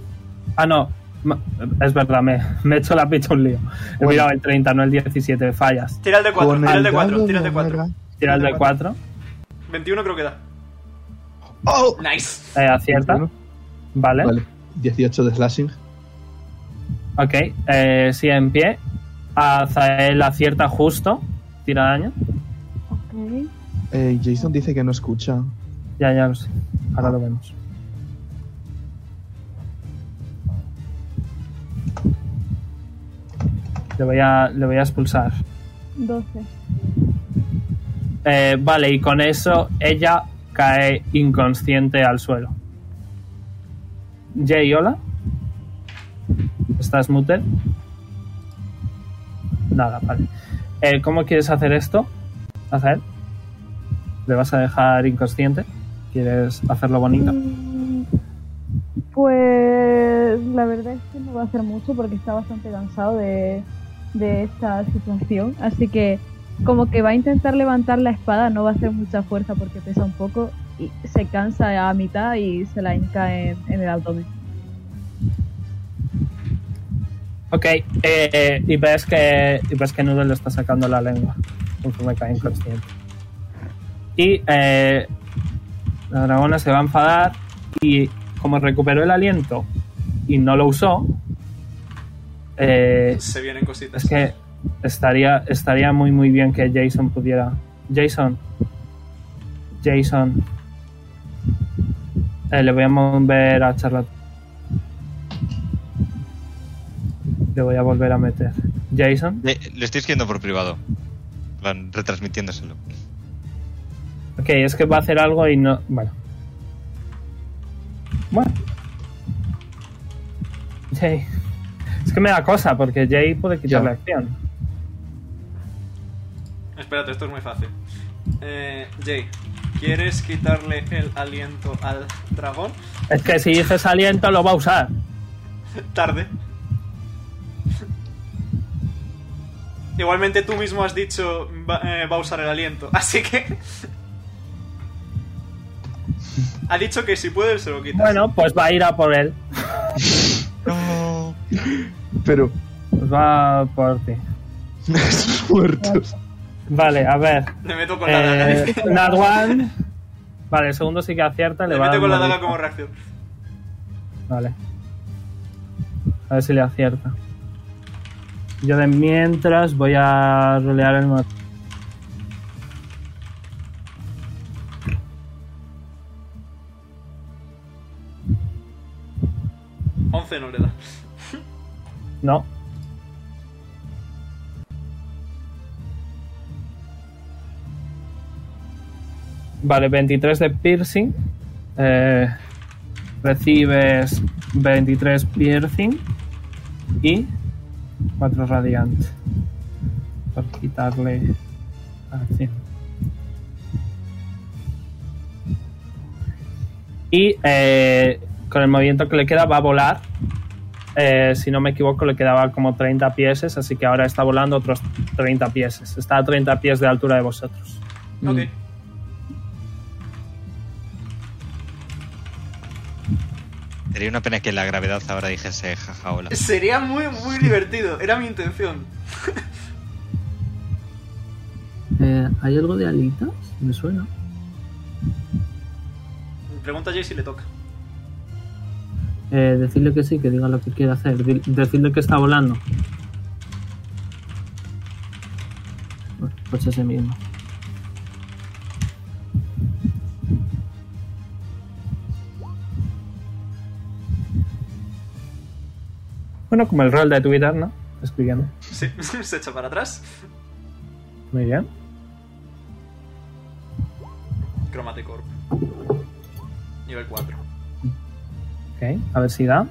Speaker 2: Ah, no. Ma- Es verdad, me, me he hecho la picha un lío. He
Speaker 5: Bueno.
Speaker 2: mirado el 30, no el 17. Fallas.
Speaker 4: Tira el de 4,
Speaker 5: Con
Speaker 4: tira el de
Speaker 5: el
Speaker 4: 4,
Speaker 5: dado
Speaker 4: tira el de
Speaker 5: de
Speaker 4: 4.
Speaker 5: Omega.
Speaker 2: Tira el de 4.
Speaker 4: 21 creo que da.
Speaker 5: ¡Oh!
Speaker 4: Nice.
Speaker 2: Eh, acierta. Vale.
Speaker 5: Vale. 18 de slashing.
Speaker 2: Ok. Eh, sigue en pie. Azael acierta justo. Tira daño.
Speaker 6: Ok.
Speaker 5: Eh, Jason dice que no escucha.
Speaker 2: Ya, ya lo sé. Ahora
Speaker 5: Ah.
Speaker 2: lo vemos. Le voy a, le voy a expulsar.
Speaker 6: 12.
Speaker 2: Eh, vale, y con eso ella cae inconsciente al suelo. Jay, hola. ¿Estás muted? Nada, vale. Eh, ¿Cómo quieres hacer esto? ¿Hacer? ¿Le vas a dejar inconsciente? ¿Quieres hacerlo bonito?
Speaker 6: Mm, Pues la verdad es que no va a hacer mucho porque está bastante cansado de, de esta situación. Así que como que va a intentar levantar la espada, no va a hacer mucha fuerza porque pesa un poco y se cansa a mitad y se la hinca en, en el abdomen.
Speaker 2: Ok, eh, eh, y ves que y ves que Noodle le está sacando la lengua conforme cae inconsciente. Y eh, la dragona se va a enfadar y como recuperó el aliento y no lo usó, eh,
Speaker 4: Se vienen cositas.
Speaker 2: es que estaría estaría muy muy bien que Jason pudiera. Jason, Jason, Eh, le voy a mover a charlar. Le voy a volver a meter. Jason,
Speaker 1: Le, le estoy escribiendo por privado. En plan, retransmitiéndoselo.
Speaker 2: ok, es que va a hacer algo y no. Bueno. Bueno. Jay. Es que me da cosa porque Jay puede quitar
Speaker 5: Ya.
Speaker 2: la acción.
Speaker 4: Espérate, esto es muy fácil. Eh, Jay, ¿quieres quitarle el aliento al dragón?
Speaker 2: Es que si dices aliento lo va a usar.
Speaker 4: Tarde. Igualmente tú mismo has dicho va, eh, va a usar el aliento, así que... Ha dicho que si puede se lo quitas.
Speaker 2: Bueno, pues va a ir a por él.
Speaker 1: No.
Speaker 5: Pero.
Speaker 2: Pues va a por ti.
Speaker 5: Esos muertos.
Speaker 2: Vale, a ver.
Speaker 4: Le meto con la daga.
Speaker 2: Eh, Nat one. Vale, el segundo sí que acierta. Le,
Speaker 4: Le
Speaker 2: va a
Speaker 4: meto
Speaker 2: dar
Speaker 4: con la
Speaker 2: una
Speaker 4: daga
Speaker 2: vista.
Speaker 4: como reacción.
Speaker 2: Vale. A ver si le acierta. Yo de mientras voy a rolear el mat.
Speaker 4: Once no le da.
Speaker 2: No. Vale, 23 de piercing. Eh, recibes 23 piercing y 4 radiante. Por quitarle la acción. Y eh, con el movimiento que le queda va a volar eh, si no me equivoco, le quedaba como 30 pieses, así que ahora está volando otros 30 pieses. Está a 30 pies de altura de vosotros.
Speaker 4: Ok.
Speaker 1: Sería una pena que la gravedad ahora dijese jaja hola.
Speaker 4: Sería muy, muy divertido. Era mi intención.
Speaker 7: Eh, ¿Hay algo de alitas? Me suena.
Speaker 4: Pregunta a Jay si le toca.
Speaker 7: Eh, decirle que sí, que diga lo que quiere hacer. Di- Decirle que está volando. Bueno, Pues ese mismo.
Speaker 2: Bueno, como el rol de Twitter, ¿no? Escribiendo.
Speaker 4: Sí, se echa para atrás.
Speaker 2: Muy bien.
Speaker 4: Chromatic Orb. Nivel 4.
Speaker 2: Ok, a ver si da.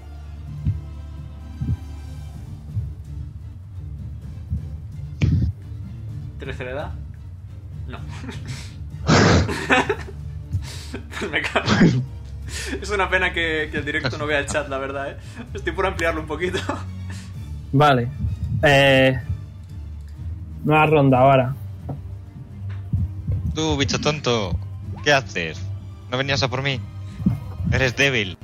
Speaker 4: ¿13 le da? No. Pues me cago. Es una pena que, que el directo no vea el chat, la verdad, eh. Estoy por ampliarlo un poquito.
Speaker 2: Vale. Eh, nueva ronda ahora.
Speaker 1: Tú, bicho tonto, ¿qué haces? ¿No venías a por mí? Eres débil.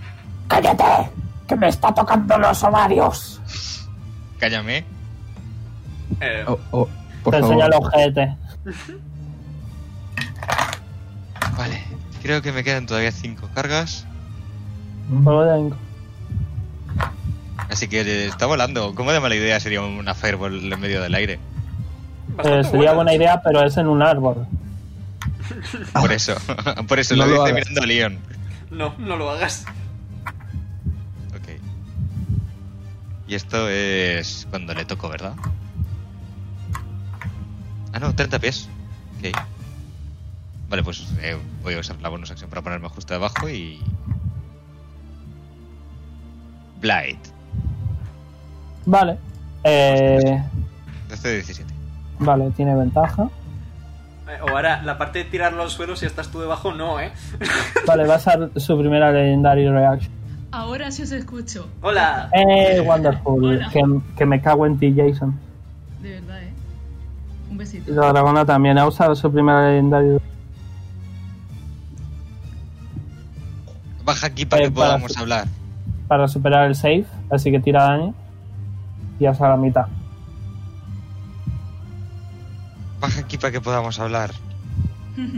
Speaker 8: ¡Cállate! ¡Que me está tocando los ovarios!
Speaker 1: Cállame.
Speaker 4: Eh,
Speaker 5: Oh, oh, por
Speaker 2: Te enseña
Speaker 5: favor.
Speaker 2: el ojete.
Speaker 1: Vale. Creo que me quedan todavía cinco cargas.
Speaker 2: Vuelvo de ahí.
Speaker 1: Así que eh, está volando. ¿Cómo de mala idea sería una fireball en medio del aire?
Speaker 2: Eh,
Speaker 4: bastante
Speaker 2: sería buena
Speaker 4: buena.
Speaker 2: idea, pero es en un árbol.
Speaker 1: Por eso. Por eso
Speaker 5: Ah. No
Speaker 1: lo
Speaker 5: lo
Speaker 1: dice
Speaker 5: hagas.
Speaker 1: mirando a León.
Speaker 4: No, no lo hagas.
Speaker 1: Ok. Y esto es cuando le toco, ¿verdad? Ah, no, 30 pies. Ok. Vale, pues eh, voy a usar la bonus acción para ponerme justo debajo y... Blight.
Speaker 2: Vale. Eh,
Speaker 1: Este 17.
Speaker 2: vale, tiene ventaja.
Speaker 4: Eh, O ahora, la parte de tirarlo al suelo si estás tú debajo, no, ¿eh?
Speaker 2: Vale, va a ser su primera Legendary Reaction.
Speaker 3: Ahora sí os escucho.
Speaker 4: Hola.
Speaker 2: ¡Eh, Wonderful!
Speaker 3: Hola.
Speaker 2: Que, que me cago en ti, Jason.
Speaker 3: De verdad, ¿eh? Un besito.
Speaker 2: Y La dragona también ha usado su primera Legendary
Speaker 1: Baja aquí para
Speaker 2: Eh,
Speaker 1: que
Speaker 2: para-
Speaker 1: podamos hablar.
Speaker 2: para superar el save, así que tira daño. Y hasta la mitad.
Speaker 1: Baja aquí para que podamos hablar.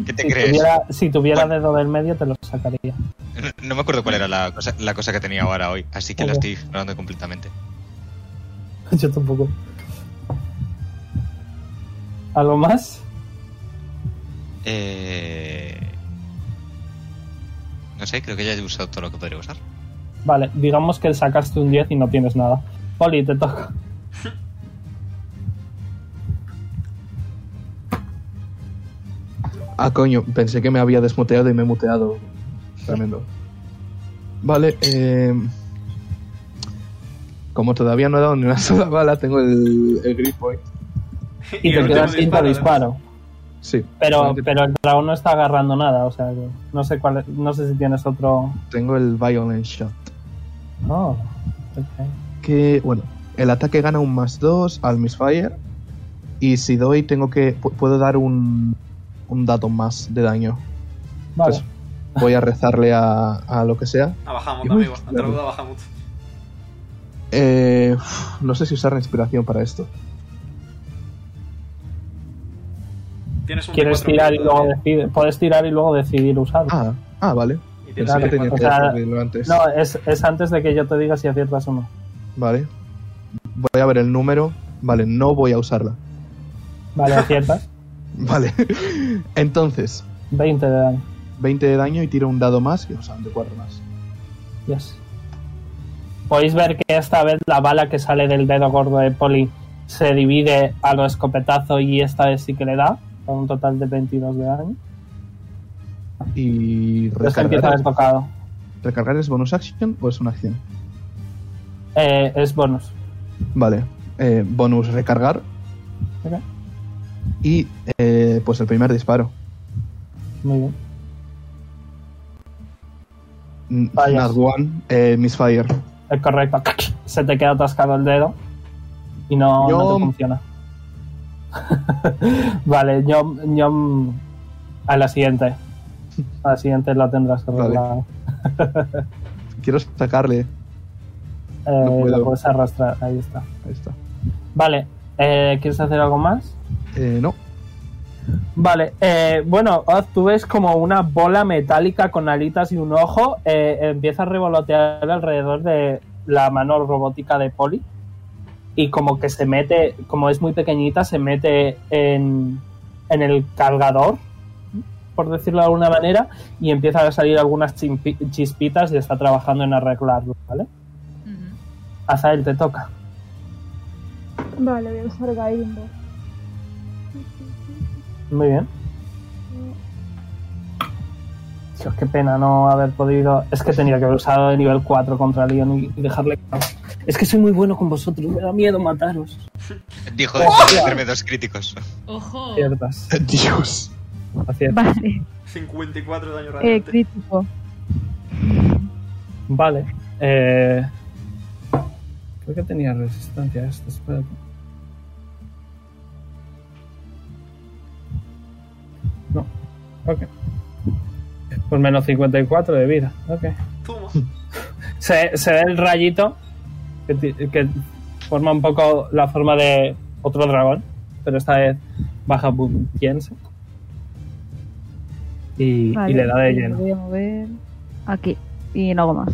Speaker 1: ¿Qué te
Speaker 2: Si
Speaker 1: crees?
Speaker 2: tuviera, si tuviera
Speaker 1: Bueno.
Speaker 2: dedo del medio, te lo sacaría.
Speaker 1: No, no me acuerdo cuál era la cosa, la cosa que tenía ahora hoy, así que la
Speaker 2: Ok.
Speaker 1: estoy ignorando completamente.
Speaker 2: Yo tampoco. ¿Algo más?
Speaker 1: Eh... No sé, creo que ya he usado todo lo que podría usar.
Speaker 2: Vale, digamos que sacaste un 10 y no tienes nada. Poli, te toca.
Speaker 5: Ah, coño, pensé que me había desmuteado y me he muteado. Tremendo. Vale, eh, como todavía no he dado ni una sola bala, tengo el, el grip point.
Speaker 2: Y, te
Speaker 4: el
Speaker 2: quedan 5
Speaker 4: último disparo,
Speaker 2: disparos.
Speaker 5: Sí.
Speaker 2: Pero,
Speaker 5: solamente
Speaker 2: pero el dragón no está agarrando nada, o sea que no sé cuál no sé si tienes otro.
Speaker 5: Tengo el violent shot.
Speaker 2: Oh, ok.
Speaker 5: Que, bueno, el ataque gana un más 2 al misfire. Y si doy, tengo que. pu- Puedo dar un, un dato más de daño.
Speaker 2: Vale.
Speaker 5: Pues voy a rezarle a, a lo que sea.
Speaker 4: A Bahamut,
Speaker 5: Uy,
Speaker 4: amigo.
Speaker 5: claro.
Speaker 4: Saluda a Bahamut.
Speaker 5: Eh, uf, no sé si usar inspiración para esto.
Speaker 4: Tienes un
Speaker 2: Quieres
Speaker 4: D4
Speaker 2: tirar y
Speaker 4: abierto
Speaker 2: luego
Speaker 4: de-
Speaker 2: decide, puedes tirar y luego decidir usarlo.
Speaker 5: Ah, pues. ah vale.
Speaker 4: y tienes
Speaker 5: Pensé
Speaker 4: un
Speaker 5: que
Speaker 2: Claro,
Speaker 5: tenía
Speaker 4: D4.
Speaker 2: o
Speaker 5: que
Speaker 2: sea,
Speaker 5: decirlo antes.
Speaker 2: No, es, es antes de que yo te diga si aciertas o no.
Speaker 5: Vale. Voy a ver el número. Vale, no voy a usarla.
Speaker 2: Vale, aciertas.
Speaker 5: Vale. Entonces,
Speaker 2: 20 de daño.
Speaker 5: 20 de daño y tiro un dado más. Y, o sea, un de 4 más.
Speaker 2: Yes. Podéis ver que esta vez la bala que sale del dedo gordo de Poli se divide a lo escopetazo y esta vez sí que le da, con un total de 22 de daño.
Speaker 5: Y
Speaker 2: Pero se empieza a
Speaker 5: recargar,
Speaker 2: haber tocado.
Speaker 5: recargar es bonus action o es una acción.
Speaker 2: Eh, es bonus.
Speaker 5: Vale. Eh, bonus recargar.
Speaker 2: Ok.
Speaker 5: Y eh, pues el primer disparo.
Speaker 2: Muy bien.
Speaker 5: N-
Speaker 2: Fallas.
Speaker 5: Nat one, eh, misfire.
Speaker 2: Es correcto. Se te queda atascado el dedo y no, no te
Speaker 5: Ñom.
Speaker 2: funciona. vale, ñom, ñom. A la siguiente. A la siguiente la tendrás que
Speaker 5: Vale.
Speaker 2: arreglar.
Speaker 5: Quiero sacarle.
Speaker 2: Eh,
Speaker 5: puedo.
Speaker 2: la puedes arrastrar. Ahí está.
Speaker 5: Ahí está.
Speaker 2: Vale, eh, ¿quieres hacer algo más?
Speaker 5: Eh, no.
Speaker 2: Vale, eh, bueno, Oz, tú ves como una bola metálica con alitas y un ojo eh, empieza a revolotear alrededor de la mano robótica de Poli y como que se mete, como es muy pequeñita, se mete en, en el cargador, por decirlo de alguna manera, y empiezan a salir algunas chimpi- chispitas y está trabajando en arreglarlo, ¿vale?
Speaker 3: Ujú.
Speaker 2: Azael, te toca.
Speaker 6: Vale, voy a usar Guiding Bolt.
Speaker 2: Muy bien. Dios, qué pena no haber podido. Es que tenía que haber usado el nivel 4 contra Leon y y dejarle. Es que soy muy bueno con vosotros, me da miedo mataros.
Speaker 1: Dijo de
Speaker 2: ¡Oh!
Speaker 1: de hacerme dos críticos.
Speaker 3: Ojo.
Speaker 2: Aciertas,
Speaker 5: Dios.
Speaker 2: aciertas.
Speaker 6: Vale,
Speaker 4: 54 de daño
Speaker 6: eh,
Speaker 4: radiante.
Speaker 6: crítico.
Speaker 2: Vale. Eh,
Speaker 9: Creo que tenía resistencia a esto, espérate. No, ok.
Speaker 2: pues menos 54 de vida. Ok. se, se ve el rayito que, ti- que forma un poco la forma de otro dragón, pero esta vez baja puntiense. Y, y
Speaker 6: Vale,
Speaker 2: le da de
Speaker 6: me
Speaker 2: lleno.
Speaker 6: Voy a mover aquí y no hago más.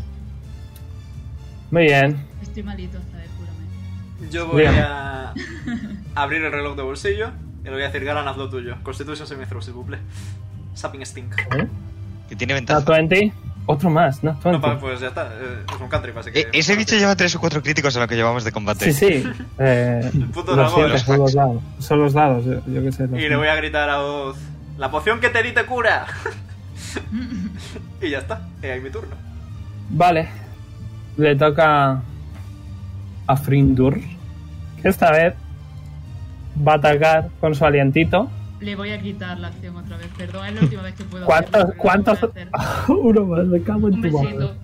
Speaker 2: Muy bien.
Speaker 3: Estoy malito, Zael, júrame.
Speaker 4: Yo voy
Speaker 2: Bien.
Speaker 4: a abrir el reloj de bolsillo y le voy a decir, Galan, haz lo tuyo. Constitution semi throw, si pues, buple. Sapping Stink.
Speaker 1: Que tiene
Speaker 2: Nat
Speaker 1: ventaja.
Speaker 2: 20. Otro más, Nat 20.
Speaker 4: No, pa- pues ya está. eh, Es un country, así que...
Speaker 1: E- ese bicho lleva tres o cuatro críticos en lo que llevamos de combate.
Speaker 2: sí, sí. Eh,
Speaker 4: puto
Speaker 2: lo siento,
Speaker 4: dragón.
Speaker 2: son los dados. Son los dados, yo, yo qué sé. lo
Speaker 4: Y le
Speaker 2: siento.
Speaker 4: voy a gritar a Oz, la poción que te di te cura. y ya está, y ahí mi turno.
Speaker 2: Vale. Le toca a Frindur. Que esta vez va a atacar con su alientito.
Speaker 3: Le voy a quitar la acción otra vez. Perdón, es la última vez que puedo
Speaker 2: ¿Cuántos?
Speaker 3: hacerlo, pero
Speaker 2: ¿Cuántos?
Speaker 3: lo voy a hacer.
Speaker 2: Uno más, me cago en
Speaker 3: Un
Speaker 2: tu madre.
Speaker 3: besito.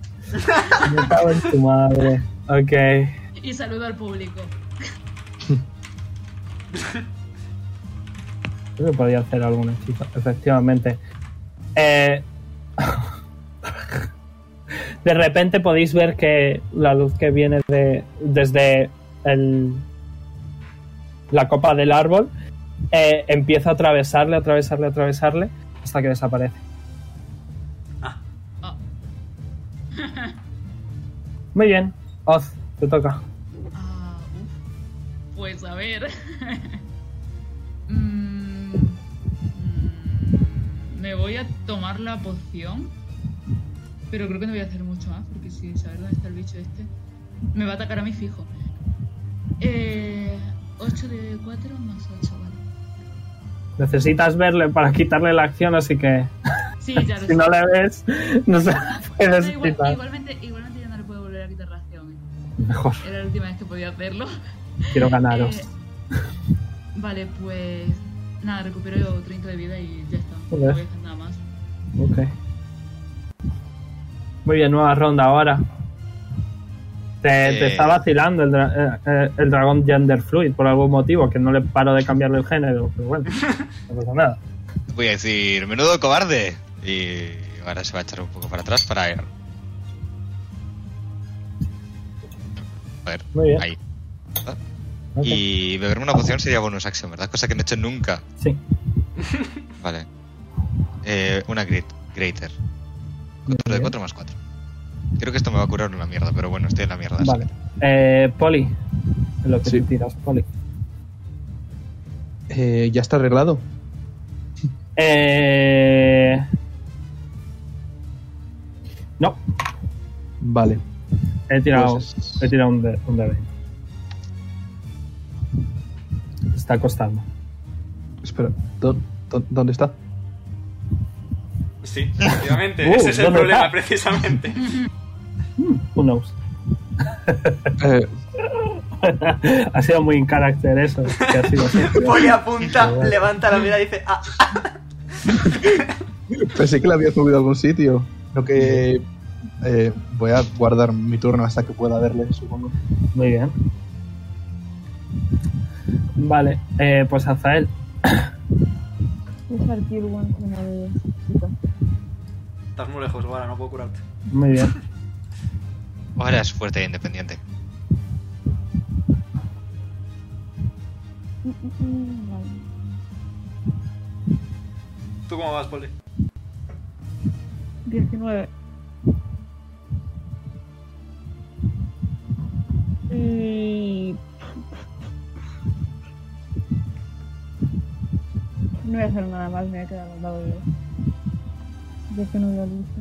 Speaker 2: Me cago en tu madre. Ok.
Speaker 3: Y saludo al público.
Speaker 2: Creo que podía hacer algún hechizo, efectivamente. Eh, de repente podéis ver que la luz que viene de, desde el- la copa del árbol eh, empieza a atravesarle, atravesarle, atravesarle hasta que desaparece.
Speaker 3: Ah.
Speaker 2: Muy bien, Oz, te toca.
Speaker 3: Ah, uf. Pues a ver. Mm, mm, me voy a tomar la poción. Pero creo que no voy a hacer mucho más, porque si saber dónde está el bicho este, me va a atacar a mí fijo. Eh, 8 de 4 más 8, vale.
Speaker 2: Necesitas verle para quitarle la acción, así que
Speaker 3: Sí, ya lo
Speaker 2: si
Speaker 3: sé.
Speaker 2: no le ves, no se la
Speaker 3: Pero
Speaker 2: puedes
Speaker 3: igual-
Speaker 2: quitar.
Speaker 3: igualmente, igualmente ya no le puedo volver a quitar la acción. ¿eh?
Speaker 2: Mejor,
Speaker 3: Era la última vez que podía hacerlo.
Speaker 2: quiero ganaros.
Speaker 3: Eh, vale, pues nada, recupero 30 de vida y ya está. No voy
Speaker 2: Joder.
Speaker 3: a hacer nada más.
Speaker 2: Ok. Muy bien, nueva ronda ahora. Te,
Speaker 1: Eh.
Speaker 2: te está vacilando el, dra- eh, eh, el dragón gender fluid por algún motivo, que no le paro de cambiarle el género, pero bueno, no pasa nada.
Speaker 1: Voy a decir, menudo cobarde. Y ahora se va a echar un poco para atrás para ir. Joder,
Speaker 2: Muy bien.
Speaker 1: ahí.
Speaker 2: Ok.
Speaker 1: Y beberme una poción sería bonus action, ¿verdad? Cosa que no he hecho nunca.
Speaker 2: Sí,
Speaker 1: Vale. Eh, una grit, greater. 4 de 4 más 4. Creo que esto me va a curar una mierda, pero bueno, estoy en la mierda. así
Speaker 2: vale. Eh, Poli, lo que
Speaker 5: Sí.
Speaker 2: tú tiras, Poli.
Speaker 5: Eh, ya está arreglado.
Speaker 2: Eh... No,
Speaker 5: Vale.
Speaker 2: he tirado,
Speaker 5: Pues-
Speaker 2: he tirado un, de, un de 20. Te Está costando.
Speaker 5: Espera, ¿dó- dó- ¿dónde está?
Speaker 4: Sí, efectivamente,
Speaker 2: Uh,
Speaker 4: ese es el
Speaker 2: ¿dónde
Speaker 4: problema
Speaker 2: está?
Speaker 4: precisamente.
Speaker 2: Who knows?
Speaker 5: Eh,
Speaker 2: ha sido muy en carácter eso. que ha sido así.
Speaker 4: Poli apunta, levanta la mirada y dice, ah,
Speaker 5: pensé que la había subido a algún sitio. Lo que. eh, voy a guardar mi turno hasta que pueda verle, supongo.
Speaker 2: Muy bien. Vale, eh, pues Azael.
Speaker 6: Usar Tier One como de chica.
Speaker 4: estás muy lejos, ahora no puedo curarte.
Speaker 2: Muy bien.
Speaker 1: que- Ahora es fuerte e independiente.
Speaker 6: Mm, mm, mm, vale.
Speaker 4: ¿Tú cómo vas, Poli?
Speaker 6: 19. Y... No voy a hacer nada más, me voy a quedar un dado de... este De que no lo visto.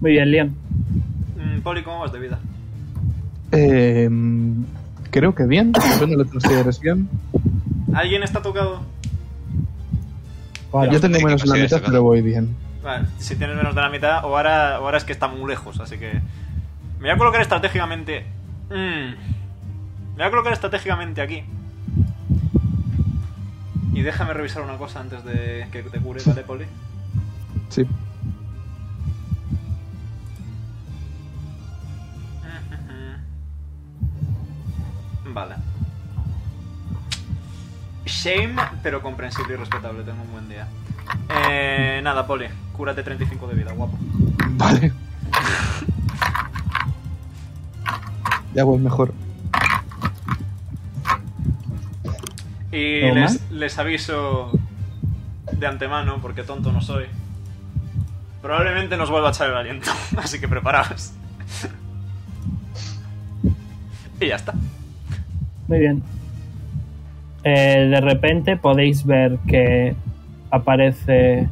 Speaker 2: Muy bien, Liam.
Speaker 4: Mm, Poli, ¿cómo vas de vida?
Speaker 5: Eh, creo que bien. Depende de la consideración.
Speaker 4: ¿Alguien está tocado?
Speaker 2: Ahora.
Speaker 5: Yo tengo menos de la mitad, pero voy bien.
Speaker 4: Vale, si tienes menos de la mitad, o ahora, o ahora es que está muy lejos, así que... Me voy a colocar estratégicamente... Mm. Me voy a colocar estratégicamente aquí. Y déjame revisar una cosa antes de que te cure, ¿vale, Poli?
Speaker 5: Sí.
Speaker 4: Vale. Shame, pero comprensible y respetable. Tengo un buen día. Eh, nada, Poli. Cúrate 35 de vida, guapo.
Speaker 5: Vale. Ya voy mejor.
Speaker 4: Y
Speaker 10: ¿Todo
Speaker 4: les, les aviso de antemano, porque tonto no soy. Probablemente nos vuelva a echar el aliento, así que preparaos. y ya está.
Speaker 2: Muy bien. Eh, de repente podéis ver que aparece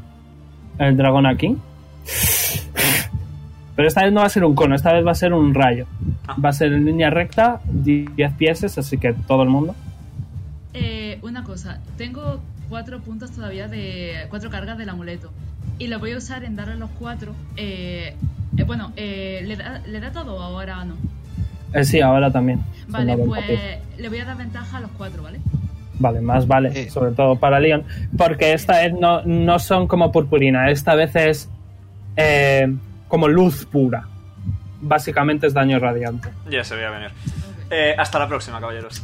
Speaker 2: el dragón aquí. Pero esta vez no va a ser un cono, esta vez va a ser un rayo. Va a ser en línea recta, 10 pies, así que todo el mundo.
Speaker 3: Eh, una cosa, tengo cuatro puntos todavía de. cuatro cargas del amuleto. Y lo voy a usar en darle los cuatro. eh, eh, bueno, eh, ¿le, da, ¿le da todo ahora o no?
Speaker 2: Eh, sí, ahora también.
Speaker 3: Vale,
Speaker 2: Son
Speaker 3: pues
Speaker 2: 90 pies.
Speaker 3: le voy a dar ventaja a los cuatro, ¿vale?
Speaker 2: Vale, más vale,
Speaker 1: Eh.
Speaker 2: sobre todo para Leon. Porque esta vez no, no son como purpurina, esta vez es eh, como luz pura. Básicamente es daño radiante.
Speaker 4: Ya se veía venir.
Speaker 3: Ok.
Speaker 4: Eh, hasta la próxima, caballeros.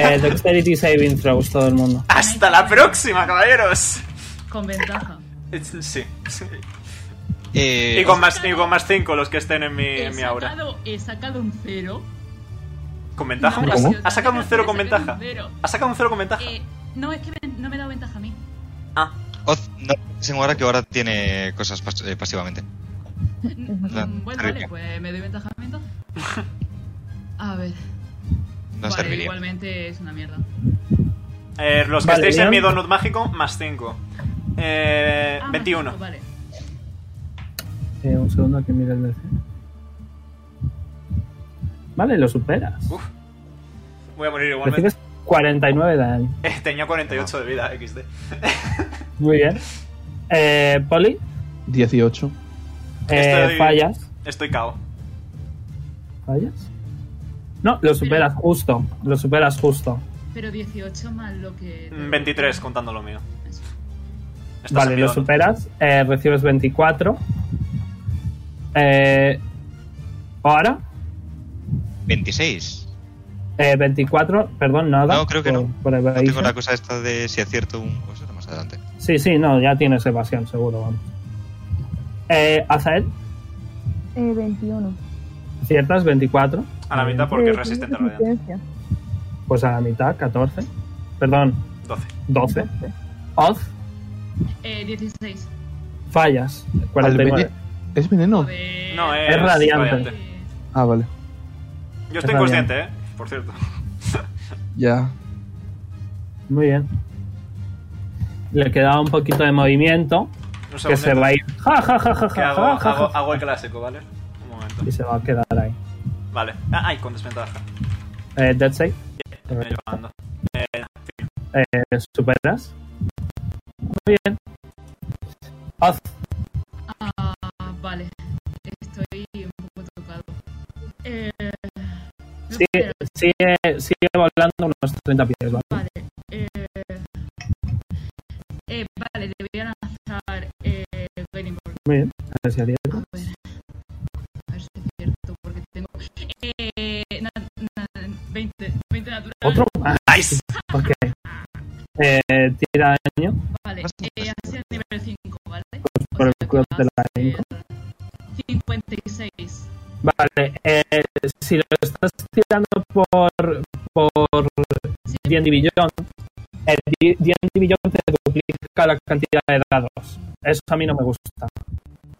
Speaker 2: Eh, Dexterity Saving Throws, todo el mundo.
Speaker 4: ¡Hasta la próxima, caballeros!
Speaker 3: Con ventaja.
Speaker 4: Es- Sí, sí.
Speaker 1: Eh,
Speaker 4: Y con más, y con más cinco los que estén en mi, en Eh, mi aura.
Speaker 3: sacado, he sacado un cero.
Speaker 4: ¿Con ventaja?
Speaker 3: No,
Speaker 4: ¿Has-
Speaker 3: ¿Cómo?
Speaker 4: ¿Has sacado un cero con
Speaker 3: He sacado
Speaker 4: ventaja?
Speaker 3: un cero.
Speaker 4: ¿Has sacado un cero con ventaja?
Speaker 3: Eh, no, es que me- no me he dado ventaja a mí.
Speaker 4: Ah,
Speaker 1: Oz, no piensen ahora que ahora tiene cosas pas- eh, pasivamente.
Speaker 3: Mm, Bueno, vale,
Speaker 1: Rica.
Speaker 3: pues me doy ventaja a mí entonces. A ver.
Speaker 1: No
Speaker 3: vale,
Speaker 1: serviría.
Speaker 3: igualmente es una mierda.
Speaker 4: Eh, los que
Speaker 2: Vale,
Speaker 4: estéis en
Speaker 2: bien.
Speaker 4: mi donut mágico, más 5. Eh,
Speaker 3: Ah, más
Speaker 4: 21.
Speaker 3: cinco, Vale.
Speaker 2: Eh, un segundo que mire el DC. Vale, lo superas.
Speaker 4: Uf, Voy a morir igualmente.
Speaker 2: Recibes 49 de daño.
Speaker 4: Eh, tenía
Speaker 2: Ah.
Speaker 4: 48 de vida, XD.
Speaker 2: Muy bien. Eh, Poli,
Speaker 5: 18.
Speaker 2: eh,
Speaker 4: Estoy-
Speaker 2: fallas.
Speaker 4: Estoy cao.
Speaker 2: ¿Fallas? No, lo superas justo. Lo superas justo.
Speaker 3: Pero 18 más lo que.
Speaker 4: Mm, 23, contando lo mío.
Speaker 3: Eso.
Speaker 4: Estás
Speaker 2: Vale,
Speaker 4: en mi
Speaker 2: lo
Speaker 4: donut.
Speaker 2: superas. eh, recibes 24. Eh, ahora,
Speaker 1: 26.
Speaker 2: eh, 24. Perdón, nada.
Speaker 1: No, creo que no.
Speaker 2: por
Speaker 1: No tengo
Speaker 2: evasion.
Speaker 1: la cosa esta de si acierto un. Pues era más adelante.
Speaker 2: Sí, sí, no, ya tienes evasión, seguro, vamos. Eh, Azael,
Speaker 6: Eh, 21.
Speaker 2: ¿ciertas? 24.
Speaker 4: A la
Speaker 2: Muy
Speaker 4: mitad
Speaker 2: bien.
Speaker 4: porque
Speaker 6: Eh,
Speaker 4: es resistente al
Speaker 6: tiene
Speaker 4: radiante.
Speaker 6: resistencia.
Speaker 2: Pues a la mitad, 14. Perdón,
Speaker 4: 12.
Speaker 2: 12. Oz,
Speaker 3: Eh, 16.
Speaker 2: fallas.
Speaker 5: Al
Speaker 2: 49.
Speaker 5: vene- ¿Es veneno?
Speaker 3: Joder.
Speaker 4: Oh. No,
Speaker 3: Eh,
Speaker 4: es,
Speaker 2: radiante.
Speaker 5: Ah, vale.
Speaker 4: Yo estoy
Speaker 2: Es
Speaker 4: consciente, eh. Por cierto.
Speaker 5: Ya.
Speaker 2: Muy bien. Le quedaba un poquito de movimiento
Speaker 4: Un
Speaker 2: que se va a ir. Ja, ja, ja, ja,
Speaker 4: Que
Speaker 2: ja,
Speaker 4: hago,
Speaker 2: ja, ja,
Speaker 4: hago,
Speaker 2: ja,
Speaker 4: hago el clásico, ¿vale? Un momento.
Speaker 2: Y se va a quedar ahí.
Speaker 4: Vale. Ah, ay, con desventaja.
Speaker 2: Eh, Dead Save,
Speaker 4: Me voy llevando.
Speaker 2: eh, superas. Muy bien. Oz,
Speaker 3: Ah, vale. Estoy un poco tocado. Eh. no,
Speaker 2: sigue,
Speaker 3: espera,
Speaker 2: sigue, sigue volando unos 30 pies, ¿vale?
Speaker 3: Vale. Eh, eh, vale, le voy a lanzar. Eh, Burning Bolt.
Speaker 2: Muy bien. A ver si arriesgo.
Speaker 3: A ver. A ver si es cierto, porque tengo. Eh, na- na- 20, 20 natural.
Speaker 2: Otro más.
Speaker 4: ¡Nice!
Speaker 2: Ok. Eh, tira daño
Speaker 3: Vale,
Speaker 1: Bastante
Speaker 3: eh, así a nivel 5, ¿vale?
Speaker 2: por el culo de la daño.
Speaker 3: 56.
Speaker 2: Vale. eh, si lo estás tirando por, por
Speaker 3: Sí,
Speaker 2: D&D Beyond, el D- D&D Beyond te duplica la cantidad de dados. Eso a mí no me gusta.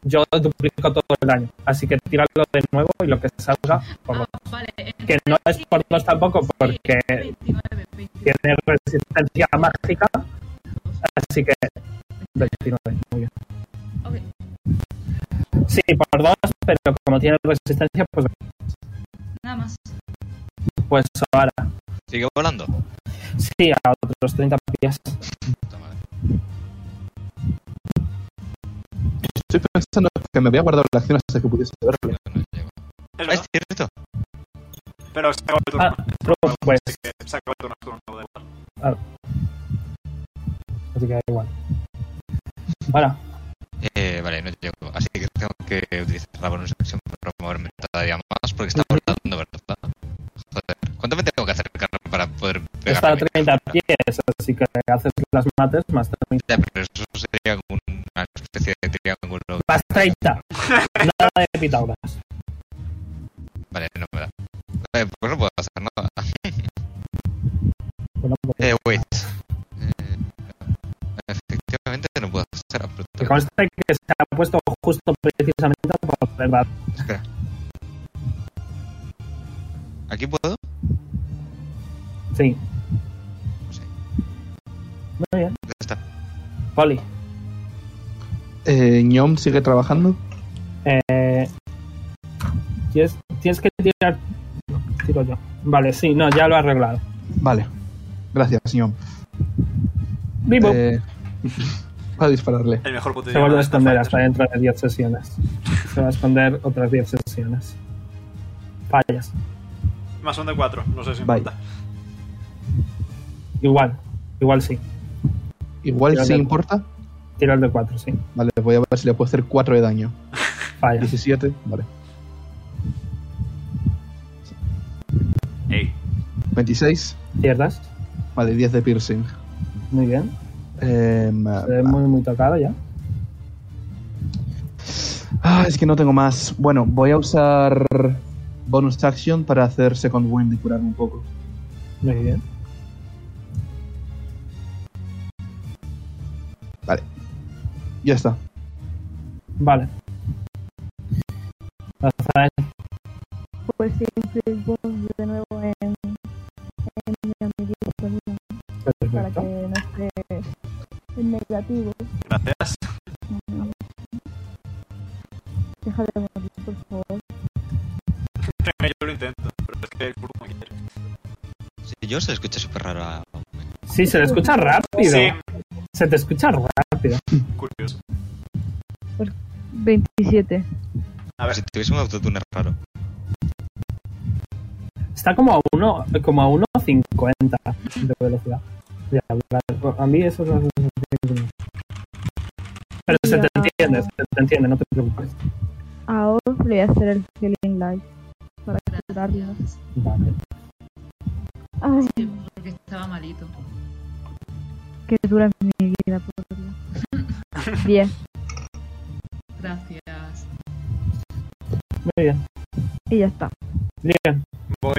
Speaker 2: Yo duplico todo el daño. Así que tíralo de nuevo y lo que salga, por
Speaker 3: ah,
Speaker 2: lo-
Speaker 3: vale.
Speaker 2: que no es por dos tampoco, porque
Speaker 3: 29, 29.
Speaker 2: tiene resistencia mágica. Así que 29, muy bien.
Speaker 3: Ok.
Speaker 2: Sí, por dos, pero como tiene resistencia, pues,
Speaker 3: Nada más.
Speaker 2: pues ahora.
Speaker 1: Sigue volando.
Speaker 2: Sí, a otros 30 pies.
Speaker 1: Puta madre.
Speaker 5: Estoy pensando que me había guardado la acción hasta que pudiese verlo.
Speaker 1: No llego.
Speaker 4: Es
Speaker 1: Ah, es
Speaker 3: Este.
Speaker 4: verdad,
Speaker 1: cierto.
Speaker 4: pero se acabó el turno.
Speaker 2: Ah, pues,
Speaker 4: Así que se acabó el turno, turno. de vuelta.
Speaker 2: así que da igual. Ahora,
Speaker 1: Eh, vale, no llego. Así que tengo que utilizar la bonus acción para moverme todavía más porque está volando, ¿verdad? Joder. ¿Cuánto me tengo que acercar para poder pegar?
Speaker 2: está a 30 pies, así que haces las mates más 30.
Speaker 1: pero eso sería como una especie de triángulo.
Speaker 2: Más 30. Nada de pitauras.
Speaker 1: Vale, no me da. Eh,
Speaker 2: pues,
Speaker 1: Eh,
Speaker 2: conste que se ha puesto justo precisamente por verdad.
Speaker 1: Espera. ¿Aquí puedo?
Speaker 2: Sí.
Speaker 1: Sí.
Speaker 2: Muy bien.
Speaker 1: Ya está.
Speaker 2: Poli.
Speaker 5: Eh, Ñom sigue trabajando.
Speaker 2: Eh, ¿tienes, tienes que tirar. No, tiro yo. Vale, sí, no, ya lo he arreglado.
Speaker 5: Vale. Gracias, Ñom.
Speaker 2: Vivo.
Speaker 5: Eh, va a dispararle.
Speaker 4: El mejor puto
Speaker 2: se vuelve a
Speaker 4: idioma de
Speaker 2: esconder
Speaker 4: esta
Speaker 2: hasta dentro de 10 sesiones. Se va a esconder otras 10 sesiones. Fallas.
Speaker 4: fase. Más son de cuatro, no sé si
Speaker 5: Bye.
Speaker 4: importa.
Speaker 2: Igual. Igual sí.
Speaker 5: Igual
Speaker 2: Tira
Speaker 5: si
Speaker 2: de-
Speaker 5: importa.
Speaker 2: Tira el de 4, sí.
Speaker 5: Vale, voy a ver si le puedo hacer 4 de daño.
Speaker 2: Fallas.
Speaker 5: 17, vale.
Speaker 4: Ey,
Speaker 5: 26,
Speaker 2: Ciertas.
Speaker 5: vale, 10 de piercing.
Speaker 2: Muy bien.
Speaker 5: Em,
Speaker 2: Se ve muy, muy tocado ya.
Speaker 5: ah, es que no tengo más. Bueno, voy a usar bonus action para hacer second wind y curarme un poco.
Speaker 2: Muy bien.
Speaker 5: Ya está.
Speaker 2: Vale. Hasta
Speaker 6: Pues sí, Facebook de nuevo eh, en, en mi amiguito Polino, para que
Speaker 2: perfecto.
Speaker 6: no esté en negativo.
Speaker 4: gracias.
Speaker 6: Deja de morir, por favor.
Speaker 4: Yo lo intento, pero es que el culo no quiere.
Speaker 1: Sí, yo se escucha súper raro ah, a...
Speaker 2: Sí, se le escucha rápido.
Speaker 4: Sí,
Speaker 2: Se te escucha rápido.
Speaker 4: curioso.
Speaker 6: 27.
Speaker 4: A ver,
Speaker 1: Si tuviese un autotune es raro.
Speaker 2: Está como a uno, como a 1.50 de velocidad. Ya, claro. a mí eso no es... Pero se te
Speaker 6: Ya.
Speaker 2: entiende, se te entiende, no te preocupes.
Speaker 6: Ahora voy a hacer el Healing Light para curarlo.
Speaker 3: Gracias.
Speaker 2: Vale.
Speaker 6: Ay,
Speaker 3: Sí, porque estaba malito.
Speaker 6: que dura mi vida, por Dios. 10.
Speaker 3: Gracias.
Speaker 2: Muy bien.
Speaker 6: Y ya está.
Speaker 2: Bien.
Speaker 4: voy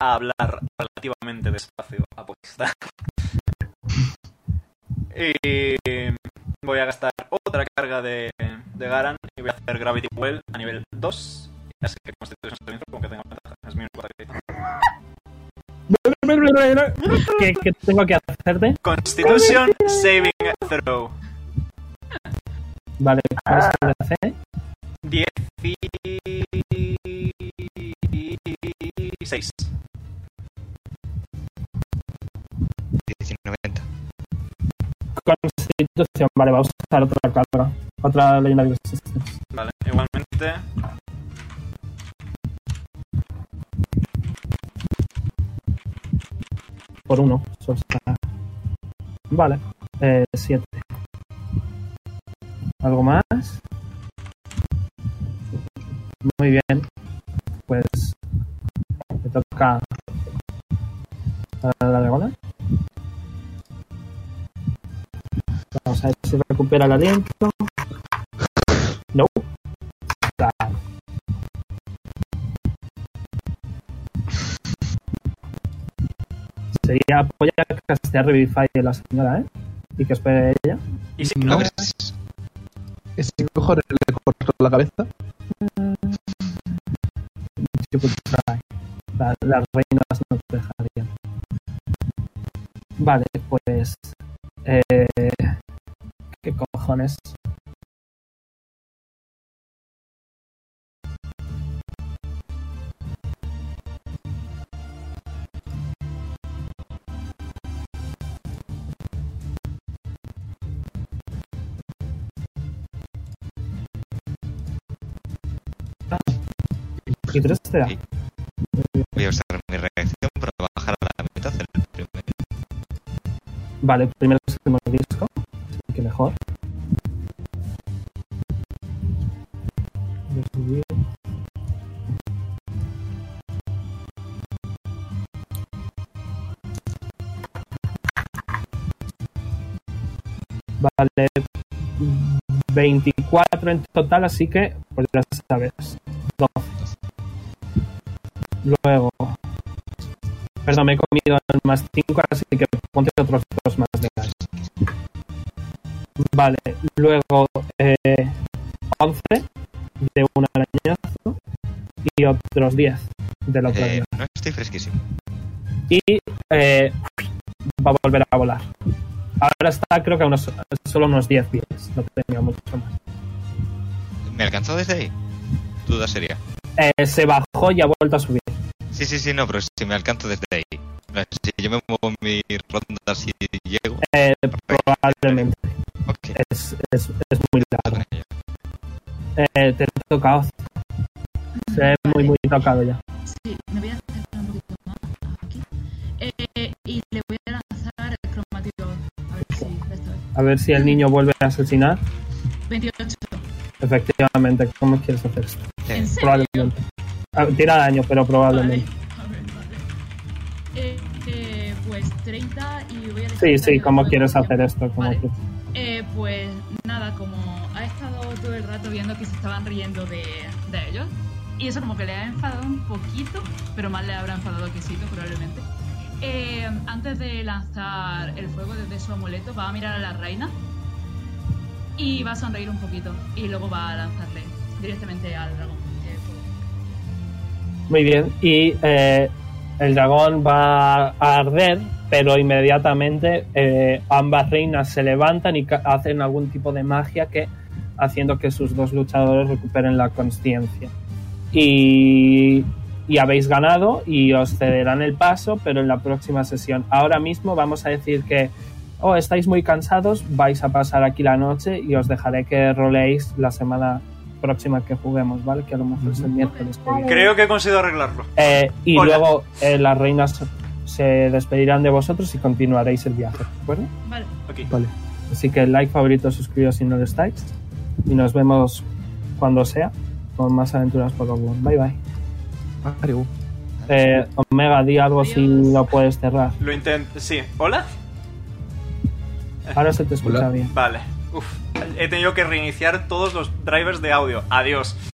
Speaker 4: a hablar relativamente despacio, apuesta. y voy a gastar otra carga de, de Garan y voy a hacer Gravity Well a nivel 2. Así que constitución saving throw, aunque tenga ventaja. Es mi único ataque.
Speaker 2: ¿Qué, qué tengo que hacerte?
Speaker 4: Constitution Saving Throw.
Speaker 2: Vale, ¿cuál es el DC?
Speaker 4: 16.
Speaker 1: 1990.
Speaker 2: Constitución. Vale, vamos a usar otra carga. Otra leyenda de resistencia.
Speaker 4: Vale, igualmente.
Speaker 2: Por uno. solo está. Vale. Eh, siete. ¿Algo más? Muy bien. Pues. Me toca. A la dragona. Vamos a ver si recupera el aliento. No. Da. Sería apoyar a castear Revivify a la señora, ¿eh? Y que espere ella.
Speaker 4: Y si
Speaker 5: No.
Speaker 1: A
Speaker 4: no,
Speaker 1: ver, si-
Speaker 5: Ese cojo le corto la cabeza.
Speaker 2: Yo creo que está ahí. La- las reinas no te dejarían. Vale, pues. eh, ¿Qué cojones? ¿Y tres te da?
Speaker 1: Sí. voy a usar mi reacción para bajar a la mitad del primer.
Speaker 2: Vale, primero es el mordisco, así que mejor. Vale, 24 en total, así que pues ya sabes, 12. Luego, perdón, me he comido el más 5, así que ponte otros dos más de daño. Vale, luego eh, 11 de un arañazo y otros 10 del otro
Speaker 1: Eh,
Speaker 2: arañazo.
Speaker 1: no estoy fresquísimo.
Speaker 2: Y eh, va a volver a volar. Ahora está, creo que a unos, solo unos 10 pies. No tenía mucho más.
Speaker 1: ¿Me alcanzó desde ahí? Duda sería.
Speaker 2: Eh, se bajó y ha vuelto a subir.
Speaker 1: Sí, sí, sí, no, pero si me alcanzo desde ahí. No, Si yo me muevo mi ronda, si llego.
Speaker 2: Eh, probablemente.
Speaker 1: Ok,
Speaker 2: Es, es- es muy largo.
Speaker 1: con ello.
Speaker 2: Eh, te he tocado. Se ve muy, muy tocado ya.
Speaker 3: Sí, me voy a acercar un poquito más aquí. Eh, y le voy a lanzar el cromático. A ver si esta vez.
Speaker 2: A ver si el niño vuelve a asesinar.
Speaker 3: 28.
Speaker 2: Efectivamente, ¿cómo quieres hacer esto?
Speaker 3: ¿En serio?
Speaker 2: Probablemente. Ah, Tira daño, pero
Speaker 3: Vale,
Speaker 2: probablemente.
Speaker 3: a ver, vale. Eh, eh, pues 30 y voy a dejar
Speaker 2: Sí, sí,
Speaker 3: que
Speaker 2: ¿cómo
Speaker 3: me
Speaker 2: quieres
Speaker 3: copie.
Speaker 2: hacer esto? ¿Cómo
Speaker 3: Vale.
Speaker 2: quieres?
Speaker 3: Eh, pues nada, como ha estado todo el rato viendo que se estaban riendo de, de ellos, y eso como que le ha enfadado un poquito, pero más le habrá enfadado que Sito probablemente. Eh, antes de lanzar el fuego desde su amuleto, va a mirar a la reina y va a sonreír un poquito, y luego va a lanzarle directamente al dragón. que fue-
Speaker 2: Muy bien, y eh, el dragón va a arder, pero inmediatamente eh, ambas reinas se levantan y ca- hacen algún tipo de magia que haciendo que sus dos luchadores recuperen la consciencia. Y, y habéis ganado y os cederán el paso, pero en la próxima sesión. Ahora mismo vamos a decir que, oh, estáis muy cansados, vais a pasar aquí la noche y os dejaré que roleéis la semana próxima que juguemos, ¿vale? Que a lo mejor es el miércoles. que viene.
Speaker 4: Creo que he conseguido arreglarlo.
Speaker 2: Eh, y
Speaker 4: Hola.
Speaker 2: luego eh, las reinas se despedirán de vosotros y continuaréis el viaje, ¿de acuerdo?
Speaker 3: Vale,
Speaker 4: Ok.
Speaker 11: Vale.
Speaker 2: Así que like, favorito, suscribíos si no lo estáis. Y nos vemos cuando sea con más aventuras por Hogwarts. Bye bye.
Speaker 11: Ariu.
Speaker 2: Eh, Omega, di algo si
Speaker 3: Adiós.
Speaker 2: lo puedes cerrar.
Speaker 4: Lo intento. Sí. ¿Hola?
Speaker 2: Ahora se te escucha
Speaker 11: Hola.
Speaker 2: bien.
Speaker 4: Vale. Uf. He tenido que reiniciar todos los drivers de audio. Adiós.